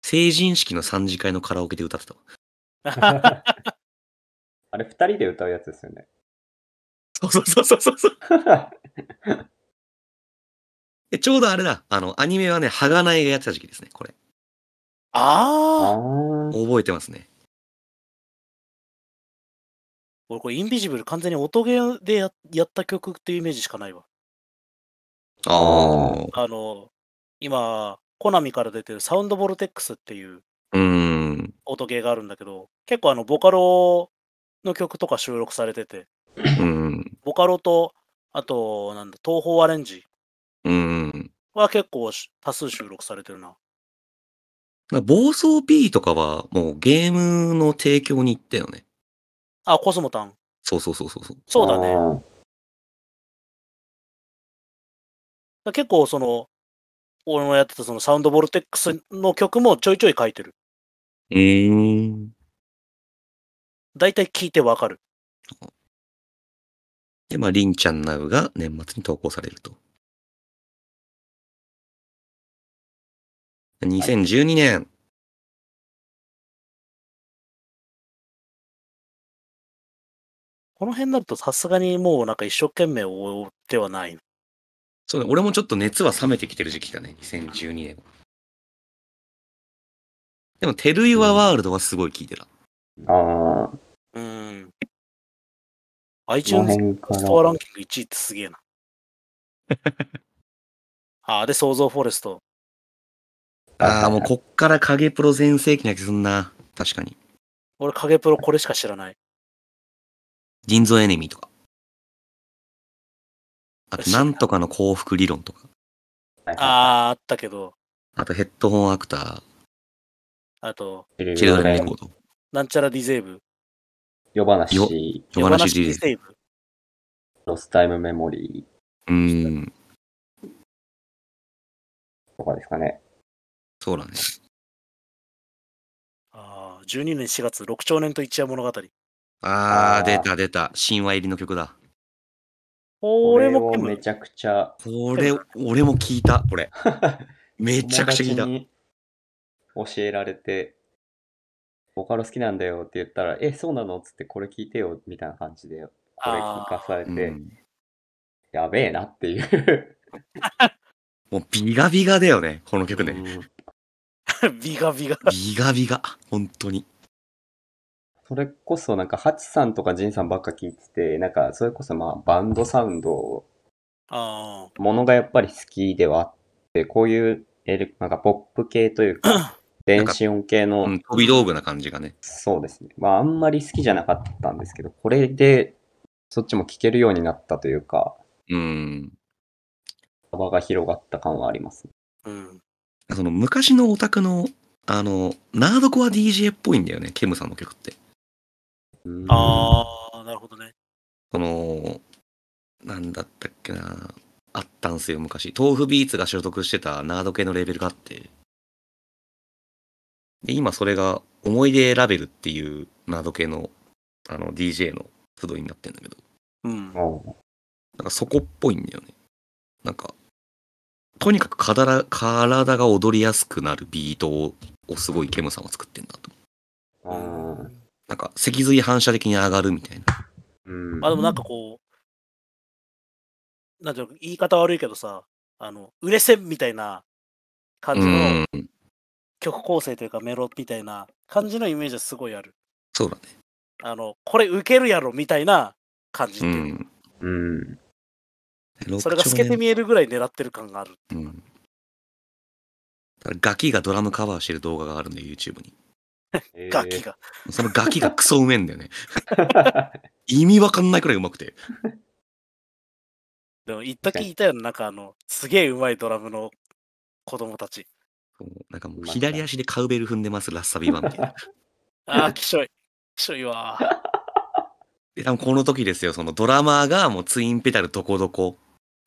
S1: 成人式の三次会のカラオケで歌ってたわ。
S3: あれ、二人で歌うやつですよね。
S1: そうそうそうそうそう。でちょうどあれだ、あの、アニメはね、はがないがやってた時期ですね、これ。
S2: ああ
S3: ああ。
S1: 覚えてますね。
S2: 俺これインビジブル完全に音ゲーでややった曲っていうイメージしかないわ。
S1: ああ。
S2: あの、今、コナミから出てるサウンドボルテックスっていう
S1: うーん。
S2: 音ゲーがあるんだけど、結構あの、ボカロの曲とか収録されてて、
S1: うん。
S2: ボカロと、あと、なんだ、東宝アレンジ
S1: うん。
S2: は結構し多数収録されてるな。
S1: まあ暴走 P とかは、もうゲームの提供に行ったよね。
S2: あ、コスモタン。
S1: そうそうそうそうそう。
S2: そうだね。
S3: ね。
S2: だから結構その、俺のやってたそのサウンドボルテックスの曲もちょいちょい書いてる。
S1: うーん。
S2: 大体聞いてわかる。
S1: で、まあ、りんちゃんなうが年末に投稿されると。2012年。
S2: この辺になるとさすがにもうなんか一生懸命追ってはない。
S1: そうね、俺もちょっと熱は冷めてきてる時期だね、2012年は。でも、テルユアワールドはすごい聞いてた。
S3: ああ。
S2: うーん。
S3: この
S2: iTunes
S3: 辺か
S2: ストアラ
S3: ら
S2: ン。キング1位ってすげえな。あーで、創造フォレスト。
S1: ああ、もうこっから影プロ全盛期な気すんな。確かに。
S2: 俺、影プロこれしか知らない。
S1: 人造エネミーとか。あ
S2: よ
S1: と、
S2: し
S1: なんとかの幸福理論とか。
S3: あ
S2: あーあったけど、
S1: あと、ヘッドホンアクタ
S2: あと、
S3: あ
S1: ー、チルドレンレコード。
S2: なんちゃらディゼーブ。
S3: 夜話、
S1: 夜話シリーズ。
S2: ディゼーブ。
S3: ロスタイムメモリ
S1: うーん。
S3: ーとかですかね。
S1: そうだね。
S2: ああ、12年4月、六兆年と一夜物語。
S1: あ
S3: あー
S1: ー、出た出た。神話入りの曲だ。
S3: こ
S2: 俺
S3: れ
S2: も
S3: を
S2: 組
S3: め
S2: む。
S3: ちゃくちゃ。
S1: これ、俺も聞いた、これ。めちゃくちゃ聞いた。
S3: 友達に教えられて、ボカロ好きなんだよって言ったら、え、そうなのっつってこれ聞いてよみたいな感じで、これ聞か
S2: あ
S3: され
S1: う
S3: て、
S1: ん、
S3: やべえなっていう。
S1: もうビガビガだよね、この曲ね。
S3: うん
S2: あ、 ビガビガ。
S1: ビガビガ。本当に。
S3: それこそなんか、ハチさんとかジンさんばっか聞いてて、なんか、それこそまあ、バンドサウンド、
S2: あ
S3: ものがやっぱり好きではあって、こういう、エレなんか、ポップ系というか、
S2: あ。
S3: 電子音系の、
S1: うん、飛び道具な感じがね。
S3: そうですね。まあ、あんまり好きじゃなかったんですけど、これで、そっちも聞けるようになったというか、
S1: うん。
S3: 幅が広がった感はあります、ね。
S2: うん。
S1: その昔のオタクの、あの、ナードコア DJ っぽいんだよね、ケムさんの曲って。
S2: ああ、なるほどね。
S1: その、なんだったっけな。あったんすよ、昔。豆腐ビーツが所属してたナード系のレーベルがあって。で、今それが、思い出ラベルっていうナード系の、あの、DJ の集いになってんだけど。
S2: うん。
S3: うん
S1: なんかそこっぽいんだよね。なんか、とにかく体体が踊りやすくなるビートををすごいケムさんは作ってんだと。
S3: うん。
S1: なんか脊髄反射的に上がるみたいな。
S3: うん。
S2: まあでもなんかこう、なんていうの言い方悪いけどさ、あの、売れ線みたいな感じの
S1: うん。
S2: 曲構成というかメロみたいな感じのイメージはすごいある。
S1: そうだね。
S2: あの、これウケるやろみたいな感じって
S1: う
S2: いう、
S1: ん。
S3: うん。
S2: それが透けて見えるぐらい狙ってる感がある。
S1: うん。だからガキがドラムカバーしてる動画があるんで YouTube に。
S2: ガキが。
S1: そのガキがクソうめえんだよ ね。
S3: が。
S1: 意味わかんないくらいうまくて。
S2: でも、一時いたよね、なんかあの、すげえうまいドラムの子供たち。
S1: そうなんかもう左足でカウベル踏んでますラッサビ版みたいな。
S2: あ あ、きしょい。きしょいわー。
S1: で、多分この時ですよ、そのドラマーがもうツインペダルどこどこ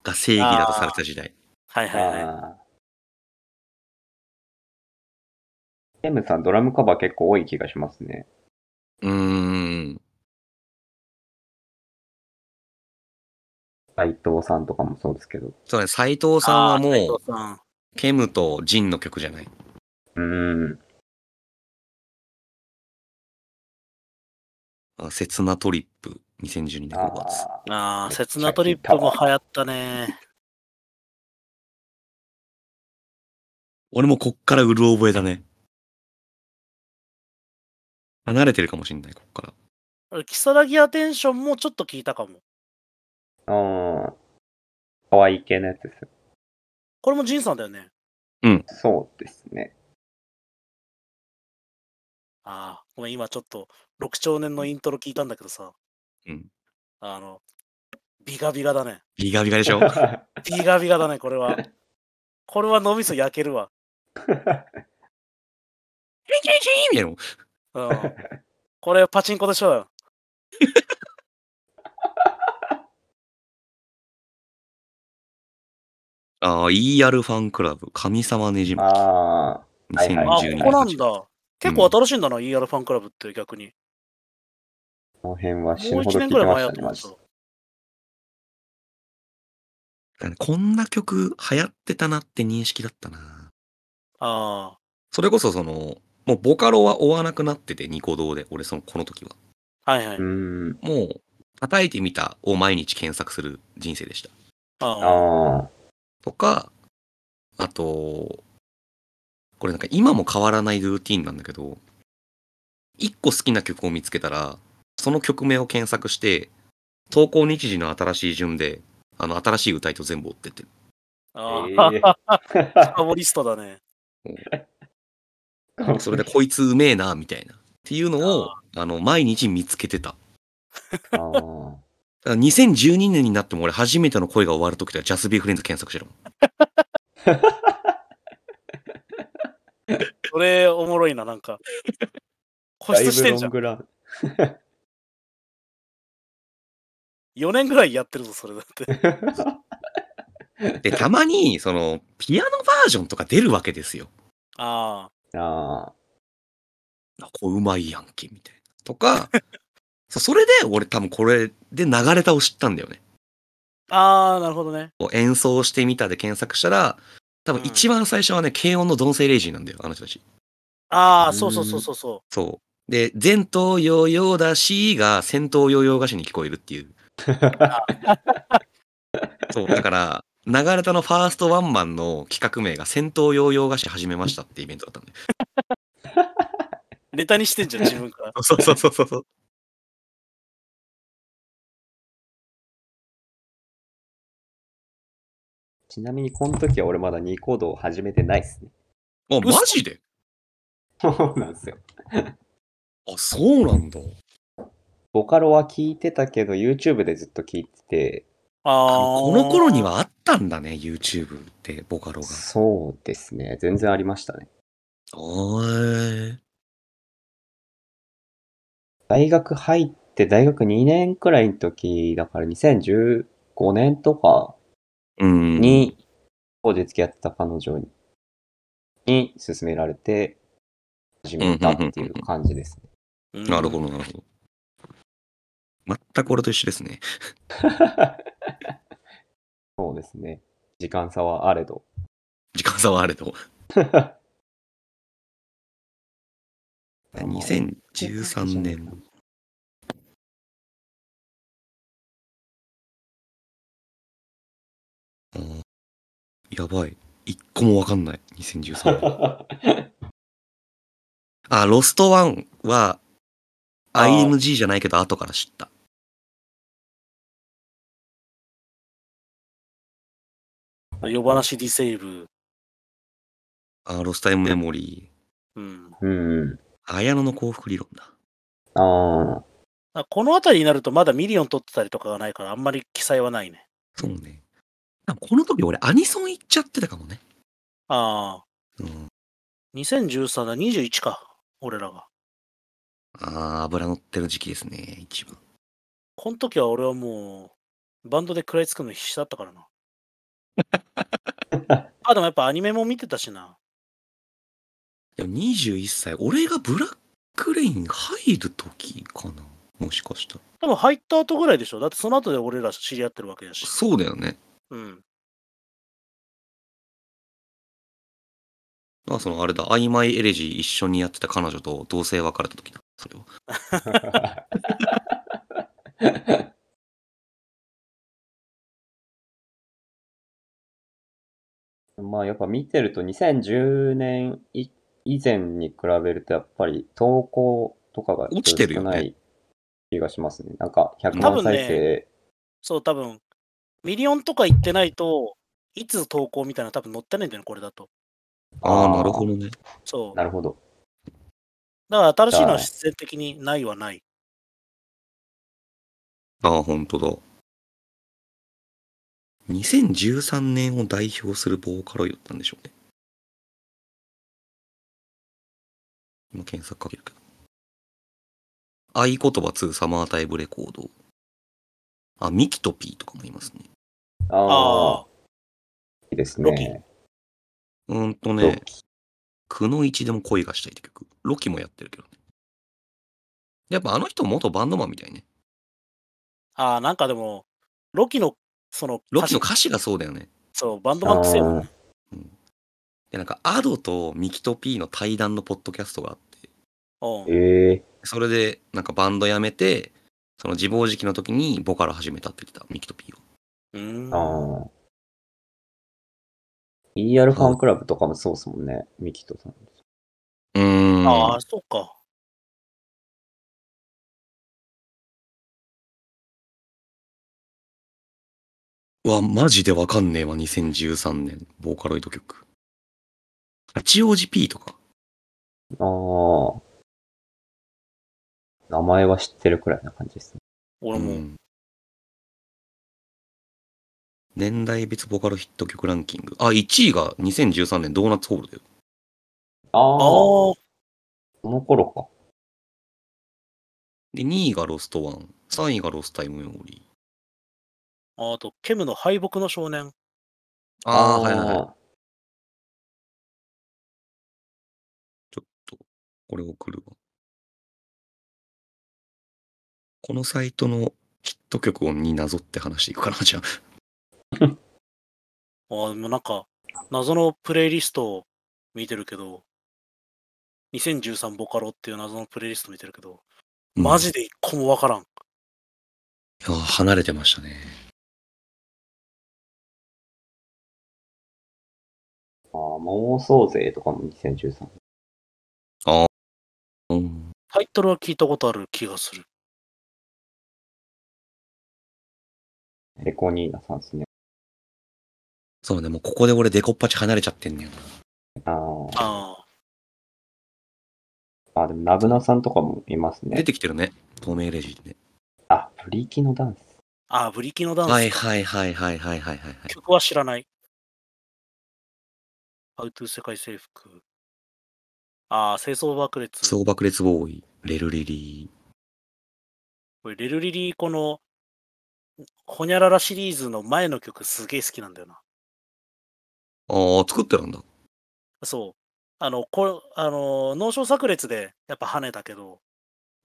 S1: が正義だとされた時代。
S2: はいはいはい。
S3: あケムさん、ドラムカバー結構多い気がしますね。
S1: うーん。
S3: 斎藤さんとかもそうですけど。
S1: そうね、斎藤さんはも
S2: あー斉
S1: う、
S2: 藤さん
S1: ケムとジンの曲じゃない。
S3: うん。
S1: あ切なトリップ、2012年5月。
S3: あ
S2: ああ、
S3: めっちゃ
S2: 刹那トリップも流行ったね。
S1: 俺もこっからうる覚えだね。離れてるかもしんない、こっから。
S2: キサラギアテンションもちょっと聞いたかも。
S3: あ。うん。可愛い系のやつですよ。
S2: これもジンさんだよね。
S3: そうですね。
S2: ああ、ごめん、今ちょっと、6兆年のイントロ聞いたんだけどさ。
S1: うん。
S2: あの、ビガビガだね。
S1: ビガビガでしょ
S2: ビガビガだね、これ は。これは脳みそ焼けるわ。
S1: キリキリみたいなの。
S2: うん。これパチンコでしょう よ。
S1: ああ、ER ファンクラブ、神様ねじま
S3: ああ。
S1: き、
S3: はいはい
S2: あ、こ
S1: 2012年。
S2: こなんだ。結構新しいんだな、ER ファンクラブって逆に。
S3: この辺は死
S2: もう
S3: ぬほ
S2: 1
S3: ど聞
S2: 年
S3: い
S2: ぐ
S3: て
S2: らい
S3: ま
S2: 前
S3: し
S2: や
S3: た
S2: と思
S3: ね、マ
S2: う
S3: ジで
S2: ぞ。
S1: こんな曲流行ってたなって認識だったな。
S2: ああ、
S1: それこそその、もうボカロは追わなくなってて、ニコ動で、俺その、この時は。
S2: はいはい。
S3: うん。
S1: もう、叩いてみたを毎日検索する人生でした。
S2: ああ
S3: あ
S1: とか、あと、これなんか今も変わらないルーティンなんだけど、一個好きな曲を見つけたら、その曲名を検索して、投稿日時の新しい順で、あの、新しい歌いと全部追ってってる。
S2: あ
S3: あ。
S2: あ、
S3: ええ
S2: ファボリストだね。
S1: それで、こいつうめえな、みたいな。っていうのを、あの、毎日見つけてた。
S3: あー
S1: だから2012年になっても俺初めての恋が終わるときはジャスビーフレンズ検索してるもん。
S2: それおもろいな、なん か。固
S3: だい
S2: 執して
S3: ぶ
S2: んじゃ
S3: ロ
S2: ん。
S3: ングラン。
S2: 4年ぐらいやってるぞ、それだって。
S1: で、たまに、その、ピアノバージョンとか出るわけですよ。
S2: あ
S3: あ
S1: あこううまいやんけ、みたいな。とか、 そうそれで俺多分これで流れたを知ったんだよね。
S2: あ。ああ、なるほどね。
S1: こう演奏してみたで検索したら、多分一番最初はね、軽音のドンセイレイジーなんだよ、あの人たち。
S2: ああ、
S3: うん
S2: そうそうそうそうそ
S1: そう。で、前頭ヨーヨーだしが戦闘ヨーヨー菓子に聞こえる っていう。
S3: あ。
S1: そう、だから、流れたのファーストワンマンの企画名が戦闘ヨーヨー菓子始めましたってイベントだったんで。
S2: う。ネタにしてんじゃん、自分か ら。
S1: そうそうそうそうそう。
S3: ちなみに、この時は俺まだニコ動始めてないですね。
S1: あ、
S2: 嘘
S1: マジで
S3: そうなんですよ。
S1: あ、そうなんだ。
S3: ボカロは聞いてたけど、YouTube でずっと聞いてて、
S2: ああ。
S1: この頃に。はあったんだね、YouTube って、ボカロが。
S3: そうですね。全然ありましたね。
S1: おーい。
S3: 大学入って、大学2年くらいの時、だから2015年とか
S1: うん。
S3: に、当時付き合ってた彼女に、に勧められて、始めたっていう感じですね。
S1: なるほ
S2: ど。
S1: ど、なるほど。全く俺と一緒ですね。
S3: そうですね。時間差はあれど。
S1: 時間差はあれど。2013年。あーやばい。一個もわかんない。2013年。 あ、ロストワンは、
S2: あー
S1: IMG じゃないけど、後から知った。
S2: 夜話ディセイブ。
S1: あ、ロスタイムメモリ
S2: うん。
S3: うん。
S1: ー。綾野の幸福理論だ。
S3: あ
S2: あこの辺りになるとまだミリオン取ってたりとかがないから、あんまり記載はないね。
S1: そうね。多分この時俺、アニソン行っちゃってたかもね。
S2: ああ。
S1: うん。
S2: 2013だ、21か。俺らが。
S1: あー、油乗ってる時期ですね、一番。
S2: この時は俺はもう、バンドで食らいつくの必死だっ たからな。あ、でもやっぱアニメも見てたしな。
S1: でも21歳、俺がブラックレイン入る時かな。もしかしたら。
S2: 多分入った後ぐらいでしょ。だってその後で俺ら知り合ってるわけだし。
S1: そうだよね。
S2: うん。
S1: まあ、そのあれだ、曖昧エレジー一緒にやってた彼女と同棲別れた時だ。それは。
S3: まあやっぱ見てると2010年い以前に比べるとやっぱり投稿とかが
S1: 落ちてるよね
S3: 少ない気がしますね。なんか100
S2: 多
S3: 万
S2: 分ね
S3: 再生、
S2: そう、多分ミリオンとか行ってないと、いつ投稿みたいなの多分載ってないんだよね、これだと。
S1: あ
S3: あ
S1: あ、
S3: ー
S1: なるほどね。
S2: そう。
S3: なるほど。
S2: だから新しいのは必然的にないはない。
S1: ああ、本当だ。2013年を代表するボーカロイドだったんでしょうね。今検索かけるけど。合言葉2サマータイブレコード。あ、ミキとピーとかもいますね。
S3: ああ
S2: あ、
S3: いいです
S2: ロキ
S3: ね。
S1: うーんと
S3: ロ
S1: ね、くのいちでも恋がしたいって曲。ロキもやってるけどね。やっぱあの人元バンドマンみたいね。
S2: あ、ああ、なんかでも、ロキの、その、
S1: ロキの歌詞がそうだよね。
S2: そう、バンドマックスよ。
S3: あー
S1: で、なんかアドとミキとピーの対談のポッドキャストがあって、
S2: うん。
S3: ええ
S1: それで、なんかバンド辞めて、その自暴自棄の時にボカロ始めたって言ってた、ミキとピーを。
S2: うーん。
S3: ああ。ER ファンクラブとかもそうですもんね、ミキトさん。
S1: うーん。
S2: ああ、そうか。
S1: うわ、マジでわかんねえわ、2013年。ボーカロイド曲。八王子 P とか。
S3: ああ。名前は知ってるくらいな感じですね。
S2: 俺も、
S1: うん年代別ボカロヒット曲ランキング。あ、1位が2013年ドーナツホールだよ。
S3: ああ、
S2: ああ、
S3: その頃か。
S1: で、2位がロストワン。3位がロスタイムメモリー。
S2: あと、ケムの敗北の少年。
S1: ああ、はいはいはい。
S3: い。
S1: ちょっと、これ送るわ。このサイトのヒット曲をになぞって話していくかな、じゃあ。
S2: ああ、でもなんか、謎のプレイリストを見てるけど、2013ボカロっていう謎のプレイリスト見てるけど、マジで一個もわからん。
S1: いや、離れてましたね。
S3: ああ、妄想税とかも2013。
S1: うん。
S2: タイトルは聞いたことある気がする。
S3: レコニーナさんですね。
S1: そうね、もうここで俺デコッパチ離れちゃってんねんな。
S3: ああ。
S2: ああ、
S3: ああ、でも、ナブナさんとかもいます
S1: 出
S3: ね。
S1: てきてるね。透明レジね。
S3: あ、ブリキのダンス。
S2: ああ、ブリキのダンスか。
S1: はいはいはいはいはいはいはい。
S2: 曲は知らない。ハウトゥー世界征服。ああ、清掃爆裂。
S1: そう爆裂ボーイ、レルリリ
S2: これ、レルリリーこの、ホニャララシリーズの前の曲すげえ好きなんだよな。
S1: ー。ああ、作ってるんだ。
S2: そう。あの、こあの、脳症炸裂でやっぱ跳ねたけど、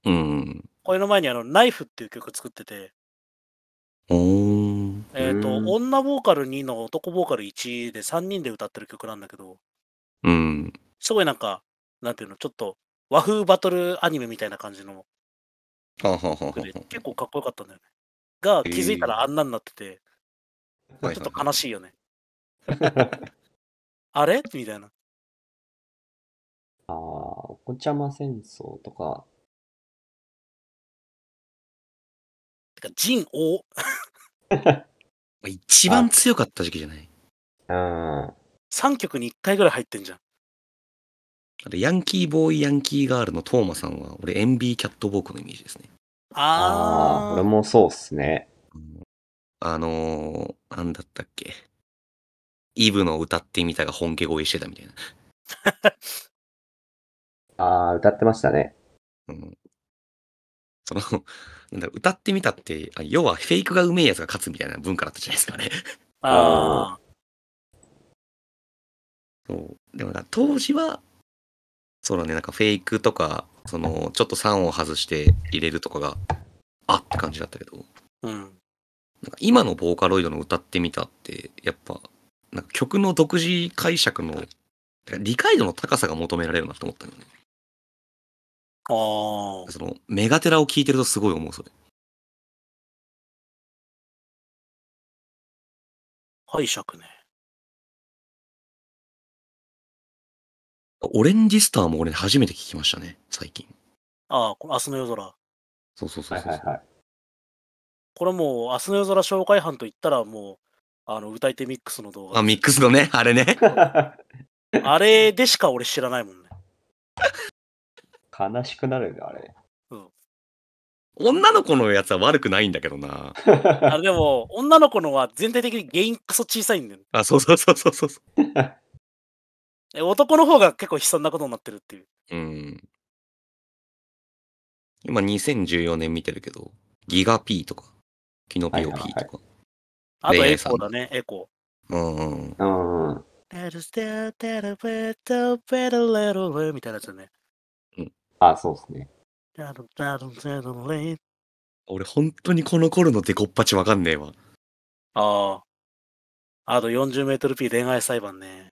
S1: うん。
S2: これの前にあの、ナイフっていう曲作ってて、
S1: おー。
S2: えっ、と、
S3: うん
S2: 女ボーカル2の男ボーカル1で3人で歌ってる曲なんだけど、
S1: うん。
S2: すごいなんか、なんていうの、ちょっと和風バトルアニメみたいな感じの
S1: はあはあはあは
S2: 曲で、結構かっこよかったんだよね。が、
S1: へえ
S2: 気づいたらあんなになってて、
S1: あ。
S2: ちょっと悲しいよね。
S3: あ
S2: あれみたいな。
S3: あ、おこちゃま戦争とか。
S2: てか、ジン王
S1: 一番強かった時期じゃない
S3: うん。
S2: 3曲に1回ぐらい入ってんじゃん。
S1: あと、ヤンキーボーイ、ヤンキーガールのトーマさんは、俺、MB キャットボークのイメージですね。
S3: ああ、
S2: あ
S3: 俺
S2: ー
S3: もそうっすね。
S1: うんあのー、なんだったっけ。イブの歌ってみたが本家声してたみたいな。
S3: ああ、歌ってましたね。
S1: うん、その、なんだろう歌ってみたって、あ要はフェイクがうめえやつが勝つみたいな文化だったじゃないですかね。
S2: あ
S1: そう。でもなんか当時は、そうだね、なんかフェイクとか、その、ちょっと3を外して入れるとかが、あって感じだったけど、
S2: うん。
S1: なんか今のボーカロイドの歌ってみたって、やっぱ、なんか曲の独自解釈の、てか理解度の高さが求められるなと思ったのね。
S2: ああ。
S1: その、メガテラを聴いてるとすごい思う、それ。
S2: 拝借ね。
S1: オレンジスターも俺初めて聞きましたね、最近。
S2: ああ、この明日の夜空。
S1: そうそうそう
S3: はい
S1: そう。
S3: はいはい。
S2: これもう、明日の夜空紹介班と言ったら、もう、あの、歌い手ミックスの動
S1: あ、
S2: 画。
S1: ミックスのね、あれね。
S2: あれでしか俺知らないもんね。
S3: 悲しくなるよね、あれ。
S1: 女の子のやつは悪くないんだけどな。
S2: あれでも、女の子のは全体的に原因クソ小さいんだよね。
S1: あ、そうそうそうそうそうそ
S2: え男の方が結構悲惨なことになってるっていう。
S1: う。うん。今2014年見てるけど、ギガ P とか、キノピオ P とか。
S3: はいはいは
S2: あと
S1: レイ
S2: エ
S1: さ
S2: コ
S1: ん
S2: ーだね、エコ
S1: う
S2: ー。
S1: んうん。
S3: うんうん。
S2: That is that, that a better, better little way みたいなやつだね。
S3: あ、そうですね。
S2: That a better, better way
S1: 俺本当にこの頃のデコッパチわかんねえわ。
S2: ああ。あと40メートル P 恋愛裁判ね。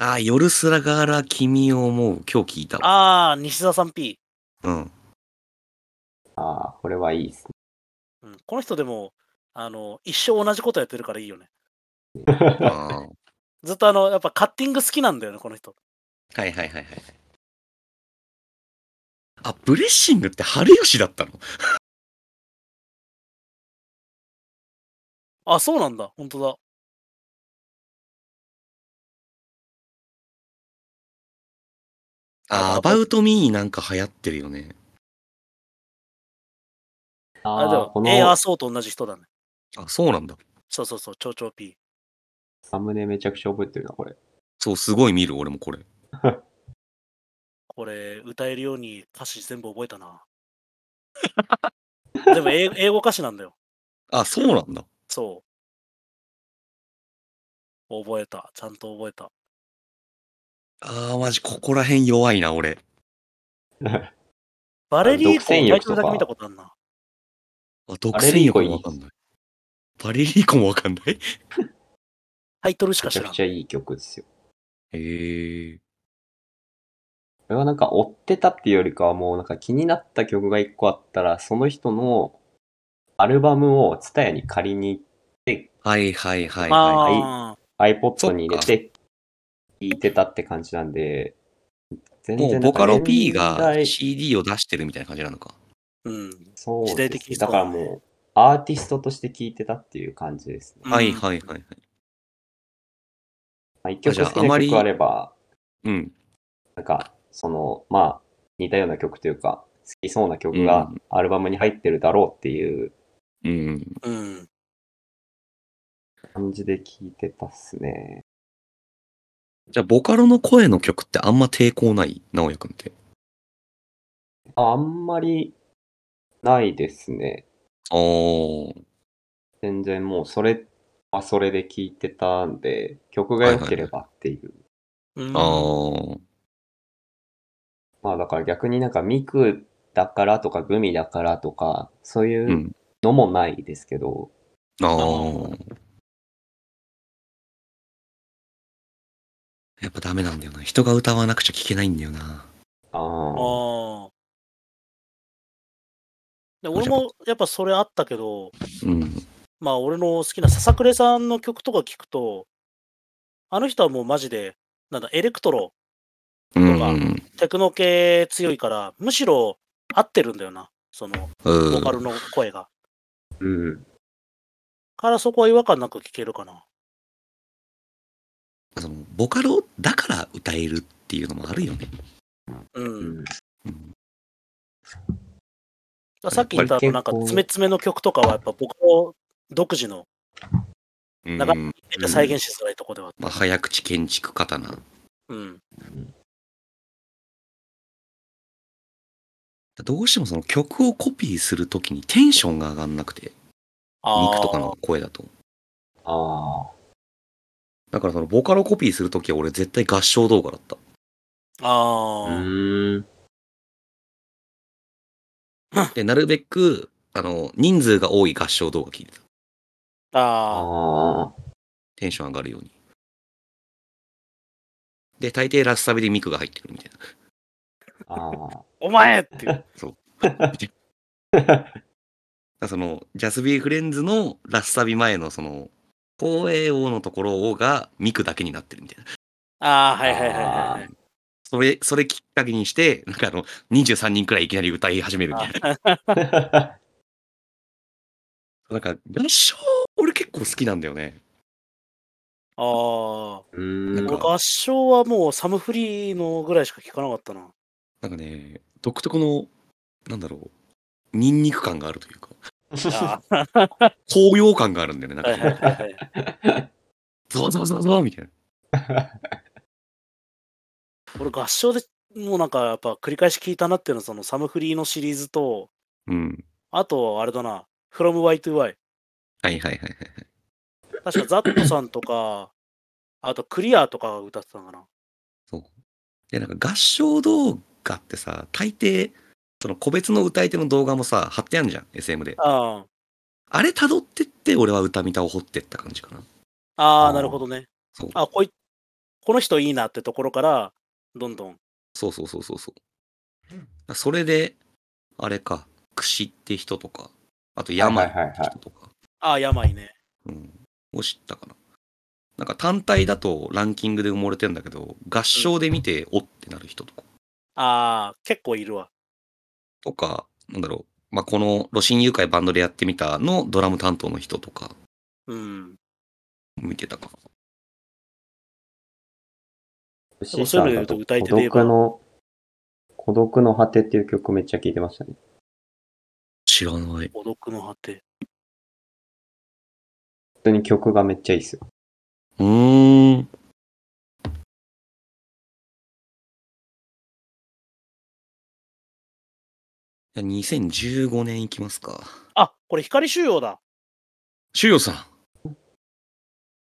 S1: あー、夜すらがら君を思う。今日聞いたわ。
S2: ああ、西田さん P。
S1: うん。
S3: ああ、これはいいです
S2: うん、この人でも、あの、一生同じことやってるからいいよね。
S1: あー
S3: ね。
S1: はい
S2: ずっとあの、やっぱカッティング好きなんだよね、この人。
S1: はいはいはい。あ、ブレッシングって春吉だったの
S2: あ、そうなんだ。本当だ。
S1: あー、アバウトミーなんか流行ってるよね。
S2: あ、で
S3: ああ、こ
S2: も、エアー
S3: の
S2: ソーと同じ人だね。
S1: あ、そうなんだ。
S2: そうそうそう、蝶々 P。
S3: サムネめちゃくちゃ覚えてるな、これ。
S1: そう、すごい見る、俺もこれ。
S2: これ、歌えるように歌詞全部覚えたな。でも英、英語歌詞なんだよ。
S1: あ、そうなんだ。
S2: そう。覚えた。ちゃんと覚えた。
S1: あー、マジ、ここら辺弱いな、俺。
S2: バレリー
S3: 独
S2: コ
S3: 占
S2: ンタイ
S3: 欲
S2: トル
S3: とか
S2: だけ見たことあるな。
S1: あ、独
S3: バレ
S1: 占
S3: リー
S1: 欲
S3: コいい
S1: もわかんない。バレリーコもわかんない
S2: タイトルしか
S3: め
S2: 知
S3: ちゃ
S2: ら
S3: く
S2: ん。
S3: ちゃいい曲ですよ。
S1: へえ。
S3: これはなんか追ってたっていうよりかはもうなんか気になった曲が一個あったら、その人のアルバムを TSUTAYA に借りに
S1: はいはいはい
S2: ま
S1: は
S2: あ、
S3: iPod に入れて聴いてたって感じなんで、
S1: い。
S3: 全
S1: もう、
S3: なん
S1: ボ
S3: か
S1: カロ P
S3: 年
S1: が
S3: 代
S1: CD を出してるみたいな感じなのか。
S2: うん。
S3: そうです
S2: 時代的にそう
S3: だからもう、アーティストとして聴いてたっていう感じですね。
S1: はい
S2: うん
S1: はいはいはい。
S3: まあ、一
S1: あじゃ
S3: 曲
S1: あ
S3: 好
S1: あ
S3: き
S1: ま
S3: な
S1: り
S3: 曲あれば、
S1: うん。
S3: なんか、その、まあ、似たような曲というか、好きそうな曲が
S1: う
S3: アルバムに入ってるだろうっていう
S1: うん。
S2: うん。
S3: 感じで聴いてたっすね。
S1: じゃあ、ボカロの声の曲ってあんま抵抗ない直也くんって。
S3: あんまりないですね。
S1: あー。
S3: 全然もうそれはそれで聴いてたんで、曲が良ければっていう。
S2: うん
S1: あー。。
S3: まあだから逆になんかミクだからとかグミだからとか、そういううんのもないですけど、
S1: あ
S2: ー
S1: ー。やっぱダメなんだよな。人が歌わなくちゃ聞けないんだよな。
S3: ああ、
S2: ああ。で俺もやっぱそれあったけど、
S1: うん。
S2: まあ俺の好きな笹暮さんの曲とか聞くと、あの人はもうマジで、なんだ、エレクトロ、
S1: うん
S2: か
S1: うん
S2: テクノ系強いから、むしろ合ってるんだよな、その、
S1: うん
S2: ボカロの声が。
S3: うん。
S2: からそこは違和感なく聞けるかな。
S1: そのボカロだから歌えるっていうのもあるよね。
S2: う。
S3: うんん、
S1: うん
S2: さっき言ったあのなんか、詰め詰めの曲とかは、やっぱ僕の独自の、なかなか再現しづらいとこではあっ
S1: まあ、早口建築家だな。
S2: た。うん。
S1: どうしてもその曲をコピーするときにテンションが上がんなくて、
S2: あ
S1: 肉
S2: あ
S1: とかの声だと。
S3: ああ、
S1: だからそのボカロコピーするときは俺絶対合唱動画だった。
S2: あ
S3: う
S2: あ、
S3: ーん。
S1: で、なるべく、あの、人数が多い合唱動画聞いてた。
S2: ああ、
S3: あ
S1: テンション上がるように。で、大抵ラスサビでミクが入ってくるみたい
S3: あ。あ
S2: お前っていう。
S3: あ。
S1: な。その、ジャスビーフレンズのラスサビ前のその、東映王のところがミクだけになってるみたいな。
S2: ああ、はいはいはいはいはい。
S1: それ、それきっかけにして、なんかあの、23人くらいいきなり歌い始めるみたいな。なんか、合唱、俺結構好きなんだよね。
S2: ああ、
S3: うーん。
S1: なんか
S2: 合唱はもうサムフリーのぐらいしか聞かなかったな。
S1: なんかね、独特の、なんだろう、ニンニク感があるというか、
S2: あ
S1: 高揚感があるんだよね、なん
S2: あ、はい
S1: か
S2: はい
S1: ね、
S2: はいはい。
S1: ゾワゾワゾワゾワみたいな。
S2: 俺合唱でもうなんかやっぱ繰り返し聞いたなっていうのはそのサムフリーのシリーズと
S1: うん。
S2: あとあれだな From Y to Y
S1: はいはいはいはいはい。
S2: 確かザットさんとかあとクリアとかが歌ってたのかな
S1: そう。で、なんか合唱動画ってさ、大抵、その個別の歌い手の動画もさ、貼ってあるじゃん、SM で。
S2: あ
S1: あれ辿ってって、俺は歌見たを掘ってった感じかな。
S2: ああ
S3: あ
S2: ー
S3: ー
S2: なるほどね
S1: そう。
S2: あこいこの人いいなってところからどんどん
S1: そうそうそうそうそう。それで、あれか、串って人とか、あと山って人とか、
S2: ああ病ね
S1: うん、を知ったかな。なんか単体だとランキングで埋もれてんだけど、合唱で見て、おってなる人とか、
S2: ああ結構いるわ
S1: とか、なんだろう、まあ、この、露心誘拐バンドでやってみたのドラム担当の人とか、
S2: うん
S1: 見てたかな。
S3: C さんだと孤独の、孤独の果てっていう曲めっちゃ聴いてましたね。
S1: 知らない。
S2: 孤独の果て
S3: 普通に曲がめっちゃいいっすよ。
S1: うーん。じゃあ2015年いきますか。
S2: あこれ光収容だ
S1: 修よさん。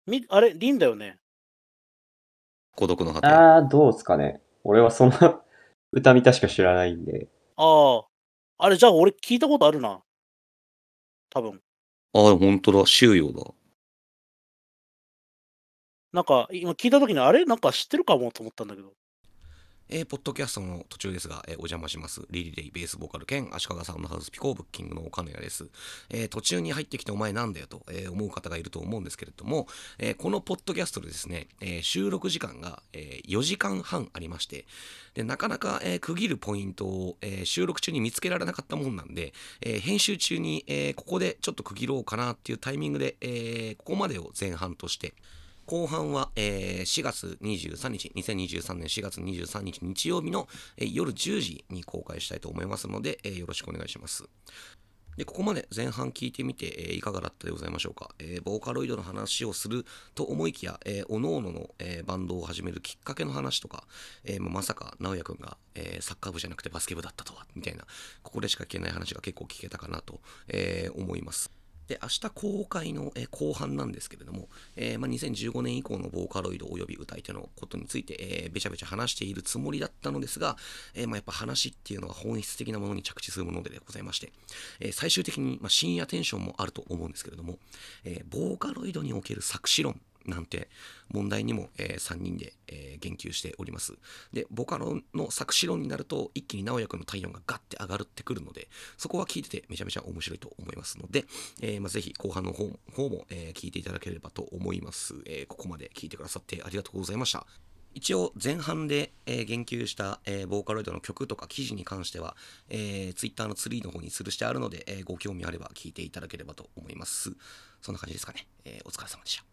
S2: みあれリンだよね
S1: 孤独の果て。
S3: ああ、どうっすかね。俺はその 歌見たしか知らないんで。
S2: あああれじゃあ俺聞いたことあるな多分
S1: ああ、本当だ。修よだ。
S2: なんか、今聞いたときに、あれなんか知ってるかもと思ったんだけど。
S1: えーポッドキャストの途中ですが、えーお邪魔します。リリレイ、ベースボーカル兼、足利さんのハウスピコーブッキングの岡野屋です。えー途中に入ってきてお前なんだよと、えー思う方がいると思うんですけれども、えーこのポッドキャストでですね、えー収録時間が、え4時間半ありまして、でなかなか、えー区切るポイントを、えー収録中に見つけられなかったもんなんで、えー編集中に、えーここでちょっと区切ろうかなっていうタイミングで、えーここまでを前半として、後半は、えー4月23日、2023年4月23日日曜日の、えー夜10時に公開したいと思いますので、えーよろしくお願いします。で、ここまで前半聞いてみて、えーいかがだったでございましょうか。えーボーカロイドの話をすると思いきや、えー、おののの、えーバンドを始めるきっかけの話とか、えーまあまさか直也くんが、えーサッカー部じゃなくてバスケ部だったとは、みたいな、ここでしか聞けない話が結構聞けたかなと、えー思います。で、明日公開の、えー後半なんですけれども、えーまあ、2015年以降のボーカロイドおよび歌い手のことについて、えーべちゃべちゃ話しているつもりだったのですが、えーまあ、やっぱ話っていうのは本質的なものに着地するものでございまして、えー最終的に、まあ、深夜テンションもあると思うんですけれども、えーボーカロイドにおける作詞論なんて問題にも、え3人で、えー言及しております。で、ボカロの作詞論になると一気に直也くんの体温がガッて上がるってくるので、そこは聞いててめちゃめちゃ面白いと思いますので、えーまあ、ぜひ後半の方も方も、えー聞いていただければと思います、えーここまで聞いてくださってありがとうございました。一応前半で、えー言及した、えーボーカロイドの曲とか記事に関しては、えー、Twitter のツリーの方に吊るしてあるので、えーご興味あれば聞いていただければと思います。そんな感じですかね。えーお疲れ様でした。